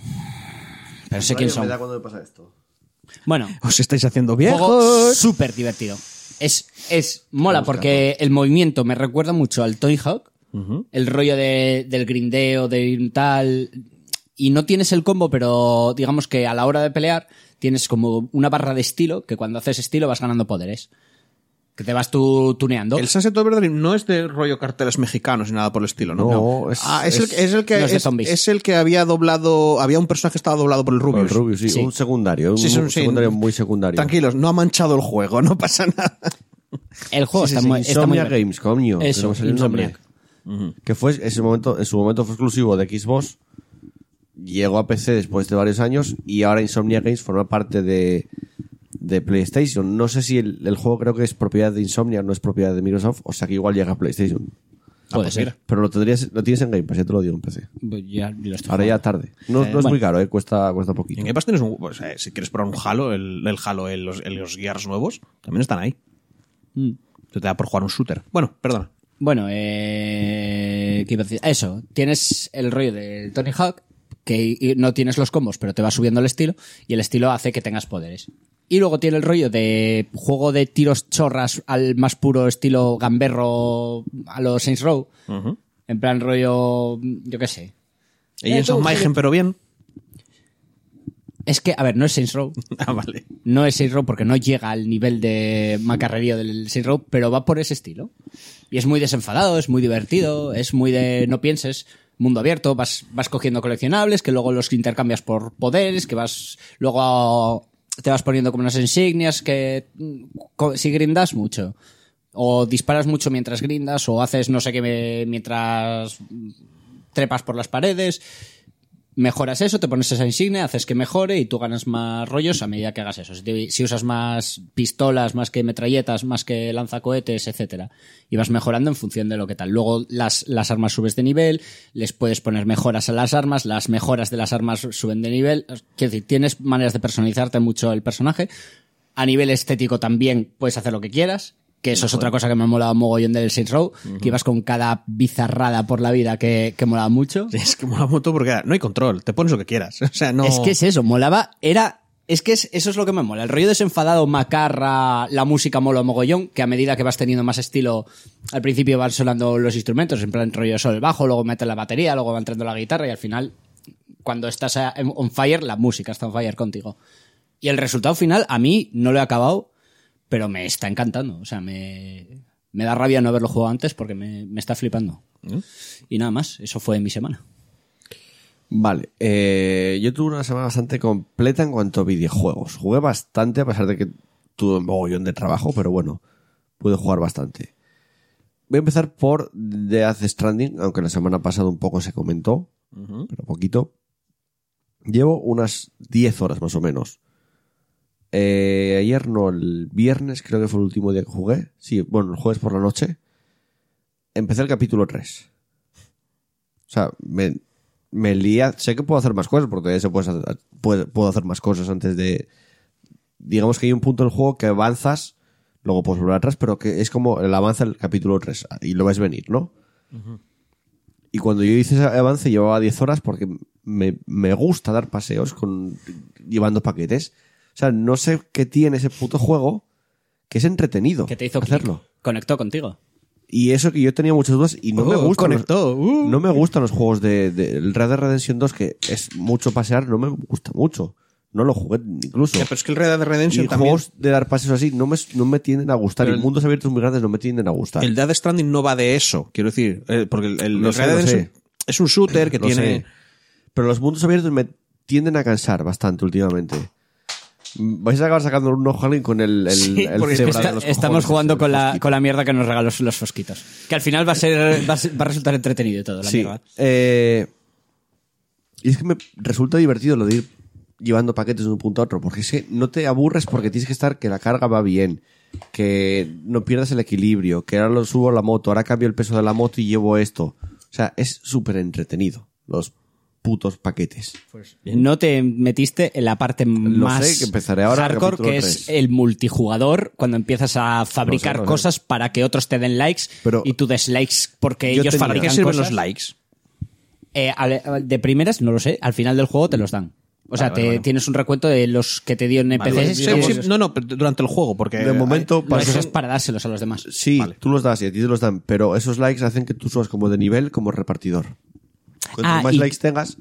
S2: Pero sé quién
S1: Me
S2: son.
S1: da cuando me pasa esto.
S2: Bueno,
S6: Os estáis haciendo
S2: juego
S6: viejos.
S2: súper divertido. Es, es mola porque el movimiento me recuerda mucho al Tony Hawk. El rollo de- del grindeo, de ir tal. Y no tienes el combo, pero digamos que a la hora de pelear tienes como una barra de estilo que cuando haces estilo vas ganando poderes. Que te vas tú tuneando.
S6: El Sunset Overdrive no es de rollo carteles mexicanos ni nada por el estilo, ¿no?
S1: No, es-
S6: Ah, es, el,
S1: es-
S6: es el que
S2: no es de
S6: es,
S2: zombies.
S6: es el que había doblado, había un personaje que estaba doblado por el
S1: El
S6: Rubius.
S1: Rubius, sí,
S2: Sí.
S1: un secundario, un,
S6: Sí, sí,
S1: un
S6: sí.
S1: secundario muy secundario.
S6: Tranquilos, no ha manchado el juego, no pasa nada.
S2: El
S1: Oh,
S2: juego está, muy, está muy
S1: Insomnia
S2: bien.
S1: Games, coño. que
S2: Eso,
S1: no me sale el nombre.
S2: Insomniac.
S1: Que fue, ese momento, en su momento fue exclusivo de Xbox. Llegó a PC después de varios años y ahora Insomnia Games forma parte de, de PlayStation. No sé si el, el juego creo que es propiedad de Insomnia, no es propiedad de Microsoft, o sea que igual llega a PlayStation. Ah,
S2: Puede ser.
S1: Pero lo, tendrías, lo tienes en Game Pass, ya te lo digo en PC.
S2: Pues ya lo estoy
S1: Ahora
S2: jugando.
S1: ya tarde. No, no es
S2: bueno.
S1: muy caro, eh, cuesta, cuesta poquito.
S6: En Game Pass tienes un, pues, eh, si quieres probar un Halo, el, el Halo, el- los, el- los Gears nuevos, también están ahí. Te da por jugar un shooter. Bueno, perdona.
S2: Bueno, eh, ¿qué iba a decir? Eso, tienes el rollo del Tony Hawk, que y- no tienes los combos, pero te va subiendo el estilo, y el estilo hace que tengas poderes. Y luego tiene el rollo de juego de tiros chorras al más puro estilo gamberro a los Saints Row. En plan rollo, yo qué sé.
S6: Agents of Mayhem, pero bien.
S2: Es que, a ver, no es Saints Row.
S6: Ah, vale.
S2: No es Saints Row porque no llega al nivel de macarrería del Saints Row, pero va por ese estilo. Y es muy desenfadado, es muy divertido, es muy de no pienses, mundo abierto, vas, vas cogiendo coleccionables, que luego los intercambias por poderes, que vas luego te vas poniendo como unas insignias, que mm, co- si grindas mucho, o disparas mucho mientras grindas, o haces no sé qué me- mientras mm, trepas por las paredes, mejoras eso, te pones esa insignia, haces que mejore y tú ganas más rollos a medida que hagas eso. Si, te- si usas más pistolas, más que metralletas, más que lanzacohetes, etcétera, y vas mejorando en función de lo que tal. Luego las, las armas subes de nivel, les puedes poner mejoras a las armas, las mejoras de las armas suben de nivel. Quiero decir, tienes maneras de personalizarte mucho el personaje. A nivel estético también puedes hacer lo que quieras. Que eso es otra cosa que me ha molado mogollón del Saints Row, que ibas con cada bizarrada por la vida que, que molaba mucho.
S6: Es que mola mucho porque ah, no hay control, te pones lo que quieras. O sea, no.
S2: Es que es eso, molaba, era... Es que es- eso es lo que me mola. El rollo desenfadado, macarra, la música mola mogollón, que a medida que vas teniendo más estilo, al principio van sonando los instrumentos, en plan rollo solo el bajo, luego metes la batería, luego va entrando la guitarra y al final, cuando estás a- en- on fire, la música está on fire contigo. Y el resultado final, a mí no lo he acabado, pero me está encantando. O sea, me, me da rabia no haberlo jugado antes porque me, me está flipando. Y nada más, eso fue mi semana.
S1: Vale, eh, yo tuve una semana bastante completa en cuanto a videojuegos. Jugué bastante, a pesar de que tuve un mogollón de trabajo, pero bueno, pude jugar bastante. Voy a empezar por Death Stranding, aunque la semana pasada un poco se comentó, pero poquito. Llevo unas 10 horas más o menos. Eh, ayer no, el viernes creo que fue el último día que jugué. Sí, bueno, el jueves por la noche. Empecé el capítulo 3. O sea, me, me lía. Sé que puedo hacer más cosas, porque eso puedes hacer- puede- puedo hacer más cosas antes de. Digamos que hay un punto del juego que avanzas, luego puedes volver atrás, pero que es como el avance del capítulo 3 y lo ves venir, ¿no? Y cuando yo hice ese avance llevaba 10 horas porque me, me gusta dar paseos con llevando paquetes. O sea, no sé qué tiene ese puto juego que es entretenido
S2: ¿Qué te hizo clic?
S1: hacerlo.
S2: Conectó contigo.
S1: Y eso que yo tenía muchas dudas y no
S6: Oh,
S1: me gustan
S6: conectó,
S1: los,
S6: uh.
S1: no me gustan los juegos de, de- el Red Dead Redemption 2 que es mucho pasear, no me gusta mucho. No lo jugué incluso.
S6: Ya, pero es que el Red Dead
S1: y
S6: Redemption también.
S1: juegos de dar paseos así no me, no me tienden a gustar.
S6: Pero
S1: y
S6: el-
S1: mundos abiertos muy grandes no me tienden a gustar.
S6: El Death Stranding no va de eso, quiero decir. eh, porque el, el
S1: Lo
S6: el
S1: sé,
S6: Red
S1: lo
S6: Dead
S1: sé.
S6: es, es un shooter que
S1: Lo
S6: tiene.
S1: sé. Pero los mundos abiertos me tienden a cansar bastante últimamente. Mm, Vais a acabar sacando un ojo a alguien con el, el,
S6: Sí,
S1: el
S6: porque
S1: cebra
S2: Está-
S1: de los
S2: estamos
S1: cojones,
S2: jugando
S1: el
S2: con la,
S1: fosquito.
S2: con la mierda que nos regaló los fosquitos. Que al final va a ser va a, ser- va a resultar entretenido y todo, la
S1: Sí.
S2: mierda.
S1: eh, y es que me resulta divertido lo de ir llevando paquetes de un punto a otro, porque es que no te aburres porque tienes que estar que la carga va bien, que no pierdas el equilibrio, que ahora lo subo a la moto, ahora cambio el peso de la moto y llevo esto. O sea, es súper entretenido los putos paquetes.
S6: Pues
S2: No te metiste en la parte más
S1: sé, que empezaré ahora,
S2: hardcore,
S1: capítulo
S2: que
S1: tres.
S2: es el multijugador, cuando empiezas a fabricar
S1: lo sé.
S2: cosas para que otros te den likes
S1: Pero-
S2: y tú des likes porque
S1: Yo
S2: ellos
S1: tenía-
S6: ¿Para
S2: fabrican
S6: qué sirven
S2: cosas.
S6: los likes?
S2: Eh, al- de primeras, no lo sé, al final del juego te los dan. O sea, te, tienes un recuento de los que te dio en NPCs.
S1: vale.
S6: Sí,
S2: digamos,
S6: sí, no, no, pero durante el juego, porque.
S1: De momento,
S2: no, eso
S1: parecen-
S2: es para dárselos a los demás.
S1: Sí, tú los das y a ti te los dan, pero esos likes hacen que tú subas como de nivel, como repartidor. Cuanto
S2: Ah,
S1: más
S2: y-
S1: likes tengas,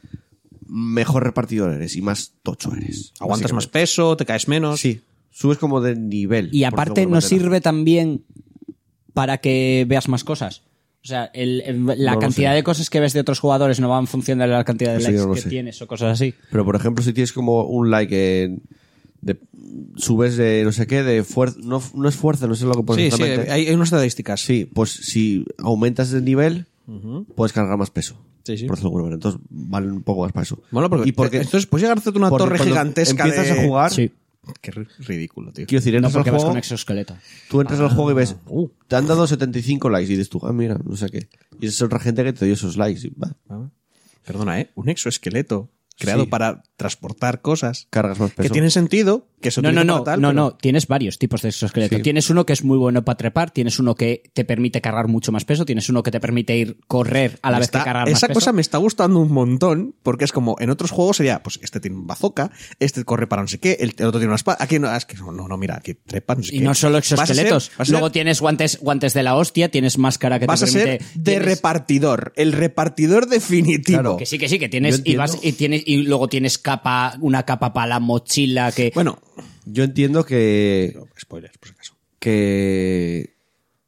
S1: mejor repartidor eres y más tocho eres.
S6: Aguantas más peso, te caes menos.
S1: Sí, subes como de nivel.
S2: Y
S1: por
S2: aparte
S1: decirlo de
S2: nos
S1: alguna manera.
S2: sirve también para que veas más cosas. O sea, el- el- la
S1: No lo
S2: cantidad
S1: sé.
S2: de cosas que ves de otros jugadores no va en función de la cantidad de
S6: Pues
S1: Eso yo
S2: likes
S1: no lo
S2: que
S1: sé.
S2: tienes o cosas así.
S1: Pero por ejemplo, si tienes como un like en- de- subes de no sé qué, de fuerza, no, no es fuerza, no sé lo que pones
S6: Sí, sí,
S1: exactamente.
S6: hay, hay unas estadísticas.
S1: pues Sí, pues si aumentas el nivel, puedes cargar más peso.
S6: Sí, sí.
S1: Por decirlo de alguna manera. Entonces vale un poco más para eso.
S6: Mola porque, eh,
S1: y porque,
S6: entonces puedes llegar a hacerte una
S1: porque
S6: torre
S1: cuando
S6: gigantesca
S1: Empiezas
S6: de-
S1: a jugar.
S2: Sí.
S6: Qué ri- ridículo, tío.
S1: Quiero decir,
S2: No
S1: entras al
S2: porque vas
S1: juego,
S2: con exoesqueleto.
S1: tú entras al juego y ves, te han dado 75 likes y dices tú, ah, mira, no sé qué. Y es otra gente que te dio esos likes. y va,
S6: Perdona, ¿eh? Un exoesqueleto creado
S1: Sí.
S6: para transportar cosas
S1: cargas más peso.
S6: que tienen sentido, que se
S2: No, no,
S6: utiliza
S2: no,
S6: para tal,
S2: no,
S6: pero-
S2: no, tienes varios tipos de exoesqueleto.
S1: Sí.
S2: Tienes uno que es muy bueno para trepar, tienes uno que te permite cargar mucho más peso, tienes uno que te permite ir correr a la vez
S6: Está-
S2: que cargar
S6: esa
S2: más
S6: cosa
S2: peso.
S6: me está gustando un montón porque es como en otros juegos sería pues este tiene un bazooka este corre para no sé qué el, el otro tiene una espada aquí no es que no no mira aquí trepa no sé
S2: Y
S6: qué.
S2: no solo
S6: Vas a ser-
S2: exoesqueletos.
S6: vas a ser-
S2: Luego tienes guantes, guantes de la hostia, tienes máscara que
S6: vas
S2: te
S6: a
S2: permite.
S6: ser de
S2: tienes-
S6: repartidor el repartidor definitivo
S1: Claro.
S2: Que sí, que sí, que tienes
S1: Yo
S2: y, vas,
S1: entiendo.
S2: y tienes y luego tienes capa, una capa para la mochila que
S6: bueno
S1: Yo entiendo que,
S6: spoilers por si acaso
S1: que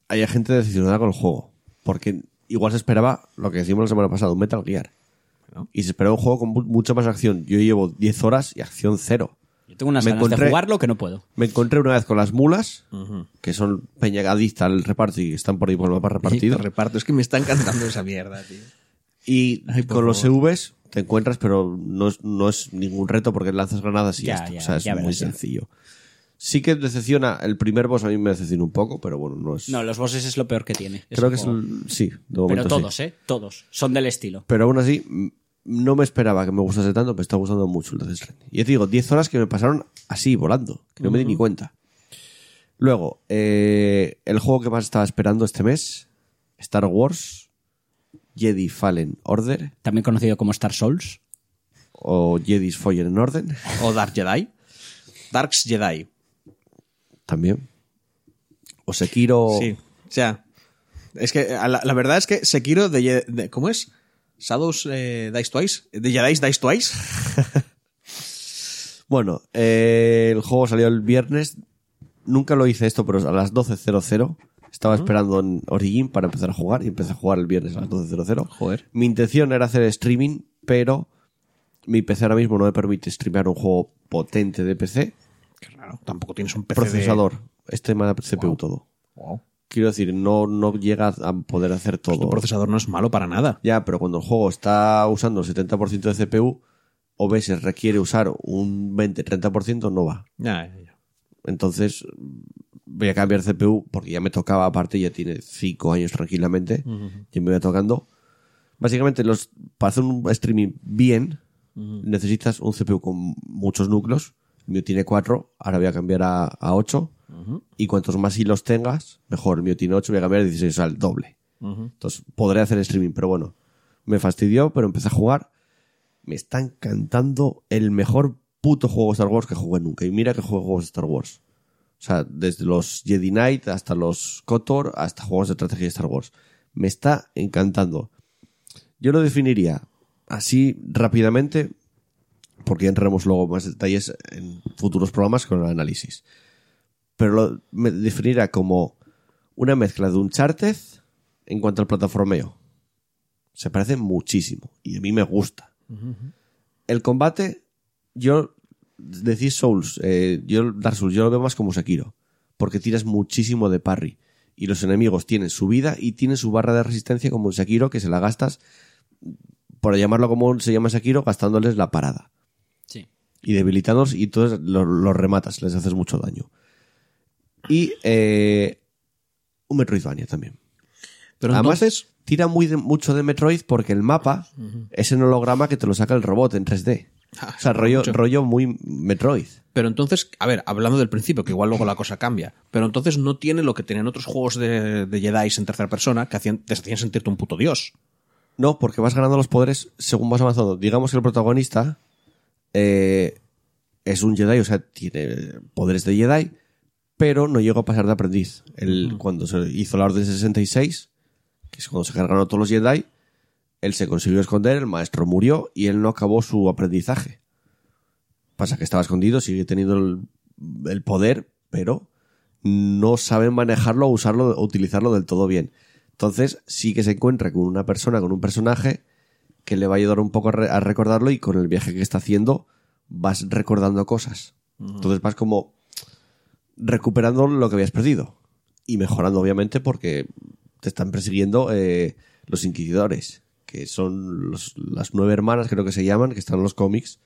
S1: haya gente decepcionada con el juego. Porque igual se esperaba lo que decimos la semana pasada, un Metal Gear. Y se esperaba un juego con mu- mucha más acción. Yo llevo 10 horas y acción cero.
S2: yo tengo unas
S1: me
S2: ganas de
S1: encontré-
S2: jugarlo que no puedo.
S1: Me encontré una vez con las mulas, que son peñagadistas al reparto y están por ahí por el mapa repartido.
S6: reparto es que me está encantando esa mierda tío
S1: Y con los EVs te encuentras, pero no es, no es ningún reto porque lanzas granadas y ya,
S2: Ya,
S1: está.
S2: ya,
S1: o sea, es
S2: ya
S1: muy
S2: verás, ya.
S1: sencillo. Sí que decepciona, el primer boss a mí me decepciona un poco, pero bueno, no es...
S2: No, los bosses es lo peor que tiene. ese
S1: creo que es
S2: juego.
S1: el... Sí, de
S2: Pero
S1: momento sí.
S2: todos, eh, todos son del estilo.
S1: Pero aún así, m- no me esperaba que me gustase tanto, me está gustando mucho el Death Stranding. Y ya te digo, 10 horas que me pasaron así, volando, que no me di ni cuenta. Luego, eh, el juego que más estaba esperando este mes, Star Wars Jedi Fallen Order
S2: También conocido como Star Souls.
S1: o Jedi's Fallen in Order,
S6: o Dark Jedi Darks Jedi
S1: también. O Sekiro...
S6: Sí. O sea, es que a la, la verdad es que Sekiro de, Ye- de- ¿cómo es? Shadows eh, Dice Twice, de Jedi Dice Twice.
S1: Bueno, eh, el juego salió el viernes. Nunca lo hice esto, pero a las 12.00 estaba esperando en Origin para empezar a jugar y empecé a jugar el viernes a las 12.00.
S6: Joder.
S1: Mi intención era hacer streaming, pero mi PC ahora mismo no me permite streamear un juego potente de PC.
S6: Qué raro, tampoco tienes un PC de-
S1: procesador. Este me da CPU todo.
S6: Wow.
S1: Quiero decir, no, no llega a poder hacer todo.
S6: Tu procesador no es malo para nada.
S1: Ya, pero cuando el juego está usando el 70% de CPU, o veces requiere usar un 20-30%, no va.
S6: Ya, ya, ya.
S1: Entonces mm, voy a cambiar CPU porque ya me tocaba, aparte ya tiene cinco años tranquilamente, ya me voy tocando. Básicamente, los, para hacer un streaming bien, necesitas un CPU con muchos núcleos. El mío tiene cuatro, ahora voy a cambiar a, a ocho. Y cuantos más hilos tengas, mejor. El mío tiene ocho, voy a cambiar a 16, o sea, el doble. Entonces podré hacer streaming, pero bueno, me fastidió, pero empecé a jugar. Me está encantando el mejor puto juego de Star Wars que jugué nunca. Y mira que juego juegos de Star Wars. O sea, desde los Jedi Knight hasta los KOTOR, hasta juegos de estrategia de Star Wars. Me está encantando. Yo lo definiría así rápidamente, porque ya entraremos luego en más detalles en futuros programas con el análisis. Pero lo me definiría como una mezcla de un charted en cuanto al plataformeo. Se parece muchísimo y a mí me gusta. El combate, yo decís Souls, eh, yo Dark Souls, yo lo veo más como Sekiro, porque tiras muchísimo de parry y los enemigos tienen su vida y tienen su barra de resistencia como en Sekiro que se la gastas por llamarlo como se llama en Sekiro, gastándoles la parada
S2: Sí.
S1: y debilitados y entonces los rematas, les haces mucho daño. Y eh, un Metroidvania también.
S6: Pero
S1: Además,
S6: entonces,
S1: tira muy de- mucho de Metroid porque el mapa es en holograma que te lo saca el robot en 3D.
S6: Ah,
S1: o sea, rollo,
S6: mucho.
S1: rollo muy Metroid.
S6: pero entonces, a ver, hablando del principio, que igual luego la cosa cambia, pero entonces no tiene lo que tenían otros juegos de, de Jedi en tercera persona que hacían, te hacían sentirte un puto dios.
S1: No, porque vas ganando los poderes según vas avanzando. Digamos que el protagonista eh, es un Jedi, o sea, tiene poderes de Jedi, pero no llegó a pasar de aprendiz. Él, Cuando se hizo la Orden 66, que es cuando se cargaron a todos los Jedi, él se consiguió esconder, el maestro murió y él no acabó su aprendizaje. Pasa que estaba escondido, sigue teniendo el, el poder, pero no saben manejarlo, usarlo o utilizarlo del todo bien. Entonces sí que se encuentra con una persona, con un personaje que le va a ayudar un poco a, re- a recordarlo y con el viaje que está haciendo vas recordando cosas. Entonces vas como recuperando lo que habías perdido y mejorando obviamente porque te están persiguiendo eh, los inquisidores, que son los- las nueve hermanas creo que se llaman, que están en los cómics,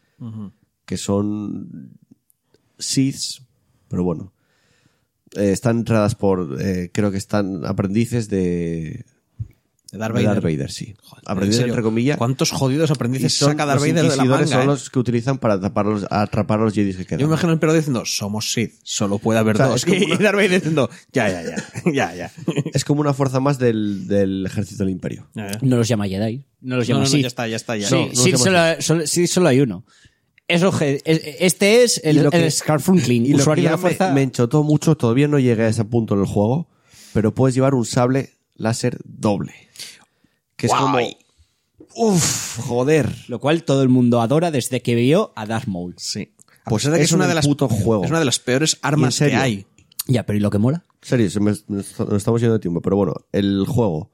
S1: que son Siths, pero bueno, eh, están entradas por, eh, creo que están aprendices de
S6: De Darth
S1: de
S6: Vader.
S1: Darth Vader, sí.
S6: Joder, en
S1: aprendices
S6: serio,
S1: entre comillas.
S6: ¿Cuántos jodidos
S1: Y
S6: aprendices
S1: son-
S6: saca Darth
S1: los
S6: Vader de la
S1: inquisidores son
S6: manga? eh?
S1: los que utilizan para taparlos- atrapar a los Jedi que quedan.
S6: Yo me imagino el perro diciendo, somos Sith, solo puede haber
S1: O sea, es
S6: dos.
S1: como
S6: Y-
S1: una-
S6: Y Darth Vader diciendo, ya, ya, ya, ya, ya.
S1: Es como una fuerza más del, del ejército del imperio.
S2: No los llama Jedi. No los llama
S6: no, no,
S2: Sith.
S6: ya está, ya está, ya.
S2: Sí,
S6: No, no
S2: Sith
S1: los
S2: solo, solo- sí, solo hay uno. Es oje- es- este es
S1: Y
S2: el,
S1: lo que-
S2: el Scarfunkling,
S1: Y lo que
S2: usuario de
S1: ya
S2: la fuerza.
S1: me, me enchotó mucho, todavía no llegué a ese punto en el juego, pero puedes llevar un sable láser doble. Que es como... Uf, joder.
S2: Lo cual todo el mundo adora desde que vio a Darth Maul.
S6: Sí. A
S1: Pues
S6: pesar de Ah, que
S1: es un puto juego.
S6: Es una de las peores
S1: Y en
S6: armas que
S1: serio.
S6: hay.
S2: Ya, pero ¿y lo que mola?
S1: En serio, se me- nos nos estamos yendo de tiempo, pero bueno, el juego,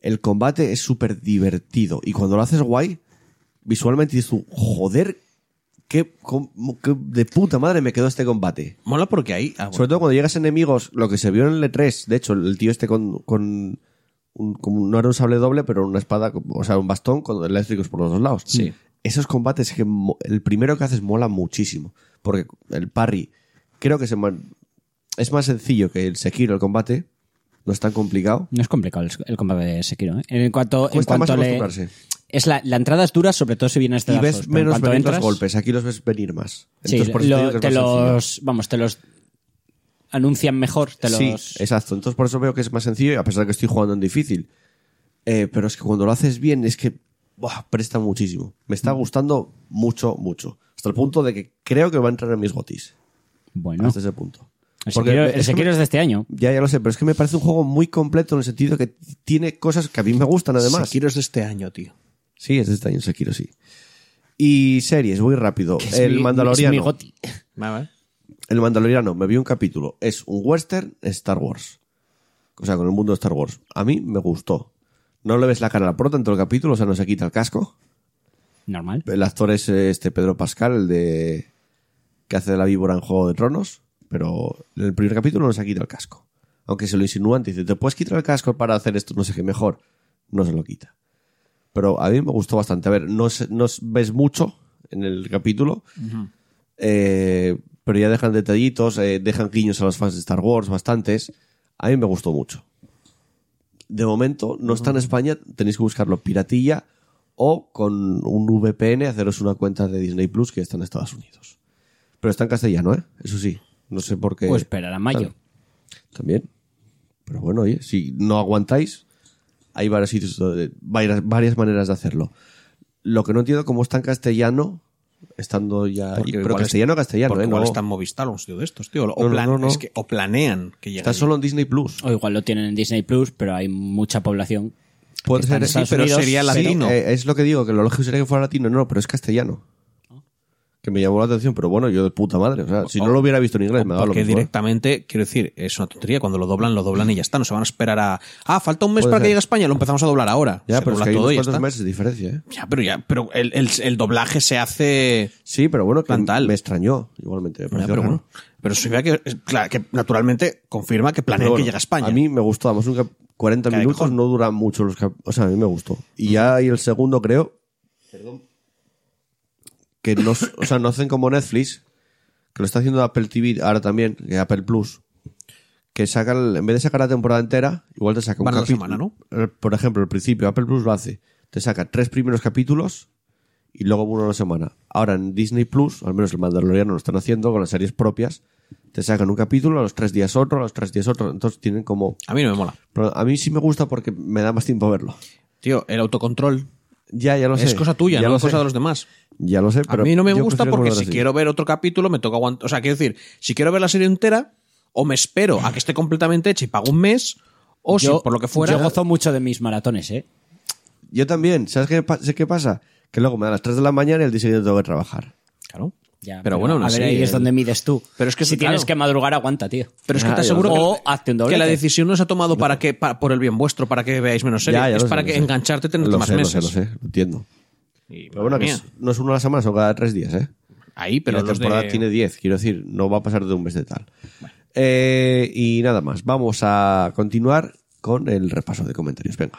S1: el combate es súper divertido y cuando lo haces guay, visualmente dices tú, joder, qué, cómo- qué de puta madre me quedó este combate.
S6: Mola porque ahí. ah, bueno.
S1: Sobre todo cuando llegas a enemigos, lo que se vio en el E3, de hecho, el tío este con, con un- como- no era un sable doble, pero una espada, o sea, un bastón con eléctricos por los dos lados. Sí. Esos combates que mo- el primero que haces mola muchísimo, porque el parry creo que se man- es más sencillo que el Sekiro el combate, no es tan complicado.
S2: No es complicado el, el combate de Sekiro. ¿eh? En cuanto, en
S1: Cuesta más
S2: cuanto le-
S1: acostumbrarse.
S2: es la, la entrada es dura, sobre todo si vienes de
S1: Y
S2: Dark
S1: ves
S2: Souls, pero en
S1: menos
S2: cuanto
S1: venir
S2: entras-
S1: los golpes, aquí los ves venir más.
S2: Sí,
S1: Entonces, por eso
S2: lo-
S1: te digo que es
S2: te
S1: más sencillo.
S2: los, vamos, te los anuncian mejor, te los...
S1: Sí, exacto. Entonces por eso veo que es más sencillo, a pesar de que estoy jugando en difícil. Eh, pero es que cuando lo haces bien es que buah, presta muchísimo. Me está gustando mucho, mucho. Hasta el punto de que creo que va a entrar en mis gotis.
S2: Bueno,
S1: Hasta ese punto.
S2: el
S1: Porque
S2: Sekiro,
S1: me-
S2: el
S1: es que
S2: Sekiro
S1: me-
S2: es de este año.
S1: Ya, ya lo sé, pero es que me parece un juego muy completo en el sentido que tiene cosas que a mí me gustan además.
S6: Sekiro es de este año, tío.
S1: Sí, es de este año Sekiro, sí. Y series, muy rápido.
S2: que es
S1: El
S2: mi-
S1: Mandaloriano.
S2: es mi goti.
S1: El Mandaloriano, me vi un capítulo. Es un western Star Wars. O sea, con el mundo de Star Wars. A mí me gustó. No le ves la cara a la prota en todo el capítulo, o sea, no se quita el casco.
S2: Normal.
S1: El actor es eh, este Pedro Pascal, el de. que hace de la víbora en Juego de Tronos. Pero en el primer capítulo no se quita el casco. Aunque se lo insinúan, te dice, ¿te puedes quitar el casco para hacer esto? No sé qué mejor. No se lo quita. Pero a mí me gustó bastante. A ver, no, se- no s- ves mucho en el capítulo. Eh, pero ya dejan detallitos, eh, dejan guiños a los fans de Star Wars, bastantes. A mí me gustó mucho. De momento, no está en España, tenéis que buscarlo piratilla o con un VPN haceros una cuenta de Disney Plus que está en Estados Unidos. Pero está en castellano, ¿eh? Eso sí. No sé por qué.
S2: Pues esperar a mayo.
S1: También. Pero bueno, oye, si no aguantáis, hay varios sitios donde- varias, varias maneras de hacerlo. Lo que no entiendo cómo está en castellano, estando ya.
S6: Porque
S1: pero
S6: igual es-
S1: castellano, castellano,
S6: porque
S1: ¿eh?
S6: igual
S1: no-
S6: está en Movistar o un sitio de estos, tío. O,
S1: No, no,
S6: plan-
S1: no, no.
S6: Es que, o planean que llegue.
S1: está solo en Disney Plus.
S2: O igual lo tienen en Disney Plus, pero hay mucha población. que
S1: Puede
S2: está en
S1: ser, sí,
S2: Estados
S1: pero
S2: Unidos,
S6: sería latino.
S1: Eh, es lo que digo, que lo lógico sería que fuera latino, no, pero es castellano. Que me llamó la atención, pero bueno, yo de puta madre. O sea, si no lo hubiera visto en inglés, me daba lo
S6: Porque
S1: mismo. ¿eh?
S6: directamente, quiero decir, es una tontería. Cuando lo doblan, lo doblan y ya está. No se van a esperar a. Ah, falta un mes
S1: Puede
S6: para que
S1: ser.
S6: llegue a España. Lo empezamos a doblar ahora.
S1: Ya,
S6: Se
S1: pero es
S6: dobla
S1: que hay
S6: todo
S1: unos
S6: y ya
S1: cuantos
S6: está.
S1: meses de diferencia, ¿eh?
S6: Ya, pero ya. Pero el, el- el doblaje se hace.
S1: Sí, pero bueno, que
S6: Plantal.
S1: me extrañó igualmente. me
S6: Ya,
S1: pareció
S6: pero
S1: raro.
S6: bueno. Pero se ve que, es- claro, que naturalmente confirma que planean
S1: Pero bueno,
S6: que llegue a España.
S1: A mí me gustó, vamos, un cap- 40
S6: Cada
S1: minutos
S6: cajón.
S1: no duran mucho los cap- O sea, a mí me gustó. Y ya hay el segundo, creo. Que no, s- o sea, no hacen como Netflix, que lo está haciendo Apple TV ahora también, que Apple Plus. Que saca, el- en vez de sacar la temporada entera, igual te saca un
S6: Van a la
S1: capítulo.
S6: semana, ¿no?
S1: Eh, Por ejemplo, al principio, Apple Plus lo hace. Te saca tres primeros capítulos y luego uno a la semana. Ahora en Disney Plus, al menos el Mandaloriano lo están haciendo con las series propias, te sacan un capítulo, a los tres días otro, a los tres días otro. Entonces tienen como.
S6: A mí no me mola.
S1: Pero a mí sí me gusta porque me da más tiempo verlo.
S6: Tío, el autocontrol.
S1: Ya, ya lo sé.
S6: es cosa tuya,
S1: ya
S6: no
S1: lo
S6: es cosa
S1: sé.
S6: de los demás.
S1: Ya lo sé, pero.
S6: a mí no me
S1: yo
S6: gusta
S1: prefiero
S6: porque
S1: comer
S6: si
S1: así.
S6: quiero ver otro capítulo me toca aguantar. O sea, quiero decir, si quiero ver la serie entera, o me espero a que esté completamente hecha y pago un mes, o si por lo que fuera.
S2: Yo gozo mucho de mis maratones, ¿eh?
S1: Yo también. ¿Sabes qué, pa- sé qué pasa? Que luego me dan las 3 de la mañana y el diseño tengo que trabajar.
S6: Claro.
S2: Ya,
S6: pero, bueno, aún
S2: a ver,
S6: así,
S2: ahí es
S6: eh,
S2: donde mides tú.
S6: Pero es que
S2: si
S6: eso, claro.
S2: tienes que madrugar, aguanta, tío.
S6: Pero es que
S1: Ah,
S6: te
S1: ya
S6: aseguro
S2: lo sé.
S6: que,
S2: O hazte un doblete.
S6: que la decisión no se ha tomado para que pa- por el bien vuestro, para que veáis menos series.
S1: Ya, ya
S6: es
S1: lo sé,
S6: para
S1: lo
S6: que
S1: sé.
S6: engancharte tenerte
S1: Lo
S6: más
S1: sé,
S6: meses.
S1: Lo sé, lo sé, lo entiendo.
S6: Y,
S1: Pero bueno,
S6: madre
S1: que
S6: mía,
S1: es- no es uno a la semana, son cada 3 días, ¿eh?
S6: ahí,
S1: Pero
S6: pero
S1: la
S6: los
S1: temporada
S6: de-
S1: tiene 10, quiero decir, no va a pasar de un mes de tal. Eh, y nada más, vamos a continuar con el repaso de comentarios. Venga.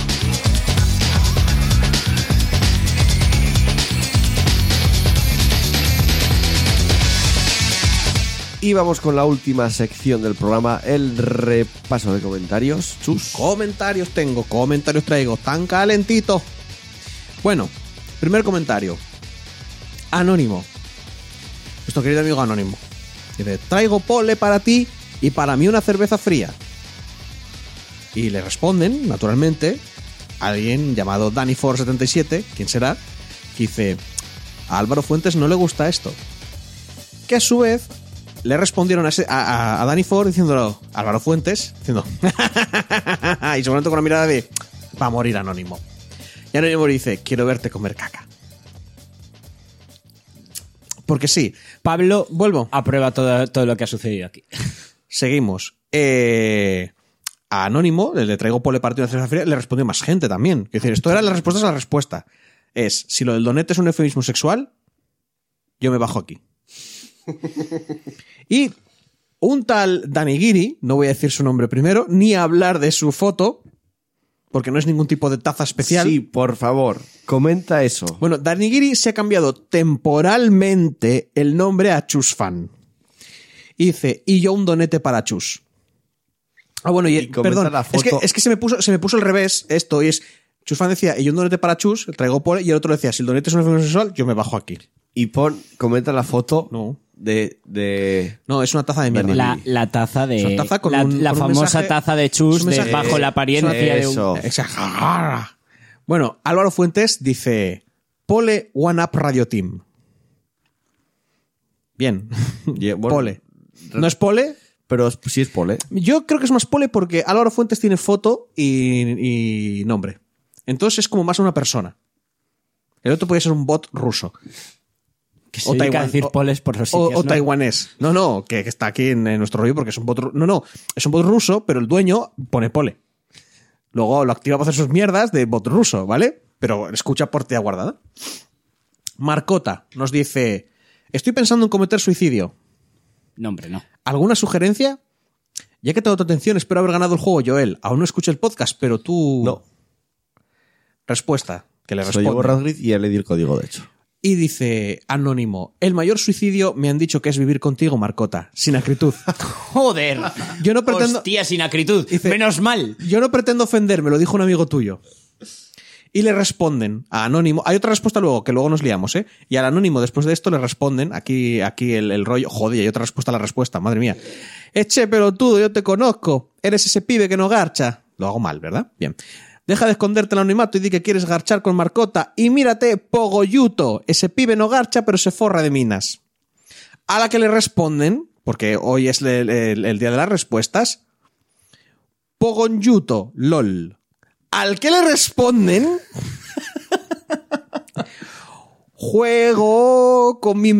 S1: Y vamos con la última sección del programa, el repaso de comentarios. Chus.
S6: Comentarios tengo, comentarios traigo, tan calentito. Bueno, primer comentario. Anónimo. Nuestro querido amigo Anónimo. Dice, traigo pole para ti y para mí una cerveza fría. Y le responden, naturalmente, alguien llamado DannyFor77, ¿quién será? Que dice, a Álvaro Fuentes no le gusta esto. Que a su vez le respondieron a, ese- a- a- a Danny Ford diciéndolo, Álvaro Fuentes, diciendo, y seguramente con la mirada de, va a morir Anónimo. Y Anónimo le dice, quiero verte comer caca. Porque sí,
S2: Pablo
S6: vuelvo.
S2: aprueba todo, todo lo que ha sucedido aquí.
S6: Seguimos. Eh, a Anónimo, le, le traigo pole partido de cerveza fría, le respondió más gente también. Es decir, esto era las respuestas a la respuesta. Es, si lo del donete es un eufemismo sexual, yo me bajo aquí. y un tal Danigiri, no voy a decir su nombre primero, ni hablar de su foto, porque no es ningún tipo de taza especial.
S1: Sí, por favor, comenta eso.
S6: Bueno, Darnigiri se ha cambiado temporalmente el nombre a Chusfan. Y dice, y yo un donete para Chus. Ah, bueno, y,
S1: Y comenta
S6: perdón,
S1: la
S6: es que,
S1: foto.
S6: es que se, me puso, se me puso al revés esto, y es, Chusfan decía, y yo un donete para Chus, traigo por, y el otro decía, si el donete es un enfermo sexual, yo me bajo aquí.
S1: Y pon, comenta la foto
S6: No.
S1: de, de-
S6: No, es una taza de mierda.
S2: La, la taza de.
S6: Es una taza con
S2: la
S6: un-
S2: la
S6: con un
S2: famosa
S6: mensaje-
S2: taza de
S6: es
S2: chus
S6: un
S2: de
S6: mensaje-
S2: bajo la apariencia de un.
S1: Eso.
S6: Exagerada. Oh. Bueno, Álvaro Fuentes dice, pole One Up Radio Team. Bien.
S1: Ye- bueno,
S6: pole. ¿No es pole?
S1: Pero es- sí es pole.
S6: Yo creo que es más pole porque Álvaro Fuentes tiene foto y, y nombre. Entonces es como más una persona. El otro puede ser un bot ruso.
S2: Que se dedica a
S6: taiwan-
S2: decir
S6: o-
S2: poles por los
S6: o-
S2: sitios.
S6: o
S2: ¿no?
S6: taiwanés. No, no, que, que está aquí en, en nuestro rollo porque es un bot ruso. No, no, es un bot ruso, pero el dueño pone pole. Luego lo activa para hacer sus mierdas de bot ruso, ¿vale? Pero escucha por tía guardada. Marcota nos dice: Estoy pensando en cometer suicidio.
S2: No, hombre, no.
S6: ¿Alguna sugerencia? Ya que te he dado tu atención, espero haber ganado el juego, Joel. Aún no escuché el podcast, pero tú.
S1: No.
S6: Respuesta. Uh, Que le
S1: Soy Hugo
S6: responde.
S1: Radcliffe y ya le di el código, de hecho.
S6: Y dice Anónimo: El mayor suicidio me han dicho que es vivir contigo, Marcota. Sin acritud.
S2: Joder.
S6: Yo no pretendo-
S2: Hostia, sin acritud.
S6: Dice-
S2: Menos mal.
S6: Yo no pretendo ofenderme, lo dijo un amigo tuyo. Y le responden a Anónimo. Hay otra respuesta luego, que luego nos liamos, ¿eh? Y al Anónimo, después de esto, le responden. Aquí, aquí el, el rollo. Joder, y hay otra respuesta a la respuesta, madre mía. Eche pelotudo, yo te conozco. Eres ese pibe que no garcha. Lo hago mal, ¿verdad? Bien. Deja de esconderte el anonimato y di que quieres garchar con Marcota. Y mírate, Pogoyuto. Ese pibe no garcha, pero se forra de minas. A la que le responden, porque hoy es el- el- el día de las respuestas. Pogonyuto, lol. Al que le responden. Juego con mi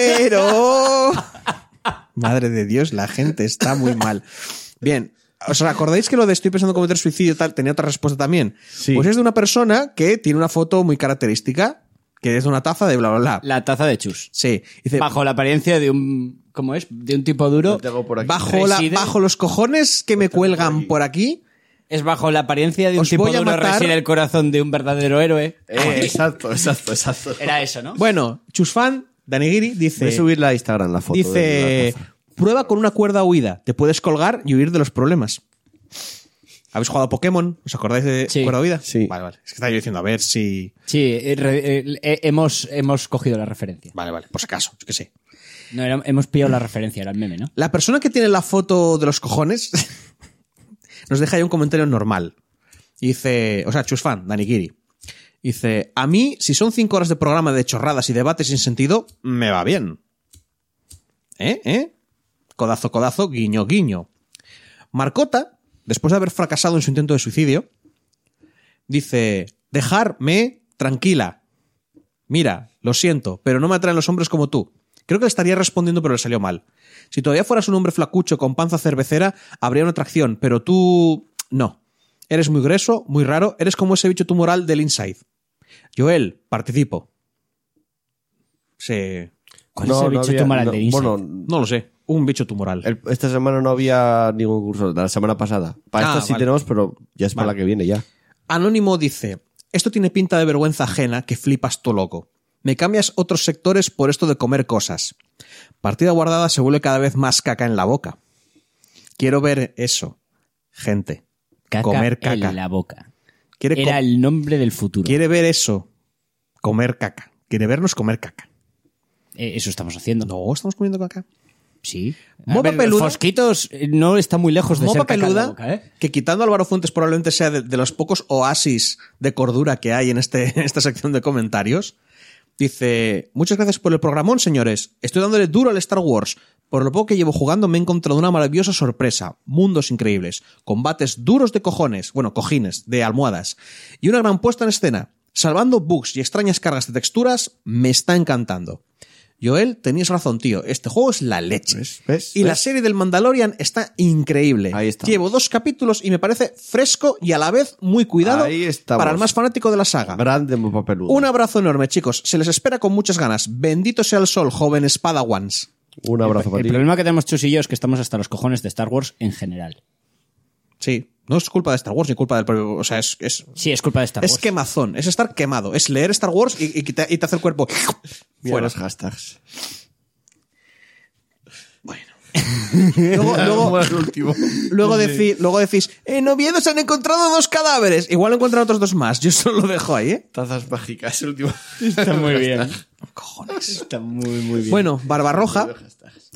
S6: melocotonero. Madre de Dios, la gente está muy mal. Bien. ¿Os acordáis que lo de estoy pensando en cometer suicidio y tal tenía otra respuesta también?
S1: Sí.
S6: Pues es de una persona que tiene una foto muy característica, que es de una taza de bla bla bla.
S2: La taza de chus.
S6: Sí. Dice,
S2: Bajo la apariencia de un. ¿Cómo es? De un tipo duro.
S1: Lo tengo por aquí.
S6: bajo, la-
S2: Reside-
S6: bajo los cojones que me cuelgan por aquí,
S2: Es bajo la apariencia de un
S6: Os
S2: tipo
S6: voy a
S2: duro
S6: matar.
S2: reside el corazón de un verdadero héroe.
S1: Eh, exacto, exacto, exacto.
S2: Era eso, ¿no?
S6: Bueno, Chusfan Danigiri
S1: Voy
S6: dice,
S1: a subirla a Instagram la foto. de la
S6: dice
S1: taza.
S6: prueba con una cuerda huida. Te puedes colgar y huir de los problemas. ¿Habéis jugado a Pokémon? ¿Os acordáis de
S2: Sí.
S6: cuerda huida?
S1: Sí.
S6: Vale, vale. Es que estaba yo diciendo, a ver si...
S2: Sí, eh, re- eh, eh, hemos, hemos cogido la referencia.
S6: Vale, vale, por si acaso, yo qué sé.
S2: No, era- hemos pillado la referencia, era el meme, ¿no?
S6: La persona que tiene la foto de los cojones nos deja ahí un comentario normal. Y Dice, o sea, Chusfan, Danigiri. Dice, a mí, si son cinco horas de programa de chorradas y debates sin sentido, me va bien. ¿Eh? ¿Eh? Codazo, codazo, guiño, guiño. Marcota, después de haber fracasado en su intento de suicidio, dice, dejarme tranquila. Mira, lo siento, pero no me atraen los hombres como tú. Creo que le estaría respondiendo, pero le salió mal. Si todavía fueras un hombre flacucho con panza cervecera, habría una atracción, pero tú. no. Eres muy grueso, muy raro, eres como ese bicho tumoral del Inside. Joel, participo. Sí.
S2: ¿Cuál es el bicho tumoral
S1: no-
S2: de Inside?
S1: Bueno,
S6: No lo sé. Un bicho tumoral.
S1: el- esta semana no había ningún curso, la semana pasada. Para
S6: Ah,
S1: esta sí
S6: vale.
S1: tenemos, pero ya es para
S6: Vale.
S1: la que viene ya.
S6: Anónimo dice: Esto tiene pinta de vergüenza ajena que flipas tú loco. Me cambias otros sectores por esto de comer cosas. Partida guardada se vuelve cada vez más caca en la boca. Quiero ver eso. Gente.
S2: Caca
S6: comer caca.
S2: en la boca.
S6: Quiere co-
S2: Era el nombre del futuro.
S6: Quiere ver eso. Comer caca. Quiere vernos comer caca.
S2: Eh, eso estamos haciendo.
S6: No, estamos comiendo caca.
S2: Sí.
S6: Mopa peluda.
S2: Fosquitos eh, no está muy lejos de ser
S6: Mopa
S2: caca en la
S6: peluda,
S2: boca, ¿eh?
S6: que quitando a Álvaro Fuentes probablemente sea de, de los pocos oasis de cordura que hay en, este, en esta sección de comentarios, dice, muchas gracias por el programón, señores. Estoy dándole duro al Star Wars. Por lo poco que llevo jugando me he encontrado una maravillosa sorpresa. Mundos increíbles. Combates duros de cojones. Bueno, cojines, de almohadas. Y una gran puesta en escena. Salvando bugs y extrañas cargas de texturas, me está encantando. Joel, tenías razón, tío. Este juego es la leche.
S1: ¿Ves? ¿Ves?
S6: Y la
S1: ¿Ves?
S6: serie del Mandalorian está increíble.
S1: Ahí está.
S6: Llevo dos capítulos y me parece fresco y a la vez muy cuidado
S1: Ahí estamos.
S6: para el más fanático de la saga.
S1: Grande mopa peluda.
S6: Un abrazo enorme, chicos. Se les espera con muchas ganas. Bendito sea el sol, joven Spadawans.
S1: Un abrazo para
S2: El
S1: ti.
S2: problema que tenemos Chus y yo es que estamos hasta los cojones de Star Wars en general.
S6: Sí, no es culpa de Star Wars ni culpa del propio. O sea, es, es,
S2: Sí, es culpa de Star
S6: es
S2: Wars.
S6: quemazón, es estar quemado, es leer Star Wars y, y te, y te hace el cuerpo.
S1: Mira
S6: fuera.
S1: los hashtags.
S6: Luego, luego,
S1: el último.
S6: luego, decí- luego decís, en Oviedo se han encontrado dos cadáveres. Igual encuentran otros dos más. Yo solo lo dejo ahí, ¿eh?
S1: Tazas mágicas, el último.
S2: Está muy bien.
S6: Cojones.
S2: Está muy, muy bien.
S6: Bueno, Barbarroja.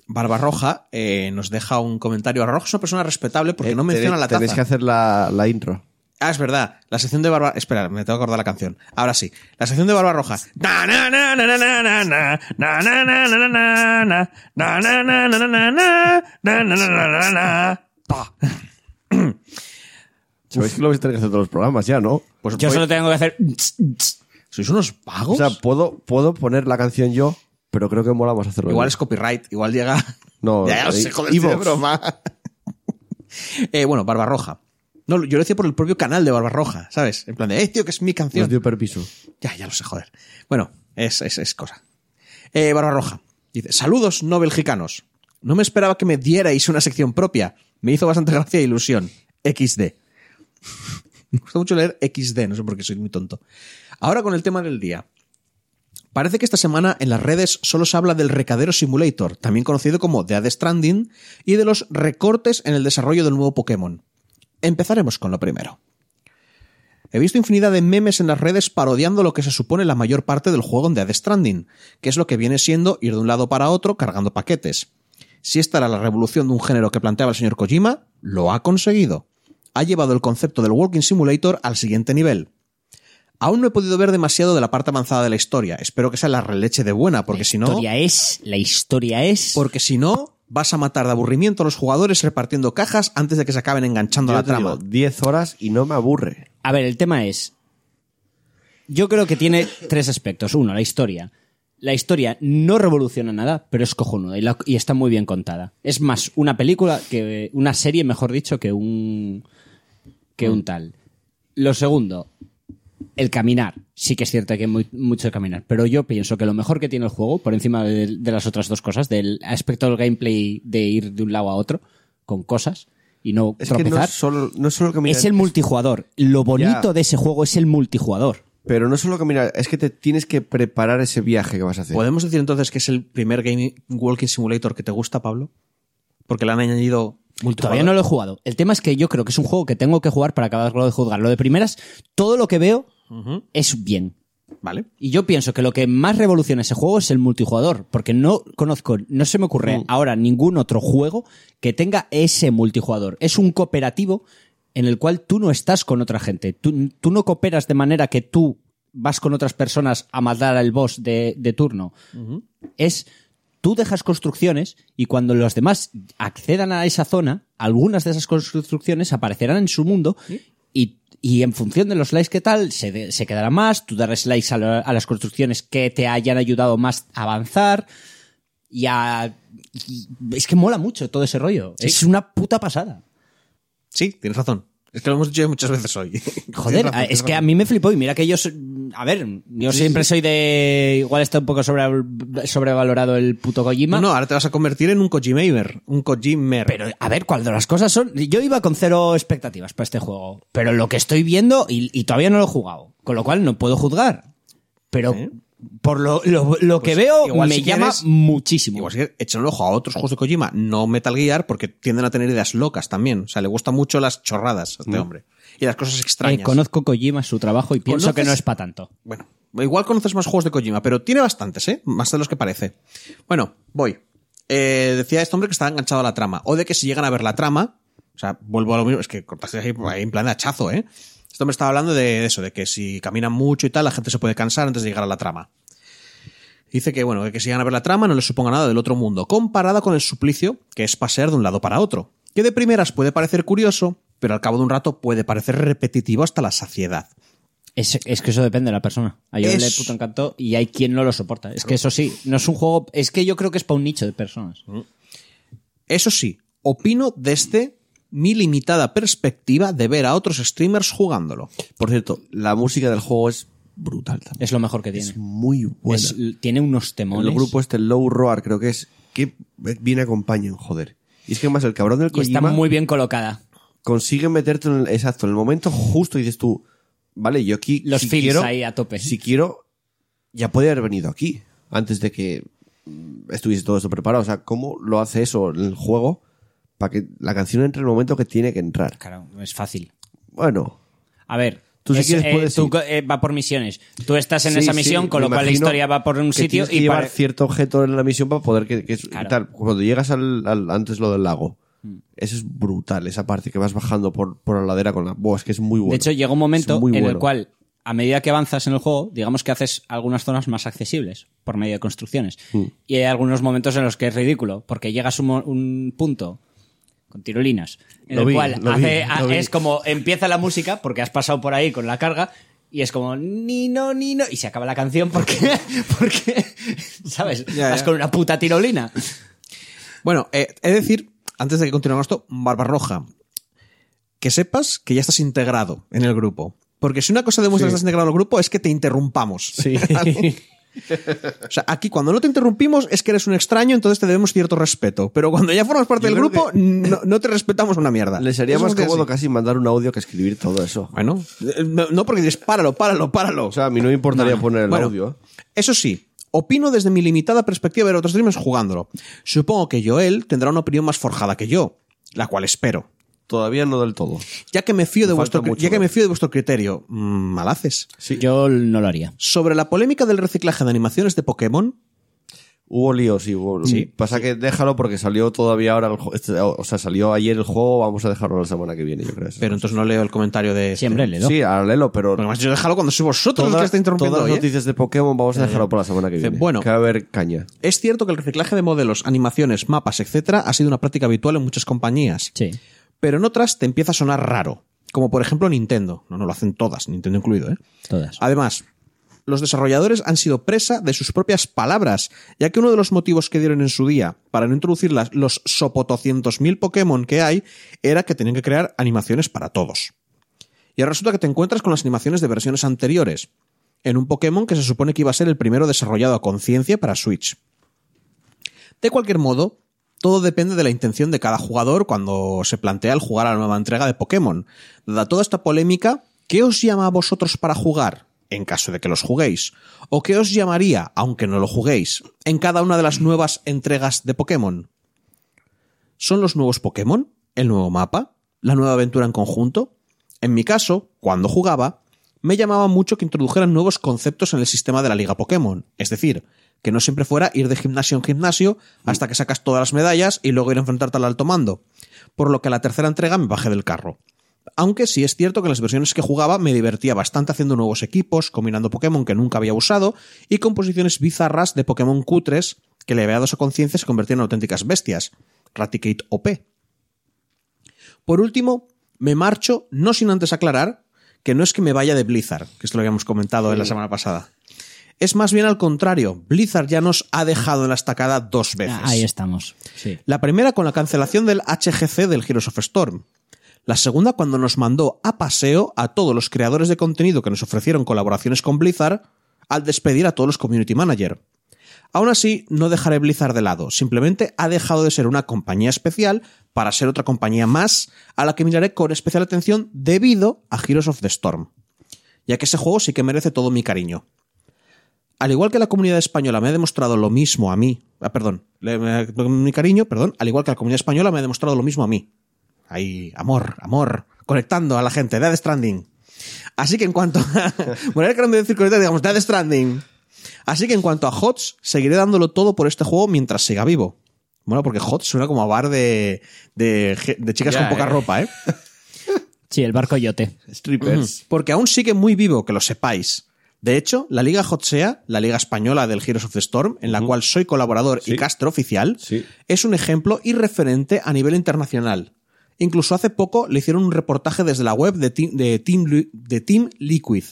S6: Barbarroja eh, nos deja un comentario. Barbarroja es una persona respetable porque no menciona la
S1: Tenéis que
S6: taza.
S1: hacer la, la intro.
S6: Ah, es verdad. La sección de Barbarroja. Espera, me tengo que acordar la canción. Ahora sí. La sección de Barbarroja. Na, na, na, na, na, na, na, na. Na, na, na, na, na, na, na. Na, na, na, na, na, na. Na, na, na, na, na, na. Pa.
S1: Sabéis que lo vais a tener que hacer todos los programas ya, ¿no?
S6: Pues
S2: yo
S6: voy-
S2: solo tengo que hacer.
S6: ¿Sois unos
S1: O
S6: vagos?
S1: sea, puedo, puedo poner la canción yo, pero creo que mola más hacerlo.
S6: Igual
S1: yo.
S6: es copyright. Igual llega...
S1: No,
S6: Ya, ya lo
S1: eh,
S6: sé, joder, estoy de
S1: Evox.
S6: broma. Eh, bueno, Barbarroja. No, yo lo decía por el propio canal de Barbarroja, ¿sabes? En plan de, eh, tío, que es mi canción.
S1: Nos dio permiso.
S6: Ya, ya lo sé, joder. Bueno, es, es, es cosa. Eh, Barba Roja. Dice, saludos no belgicanos. No me esperaba que me dierais una sección propia. Me hizo bastante gracia e ilusión. XD. me gusta mucho leer XD, no sé por qué soy muy tonto. Ahora con el tema del día. Parece que esta semana en las redes solo se habla del recadero simulator, también conocido como The Death Stranding, y de los recortes en el desarrollo del nuevo Pokémon. Empezaremos con lo primero. He visto infinidad de memes en las redes parodiando lo que se supone la mayor parte del juego en Death Stranding, que es lo que viene siendo ir de un lado para otro cargando paquetes. Si esta era la revolución de un género que planteaba el señor Kojima, lo ha conseguido. Ha llevado el concepto del Walking Simulator al siguiente nivel. Aún no he podido ver demasiado de la parte avanzada de la historia. Espero que sea la releche de buena, porque si
S2: La
S6: no...
S2: historia es. La historia es.
S6: Porque si no, vas a matar de aburrimiento a los jugadores repartiendo cajas antes de que se acaben enganchando a
S1: Yo
S6: la
S1: te digo,
S6: trama.
S1: 10 horas y no me aburre.
S2: A ver, el tema es. Yo creo que tiene tres aspectos. Uno, la historia. La historia no revoluciona nada, pero es cojonuda y, la- y está muy bien contada. Es más, una película que. una serie, mejor dicho, que un. que un tal. Lo segundo, el caminar. Sí que es cierto que hay muy- mucho caminar, pero yo pienso que lo mejor que tiene el juego, por encima de, de las otras dos cosas, del aspecto del gameplay de ir de un lado a otro con cosas, y no
S1: Es que no
S2: tropezar.
S1: es solo, no es solo caminar.
S2: es el multijugador. Lo bonito de ese juego es el multijugador.
S1: Pero no es solo caminar, es que te tienes que preparar ese viaje que vas a hacer.
S6: ¿Podemos decir entonces que es el primer Game Walking Simulator que te gusta, Pablo? Porque le han añadido
S2: Todavía no lo he jugado. El tema es que yo creo que es un juego que tengo que jugar para acabarlo de juzgar. Lo de primeras, todo lo que veo es bien.
S6: Vale.
S2: Y yo pienso que lo que más revoluciona ese juego es el multijugador, porque no conozco, no se me ocurre ahora ningún otro juego que tenga ese multijugador. Es un cooperativo en el cual tú no estás con otra gente. Tú, tú no cooperas de manera que tú vas con otras personas a matar al boss de, de turno. Es tú dejas construcciones y cuando los demás accedan a esa zona, algunas de esas construcciones aparecerán en su mundo y, y en función de los likes que tal, se, de- se quedará más, tú darás likes a, la- a las construcciones que te hayan ayudado más a avanzar y a... y- es que mola mucho todo ese rollo. Es una puta pasada.
S6: Sí, tienes razón. Es que lo hemos dicho ya muchas veces hoy.
S2: Joder,
S6: Tienes razón,
S2: es
S6: tienes
S2: que a
S6: razón.
S2: mí me flipó y mira que yo... so- A ver, yo siempre soy de... Igual está un poco sobre- sobrevalorado el puto Kojima.
S6: No, no, ahora te vas a convertir en un Kojimamer. Un Kojimer.
S2: Pero, a ver, cuando las cosas son. Yo iba con cero expectativas para este juego. Pero lo que estoy viendo, y, y todavía no lo he jugado. Con lo cual no puedo juzgar. Pero por lo, lo- lo que veo,
S6: Pues igual
S2: me
S6: si
S2: llama
S6: quieres-
S2: muchísimo. Eh,
S6: Igual que echar un ojo a otros juegos de Kojima, no Metal Gear, porque tienden a tener ideas locas también. O sea, le gustan mucho las chorradas a este hombre. Y las cosas
S2: Eh,
S6: extrañas.
S2: conozco Kojima, su trabajo, y pienso que
S6: ¿Conoces?
S2: no es para tanto.
S6: Bueno, igual conoces más juegos de Kojima, pero tiene bastantes, ¿eh? Más de los que parece. Bueno, voy. Eh, decía este hombre que estaba enganchado a la trama. O de que si llegan a ver la trama. O sea, vuelvo a lo mismo. Es que cortaste ahí, ahí en plan de hachazo, ¿eh? Este hombre estaba hablando de eso, de que si caminan mucho y tal, la gente se puede cansar antes de llegar a la trama. Dice que, bueno, que si llegan a ver la trama no les suponga nada del otro mundo, comparada con el suplicio que es pasear de un lado para otro. Que de primeras puede parecer curioso, pero al cabo de un rato puede parecer repetitivo hasta la saciedad.
S2: Es, es que eso depende de la persona. A yo
S6: Es-
S2: le puto encantó y hay quien no lo soporta. Es que eso sí, no es un juego. Es que yo creo que es para un nicho de personas.
S6: Mm. Eso sí, opino desde mi limitada perspectiva de ver a otros streamers jugándolo.
S1: Por cierto, la música del juego es brutal también.
S2: Es lo mejor que tiene.
S1: Es muy buena.
S2: Es- tiene unos temones.
S1: el grupo este, Low Roar, creo que es. Que bien acompañan, joder. Y es que más el cabrón del
S2: y está
S1: Kojima
S2: muy bien colocada.
S1: consigue meterte en el, exacto, en el momento justo y dices tú, vale, yo aquí.
S2: Los
S1: si
S2: feels
S1: quiero,
S2: ahí a tope.
S1: Si quiero, ya podía haber venido aquí antes de que mm, estuviese todo esto preparado. O sea, ¿cómo lo hace eso el juego para que la canción entre en el momento que tiene que entrar?
S2: Claro, es fácil.
S1: Bueno,
S2: A ver.
S1: Tú, si
S2: es,
S1: quieres,
S2: eh,
S1: puedes
S2: tú
S1: ir.
S2: co- eh, va por misiones. Tú estás en
S1: Sí,
S2: esa
S1: sí,
S2: misión, con
S1: me
S2: lo cual la
S1: imagino
S2: historia va por un
S1: que
S2: sitio
S1: tienes que
S2: y
S1: llevar
S2: pare-
S1: cierto objeto en la misión para poder que, que es-
S2: Claro. Mm.
S1: tal. Cuando llegas al, al- antes lo del lago, eso es brutal. Esa parte que vas bajando por, por la ladera con la boa, es que es muy bueno.
S2: De hecho, llega un momento
S1: Es muy
S2: en el
S1: bueno.
S2: cual, a medida que avanzas en el juego, digamos que haces algunas zonas más accesibles por medio de construcciones.
S1: Mm.
S2: Y hay algunos momentos en los que es ridículo, porque llegas a un, mo- un punto con tirolinas, en
S1: Lo
S2: el
S1: vi,
S2: cual
S1: lo vi,
S2: hace-
S1: lo vi.
S2: es como empieza la música, porque has pasado por ahí con la carga. Y es como, ni no, ni no. Y se acaba la canción porque, porque ¿sabes?
S6: Ya,
S2: Vas
S6: ya.
S2: con una puta tirolina.
S6: Bueno, eh, he de decir, antes de que continuemos esto, Barbarroja, que sepas que ya estás integrado en el grupo. Porque si una cosa demuestra que estás integrado en el grupo es que te interrumpamos. Sí. O sea, aquí cuando no te interrumpimos es que eres un extraño, entonces te debemos cierto respeto. Pero cuando ya formas parte
S1: Yo creo
S6: del grupo, no, no te respetamos una mierda.
S1: Le sería
S6: Eso
S1: más
S6: es así.
S1: cómodo casi mandar un audio que escribir todo eso.
S6: Bueno, eh, no, no, porque dices, páralo, páralo, páralo.
S1: O sea, a mí no me importaría poner el
S6: Bueno,
S1: audio. ¿eh?
S6: Eso sí, opino desde mi limitada perspectiva de ver otros streamers jugándolo. Supongo que Joel tendrá una opinión más forjada que yo, la cual espero.
S1: Todavía no del todo.
S6: Ya que me fío de
S1: Me falta
S6: vuestro, cri-
S1: mucho,
S6: ya que
S1: ¿no?
S6: me fío de vuestro criterio, mm, malaces.
S2: Yo no lo haría.
S6: Sobre la polémica del reciclaje de animaciones de Pokémon,
S1: Hubo líos y hubo... Pasa que déjalo porque salió todavía ahora... el ju- este- o sea, salió ayer el juego, vamos a dejarlo la semana que viene, yo creo.
S6: pero entonces no leo el comentario de. este.
S2: Siempre le doy.
S1: Sí, ahora léelo, pero...
S6: Porque además yo déjalo cuando sois vosotros los que
S1: Todas,
S6: estáis interrumpiendo.
S1: todas las
S6: hoy, ¿eh?
S1: noticias de Pokémon vamos a dejarlo para la semana que
S6: Dice,
S1: viene.
S6: bueno.
S1: Que va a haber caña.
S6: Es cierto que el reciclaje de modelos, animaciones, mapas, etcétera, ha sido una práctica habitual en muchas compañías.
S2: Sí.
S6: Pero en otras te empieza a sonar raro. Como por ejemplo Nintendo. No, no lo hacen todas, Nintendo incluido, ¿eh?
S2: Todas.
S6: Además, los desarrolladores han sido presa de sus propias palabras, ya que uno de los motivos que dieron en su día para no introducir las- los sopotocientos mil Pokémon que hay era que tenían que crear animaciones para todos. Y ahora resulta que te encuentras con las animaciones de versiones anteriores, en un Pokémon que se supone que iba a ser el primero desarrollado a conciencia para Switch. De cualquier modo, Todo depende de la intención de cada jugador cuando se plantea el jugar a la nueva entrega de Pokémon. Dada toda esta polémica, ¿qué os llama a vosotros para jugar? En caso de que los juguéis. ¿O qué os llamaría, aunque no lo juguéis, en cada una de las nuevas entregas de Pokémon? ¿Son los nuevos Pokémon? ¿El nuevo mapa? ¿La nueva aventura en conjunto? En mi caso, cuando jugaba, me llamaba mucho que introdujeran nuevos conceptos en el sistema de la Liga Pokémon. Es decir, que no siempre fuera ir de gimnasio en gimnasio hasta que sacas todas las medallas y luego ir a enfrentarte al alto mando. Por lo que a la tercera entrega me bajé del carro. Aunque sí es cierto que en las versiones que jugaba me divertía bastante haciendo nuevos equipos, combinando Pokémon que nunca había usado y composiciones bizarras de Pokémon cutres que leveados a conciencia se convertían en auténticas bestias. Raticate OP. Por último, me marcho no sin antes aclarar que no es que me vaya de Blizzard, que esto lo habíamos comentado en la semana pasada. Es más bien al contrario, Blizzard ya nos ha dejado en la estacada dos veces.
S2: Ah, Ahí estamos. Sí.
S6: La primera con la cancelación del HGC del Heroes of Storm. La segunda cuando nos mandó a paseo a todos los creadores de contenido que nos ofrecieron colaboraciones con Blizzard al despedir a todos los community manager. Aún así, no dejaré Blizzard de lado, simplemente ha dejado de ser una compañía especial para ser otra compañía más a la que miraré con especial atención debido a Heroes of the Storm, ya que ese juego sí que merece todo mi cariño. Al igual que la comunidad española me ha demostrado lo mismo a mí, ah, perdón, le- me- mi cariño, perdón, al igual que la comunidad española me ha demostrado lo mismo a mí, Ahí, amor, amor, conectando a la gente, Dead Stranding. Así que en cuanto a... Bueno, ahora que no me decir conectar, digamos, Dead Stranding. Así que en cuanto a HOTS, seguiré dándolo todo por este juego mientras siga vivo. Bueno, porque HOTS suena como a bar de, de, ge- de chicas
S1: Ya,
S6: con
S1: eh.
S6: poca ropa, ¿eh?
S2: Sí, el barco yote.
S1: Strippers.
S6: Porque aún sigue muy vivo, que lo sepáis. De hecho, la Liga Hotsea, la Liga Española del Heroes of the Storm, en la cual soy colaborador y
S1: Sí.
S6: caster oficial,
S1: Sí.
S6: es un ejemplo y referente a nivel internacional. Incluso hace poco le hicieron un reportaje desde la web de Team, de Team, Lu- de Team Liquid.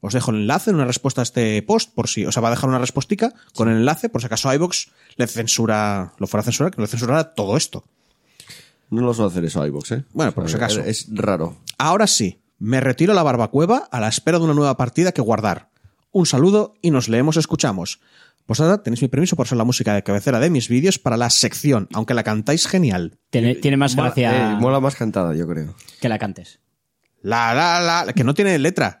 S6: Os dejo el enlace en una respuesta a este post, por si, o sea, va a dejar una respuestica con el enlace, por si acaso iVox le censura, lo fuera a censurar, que no le censurara todo esto.
S1: No lo suele hacer eso iBox, ¿eh?
S6: Bueno, por si acaso.
S1: Es raro.
S6: Ahora sí, me retiro a la barbacueva a la espera de una nueva partida que guardar. Un saludo y nos leemos, escuchamos. Pues ahora tenéis mi permiso por ser la música de cabecera de mis vídeos para la sección, aunque la cantáis genial.
S2: Tiene, tiene más
S1: Mola-
S2: gracia
S1: eh, mola más cantada, yo creo.
S2: que la cantes.
S6: La la la, que no tiene letra.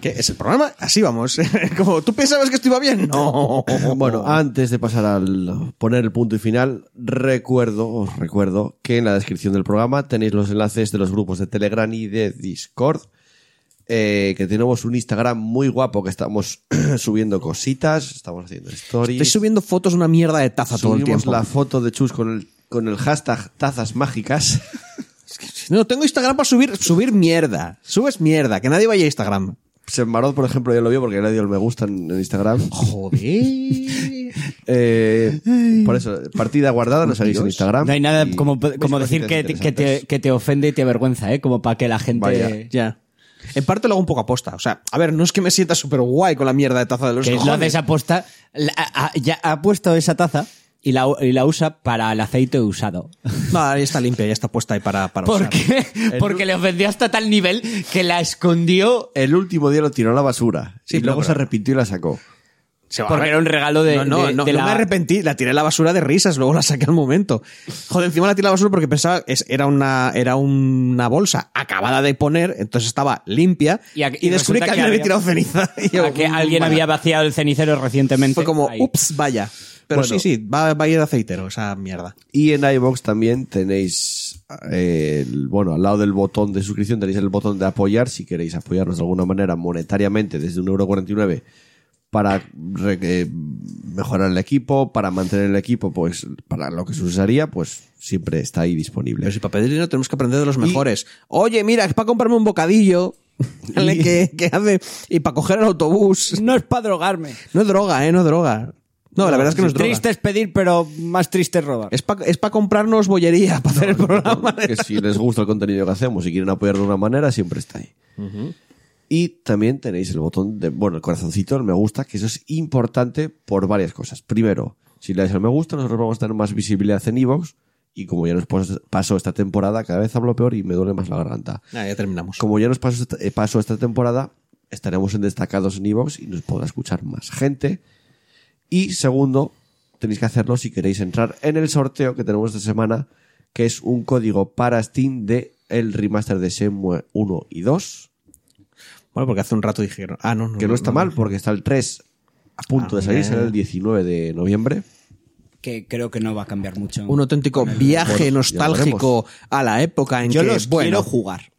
S6: ¿Qué es el programa? Así vamos. Como tú pensabas que esto iba bien. No.
S1: Bueno, antes de pasar al poner el punto y final, recuerdo, os recuerdo que en la descripción del programa tenéis los enlaces de los grupos de Telegram y de Discord. eh, que tenemos un Instagram muy guapo que estamos subiendo cositas, estamos haciendo stories.
S6: Estoy subiendo fotos de una mierda de taza todo el
S1: Subimos
S6: tiempo.
S1: la foto de Chus con el, con el hashtag tazas mágicas.
S6: No, tengo Instagram para subir, subir mierda. Subes mierda, que nadie vaya a Instagram.
S1: Sembarod, por ejemplo, yo lo vio porque le dio el me gusta en, en Instagram.
S6: Joder.
S1: Eh, por eso, partida guardada, nos seguís en
S6: Ah,
S1: Instagram.
S2: No hay nada
S1: Y
S2: como,
S1: veis
S2: como
S1: cositas
S2: decir que, te- que, te,
S1: interesantes.
S2: que te ofende y te avergüenza, ¿eh? Como para que la gente...
S1: Vaya.
S6: Ya. En parte lo hago un poco aposta. O sea, a ver, no es que me sienta súper guay con la mierda de taza de los
S2: que lo hace
S6: cojones.
S2: esa posta... la- ha- ha- ya ha puesto esa taza y la, y la usa para el aceite usado.
S6: No, ya está limpia, ya está puesta ahí para, para
S2: ¿Por
S6: usar.
S2: qué? Porque le ofendió hasta tal nivel que la escondió
S1: El último día lo tiró a la basura.
S6: Sí,
S1: y luego
S6: pero-
S1: se arrepintió y la sacó.
S6: Se va a
S2: porque
S6: ver.
S2: era un regalo de,
S6: no, no,
S2: de-
S6: no,
S2: de
S6: no
S2: la...
S6: me arrepentí, la tiré a la basura de risas, luego la saqué al momento. Joder, encima la tiré a la basura porque pensaba es, era una era una bolsa acabada de poner, entonces estaba limpia
S2: Y
S6: y,
S2: a- y resulta
S6: descubrí que
S2: que
S6: alguien había
S2: había-
S6: tirado ceniza. Y yo,
S2: a que alguien
S6: vaya.
S2: había vaciado el cenicero recientemente.
S6: fue como,
S2: Ahí.
S6: ups, vaya. Pero
S1: Bueno.
S6: sí, sí, va, va a ir de aceitero esa mierda.
S1: Y en iBox también tenéis, eh, el- bueno, al lado del botón de suscripción tenéis el botón de apoyar si queréis apoyarnos de alguna manera monetariamente desde 1,49€ para re- eh, mejorar el equipo, para mantener el equipo, pues para lo que se usaría, pues siempre está ahí disponible.
S6: Pero si para pedir dinero tenemos que aprender de los mejores. Oye, mira, es para comprarme un bocadillo. Dale, ¿qué, qué hace? Y para coger el autobús.
S2: No es para drogarme.
S6: No es droga, ¿eh? No es droga. No, la verdad es que no es droga.
S2: Triste es pedir, pero más triste es robar.
S6: Es para comprarnos bollería para hacer el programa.
S1: que si les gusta el contenido que hacemos y quieren apoyar de una manera, siempre está ahí. Y también tenéis el botón de, bueno, el corazoncito, el me gusta, que eso es importante por varias cosas. Primero, si le dais al me gusta, nosotros vamos a tener más visibilidad en Evox. Y como ya nos pos- pasó esta temporada, cada vez hablo peor y me duele más la garganta.
S6: Ah, ya terminamos.
S1: Como ya nos pasó esta, eh, pasó esta temporada, estaremos en destacados en Evox y nos podrá escuchar más gente. Y segundo, tenéis que hacerlo si queréis entrar en el sorteo que tenemos esta semana, que es un código para Steam de el remaster de Shenmue 1 y 2,
S6: Bueno, porque hace un rato dijeron. Ah, no, no.
S1: que no está mal porque está el 3 a punto de salir, será el 19 de noviembre.
S2: Que creo que no va a cambiar mucho.
S6: Un auténtico viaje
S1: Bueno,
S6: nostálgico a la época en
S2: Yo
S6: que.
S2: los
S6: bueno,
S2: quiero jugar.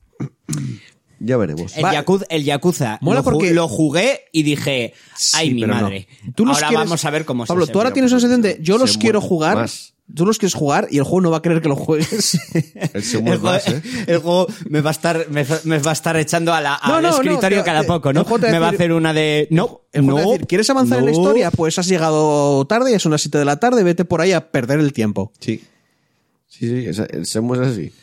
S1: Ya veremos.
S2: El, Yakuza, el Yakuza
S6: Mola
S2: lo, ju-
S6: porque-
S2: lo jugué y dije, ay,
S6: Sí,
S2: mi
S6: pero no.
S2: madre.
S6: Tú los
S2: ahora
S6: quieres-
S2: vamos a ver cómo se
S6: Pablo, tú ahora
S2: desarrolla.
S6: tienes una sensación de yo
S1: Se
S6: los quiero
S1: mueve
S6: jugar.
S1: más.
S6: Tú los quieres jugar y el juego no va a querer que lo juegues.
S1: El
S2: el
S1: Shenmue
S2: juego,
S1: más, ¿eh?
S2: el juego me va a estar me, fa- me va a estar echando a la-
S6: No,
S2: al
S6: no, no,
S2: escritorio
S6: te-
S2: cada
S6: te-
S2: poco, ¿no?
S6: el juego te va a
S2: Me va a
S6: decir-
S2: hacer una de no,
S6: El juego
S2: no.
S6: te va a decir, ¿quieres avanzar en la
S2: no".
S6: historia? Pues has llegado tarde, son las 7 de la tarde, vete por ahí a perder el tiempo.
S1: Sí. Sí, sí, esa- el Shenmue es así.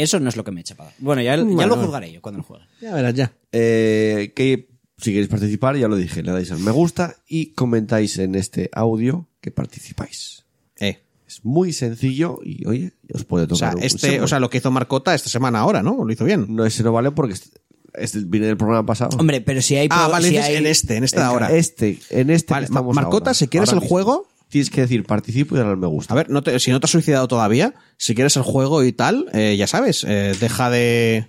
S2: Eso no es lo que me echa para. Bueno, ya, ya lo juzgaré yo cuando lo juegue.
S6: Ya verás, ya.
S1: Eh, que si queréis participar, ya lo dije, le dais al me gusta y comentáis en este audio que participáis.
S6: Eh.
S1: Es muy sencillo y, oye, os puede
S6: O sea,
S1: tocar un- un
S6: este,
S1: Shenmue.
S6: o sea, lo que hizo Marcota esta semana ahora, ¿no? Lo hizo bien.
S1: No, ese no vale porque es- es- viene del programa pasado.
S2: Hombre, pero si hay
S6: Ah,
S2: pro-
S6: vale,
S2: si
S6: dices
S2: hay-
S6: en este, en este de
S1: En
S6: ahora.
S1: Este, en este
S6: Vale,
S1: que estamos
S6: Marcota,
S1: ahora.
S6: si quieres
S1: Ahora
S6: el juego-
S1: Tienes que decir participo y darle al me gusta.
S6: A ver, no te- si no te has suicidado todavía, si quieres el juego y tal, eh, ya sabes, eh, deja de...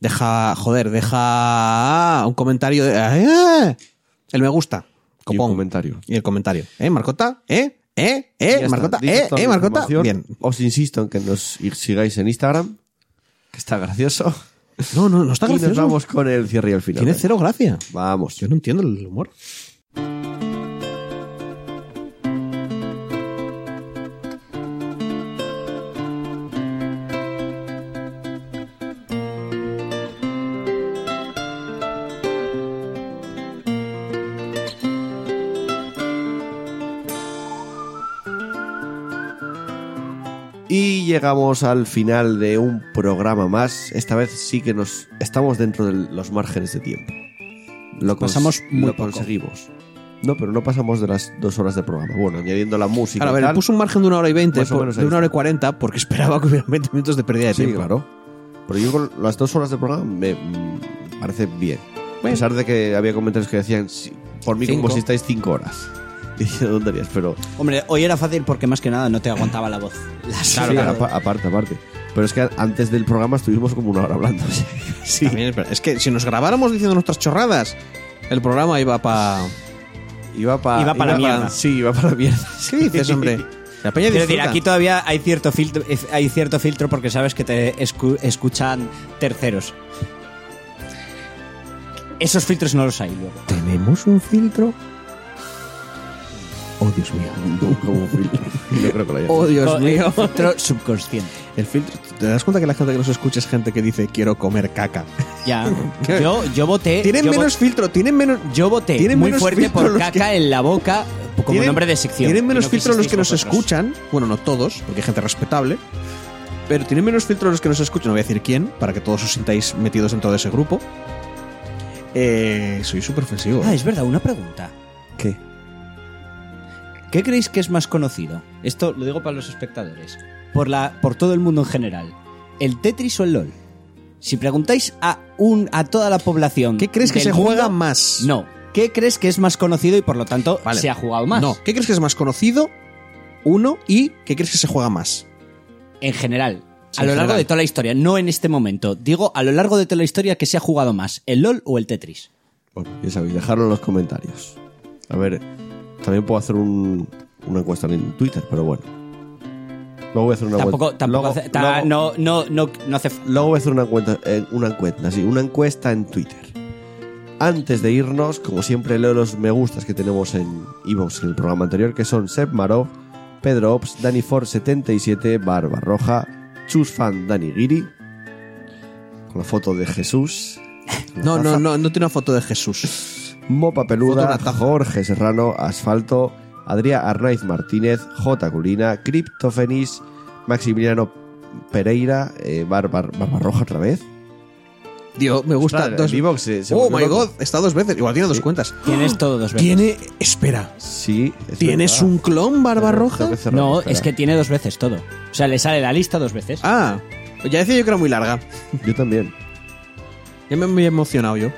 S6: Deja, joder, deja un comentario de... ¡Ah! el me gusta.
S1: Y
S6: Copón.
S1: un comentario.
S6: Y el comentario. ¿Eh, Marcota? ¿Eh? ¿Eh?
S1: Y ya
S6: ¿Eh?
S1: está.
S6: Marcota,
S1: Dicho
S6: ¿eh?
S1: toda
S6: ¿Eh,
S1: la
S6: Marcota?
S1: información.
S6: Bien.
S1: Os insisto en que nos sigáis en Instagram, que está gracioso.
S6: No, no, no está
S1: Y nos
S6: gracioso.
S1: vamos con el cierre y el final.
S6: Tiene cero gracia.
S1: Vamos.
S6: Yo no entiendo el humor.
S1: Y llegamos al final de un programa más. Esta vez sí que nos estamos dentro de los márgenes de tiempo. Lo cons-
S2: Pasamos muy
S1: lo
S2: poco.
S1: conseguimos. No, pero no pasamos de las dos horas de programa. Bueno, añadiendo la música.
S6: Claro, a
S1: y
S6: ver,
S1: tal.
S6: puso un margen de una hora y veinte,
S1: Más o
S6: por-
S1: menos
S6: de
S1: ahí
S6: una hora y cuarenta, porque esperaba que hubiera 20 minutos de pérdida de
S1: Sí,
S6: tiempo.
S1: claro. Pero yo con las dos horas de programa me mm, parece bien. A pesar de que había comentarios que decían, "Sí, por mí como
S6: Cinco.
S1: si estáis cinco horas. Diciendo tonterías, pero...
S2: Hombre, hoy era fácil porque más que nada no te aguantaba la voz. Las-
S1: Sí, apa- aparte, aparte. Pero es que antes del programa estuvimos como una hora hablando.
S6: Sí. También es verdad. es que si nos grabáramos diciendo nuestras chorradas, el programa iba para.
S1: Iba para...
S2: Iba pa la mierda.
S1: Sí, iba para la mierda.
S6: ¿Qué dices, hombre? La peña
S2: Quiero decir,
S6: disfruta.
S2: aquí todavía hay cierto filtro, eh, hay cierto filtro porque sabes que te escu- escuchan terceros. Esos filtros no los hay luego.
S6: tenemos un filtro. Oh, Dios mío.
S1: como un filtro. Yo creo que lo haya
S6: Oh, Dios
S2: Co-
S6: mío.
S2: Filtro subconsciente.
S6: El filtro. ¿Te das cuenta que la gente que nos escucha es gente que dice quiero comer caca?
S2: Ya.
S6: ¿Qué?
S2: Yo, yo voté.
S6: Tienen
S2: Eh, yo
S6: menos
S2: vo-
S6: filtro, tienen menos.
S2: yo voté
S6: tienen
S2: muy
S6: menos
S2: fuerte
S6: filtro
S2: por
S6: los
S2: caca
S6: que-
S2: en la boca como
S6: Tienen-
S2: nombre de sección.
S6: Tienen
S2: y
S6: menos
S2: no
S6: filtros los que nos
S2: quisisteis vosotros.
S6: escuchan. Bueno, no todos, porque hay gente respetable. Pero tienen menos filtros los que nos escuchan. No voy a decir quién, para que todos os sintáis metidos en todo ese grupo. Eh, soy súper ofensivo.
S2: Ah, es verdad, una pregunta.
S6: ¿Qué?
S2: ¿Qué creéis que es más conocido? Esto lo digo para los espectadores. Por, la, por todo el mundo en general. ¿El Tetris o el LOL? Si preguntáis a, un, a toda la población.
S6: ¿Qué crees que
S2: del
S6: se juega
S2: mundo,
S6: más?
S2: No. ¿Qué crees que es más conocido y por lo tanto
S6: Vale.
S2: se ha jugado más?
S6: No. ¿Qué crees que es más conocido? Uno. ¿Y qué crees que se juega más?
S2: En general.
S6: Sí,
S2: a
S6: en
S2: lo largo
S6: general.
S2: de toda la historia, no en este momento. Digo, a lo largo de toda la historia que se ha jugado más, ¿el LOL o el Tetris?
S1: Bueno, ya sabéis, dejadlo en los comentarios. A ver, también puedo hacer un- una encuesta en Twitter, pero bueno. Luego voy a hacer una
S2: Tampoco,
S1: encuesta.
S2: tampoco
S1: Luego-
S2: hace- ta-
S1: luego-
S2: no, no, no, no hace
S1: Luego voy a hacer una encuesta, eh, una encuesta, sí, una encuesta en Twitter. Antes de irnos, como siempre, leo los me gustas que tenemos en Evox en el programa anterior, que son Seb Marov, Pedro Ops, DaniFor77, Barba Roja, Chusfan Dani Giri, con la foto de Jesús. con la
S6: No, no,
S1: taza,
S6: no, no tiene una foto de Jesús.
S1: Mopa
S6: Foto de
S1: Peluda,
S6: una taza.
S1: Jorge Serrano, Asfalto, Adrián Arnaiz Martínez, J. Culina, Criptofenis, Maximiliano Pereira, eh, Barbar- Barbarroja otra vez.
S6: Dios, me gusta
S1: Ostras,
S6: dos.
S1: mi box se- se
S6: oh
S1: volvió
S6: my
S1: loco.
S6: god, está dos veces. Igual tiene dos cuentas.
S2: Tienes todo dos veces.
S6: Tiene. Espera.
S1: Sí. es
S6: ¿Tienes
S1: verdad.
S6: un clon barbarroja?
S1: Tengo que cerrar,
S2: No,
S1: espera.
S2: es que tiene dos veces todo. O sea, le sale la lista dos veces.
S6: Ah, ya decía yo que era muy larga.
S1: Yo también.
S6: Ya me había emocionado yo.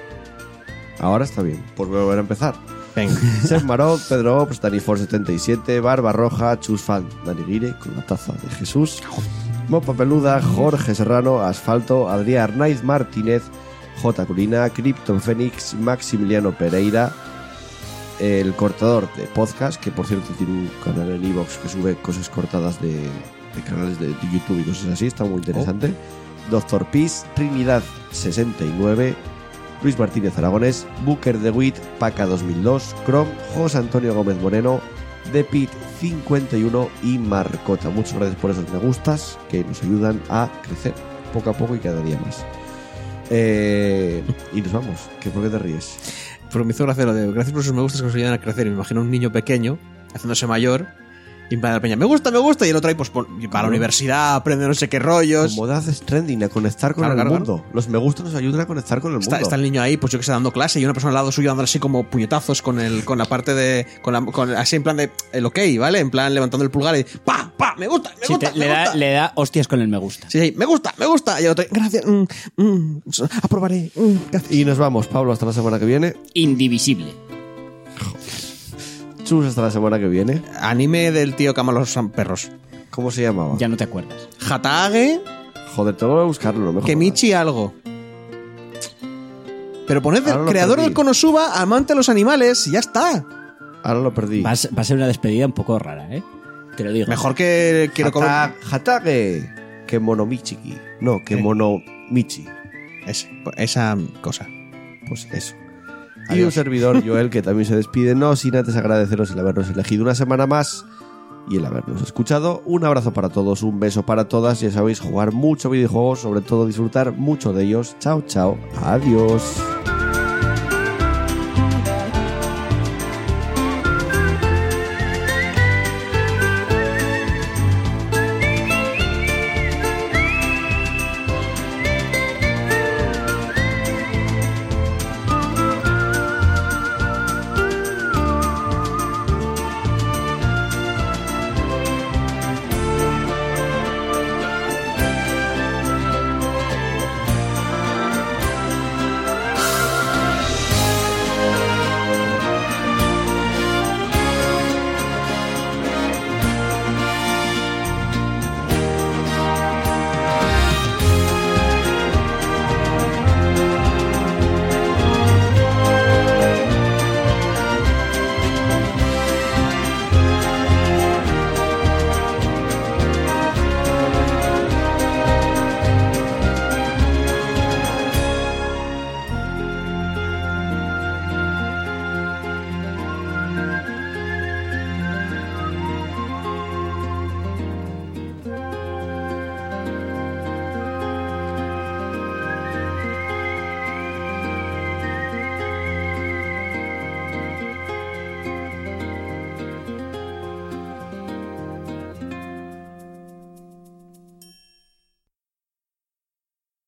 S1: Ahora está bien. Pues voy a volver a empezar.
S6: Venga.
S1: Seth Marot, Pedro Ops, DaniFor77, Barba Roja, Chusfan, Dani Guire con la taza de Jesús, Mopa Peluda, Jorge Serrano, Asfalto, Adrián Arnaiz Martínez, J. Culina, Krypton Fénix, Maximiliano Pereira, el cortador de podcast, que por cierto tiene un canal en Evox que sube cosas cortadas de, de canales de, de YouTube y cosas así, está muy interesante. Doctor Peace, Trinidad 69, Luis Martínez Aragones, Booker de Witt, Paca 2002, Chrome, José Antonio Gómez Moreno, Depit 51 y Marcota. Muchas gracias por esos me gustas que nos ayudan a crecer poco a poco y cada día más. Eh, y nos vamos. ¿Qué, ¿Por qué te ríes?
S6: Pero me hizo gracia lo de gracias por sus me gustas que nos ayudan a crecer. Me imagino un niño pequeño haciéndose mayor y en plan de la peña, me gusta, me gusta. Y el otro ahí, pues pon- y para la universidad, aprende no sé qué rollos.
S1: Como haces trending a conectar con
S6: Claro,
S1: el
S6: claro,
S1: mundo. Los me gustas nos ayudan a conectar con el
S6: Está,
S1: mundo.
S6: está el niño ahí, pues yo que sé, dando clase y una persona al lado suyo dando así como puñetazos con el con la parte de. Con la- con- así en plan de el ok, ¿vale? En plan levantando el pulgar y ¡pa! ¡pa! ¡me gusta! ¡me
S2: Si
S6: gusta!
S2: te-
S6: me
S2: le, da,
S6: gusta".
S2: le da hostias con el me gusta.
S6: Sí, sí, me gusta, me gusta. Y el otro, gracias, mm, mm, aprobaré, mm, gracias.
S1: Y nos vamos, Pablo, hasta la semana que viene.
S2: Indivisible.
S1: Chus, hasta la semana que viene.
S6: Anime del tío que ama los san- perros.
S1: ¿Cómo se llamaba?
S2: Ya no te acuerdas.
S6: Hatage,
S1: Joder, tengo que buscarlo. no me jodas.
S6: Kemichi algo. Pero poned
S1: Ahora
S6: el
S1: lo
S6: creador
S1: perdí.
S6: del Konosuba, amante de los animales, y ya está.
S1: Ahora lo perdí.
S2: Va a, ser- va a ser una despedida un poco rara, ¿eh? Te lo digo.
S6: Mejor que quiero comer.
S1: Hata- Hatage. Que monomichiki. No, que
S6: Eh.
S1: monomichi.
S6: Ese, esa cosa.
S1: Pues eso. Y un servidor, Joel, que también se despide. No sin antes agradeceros el habernos elegido una semana más y el habernos escuchado. Un abrazo para todos, un beso para todas. Ya sabéis, jugar mucho videojuegos, sobre todo disfrutar mucho de ellos. Chao, chao. Adiós.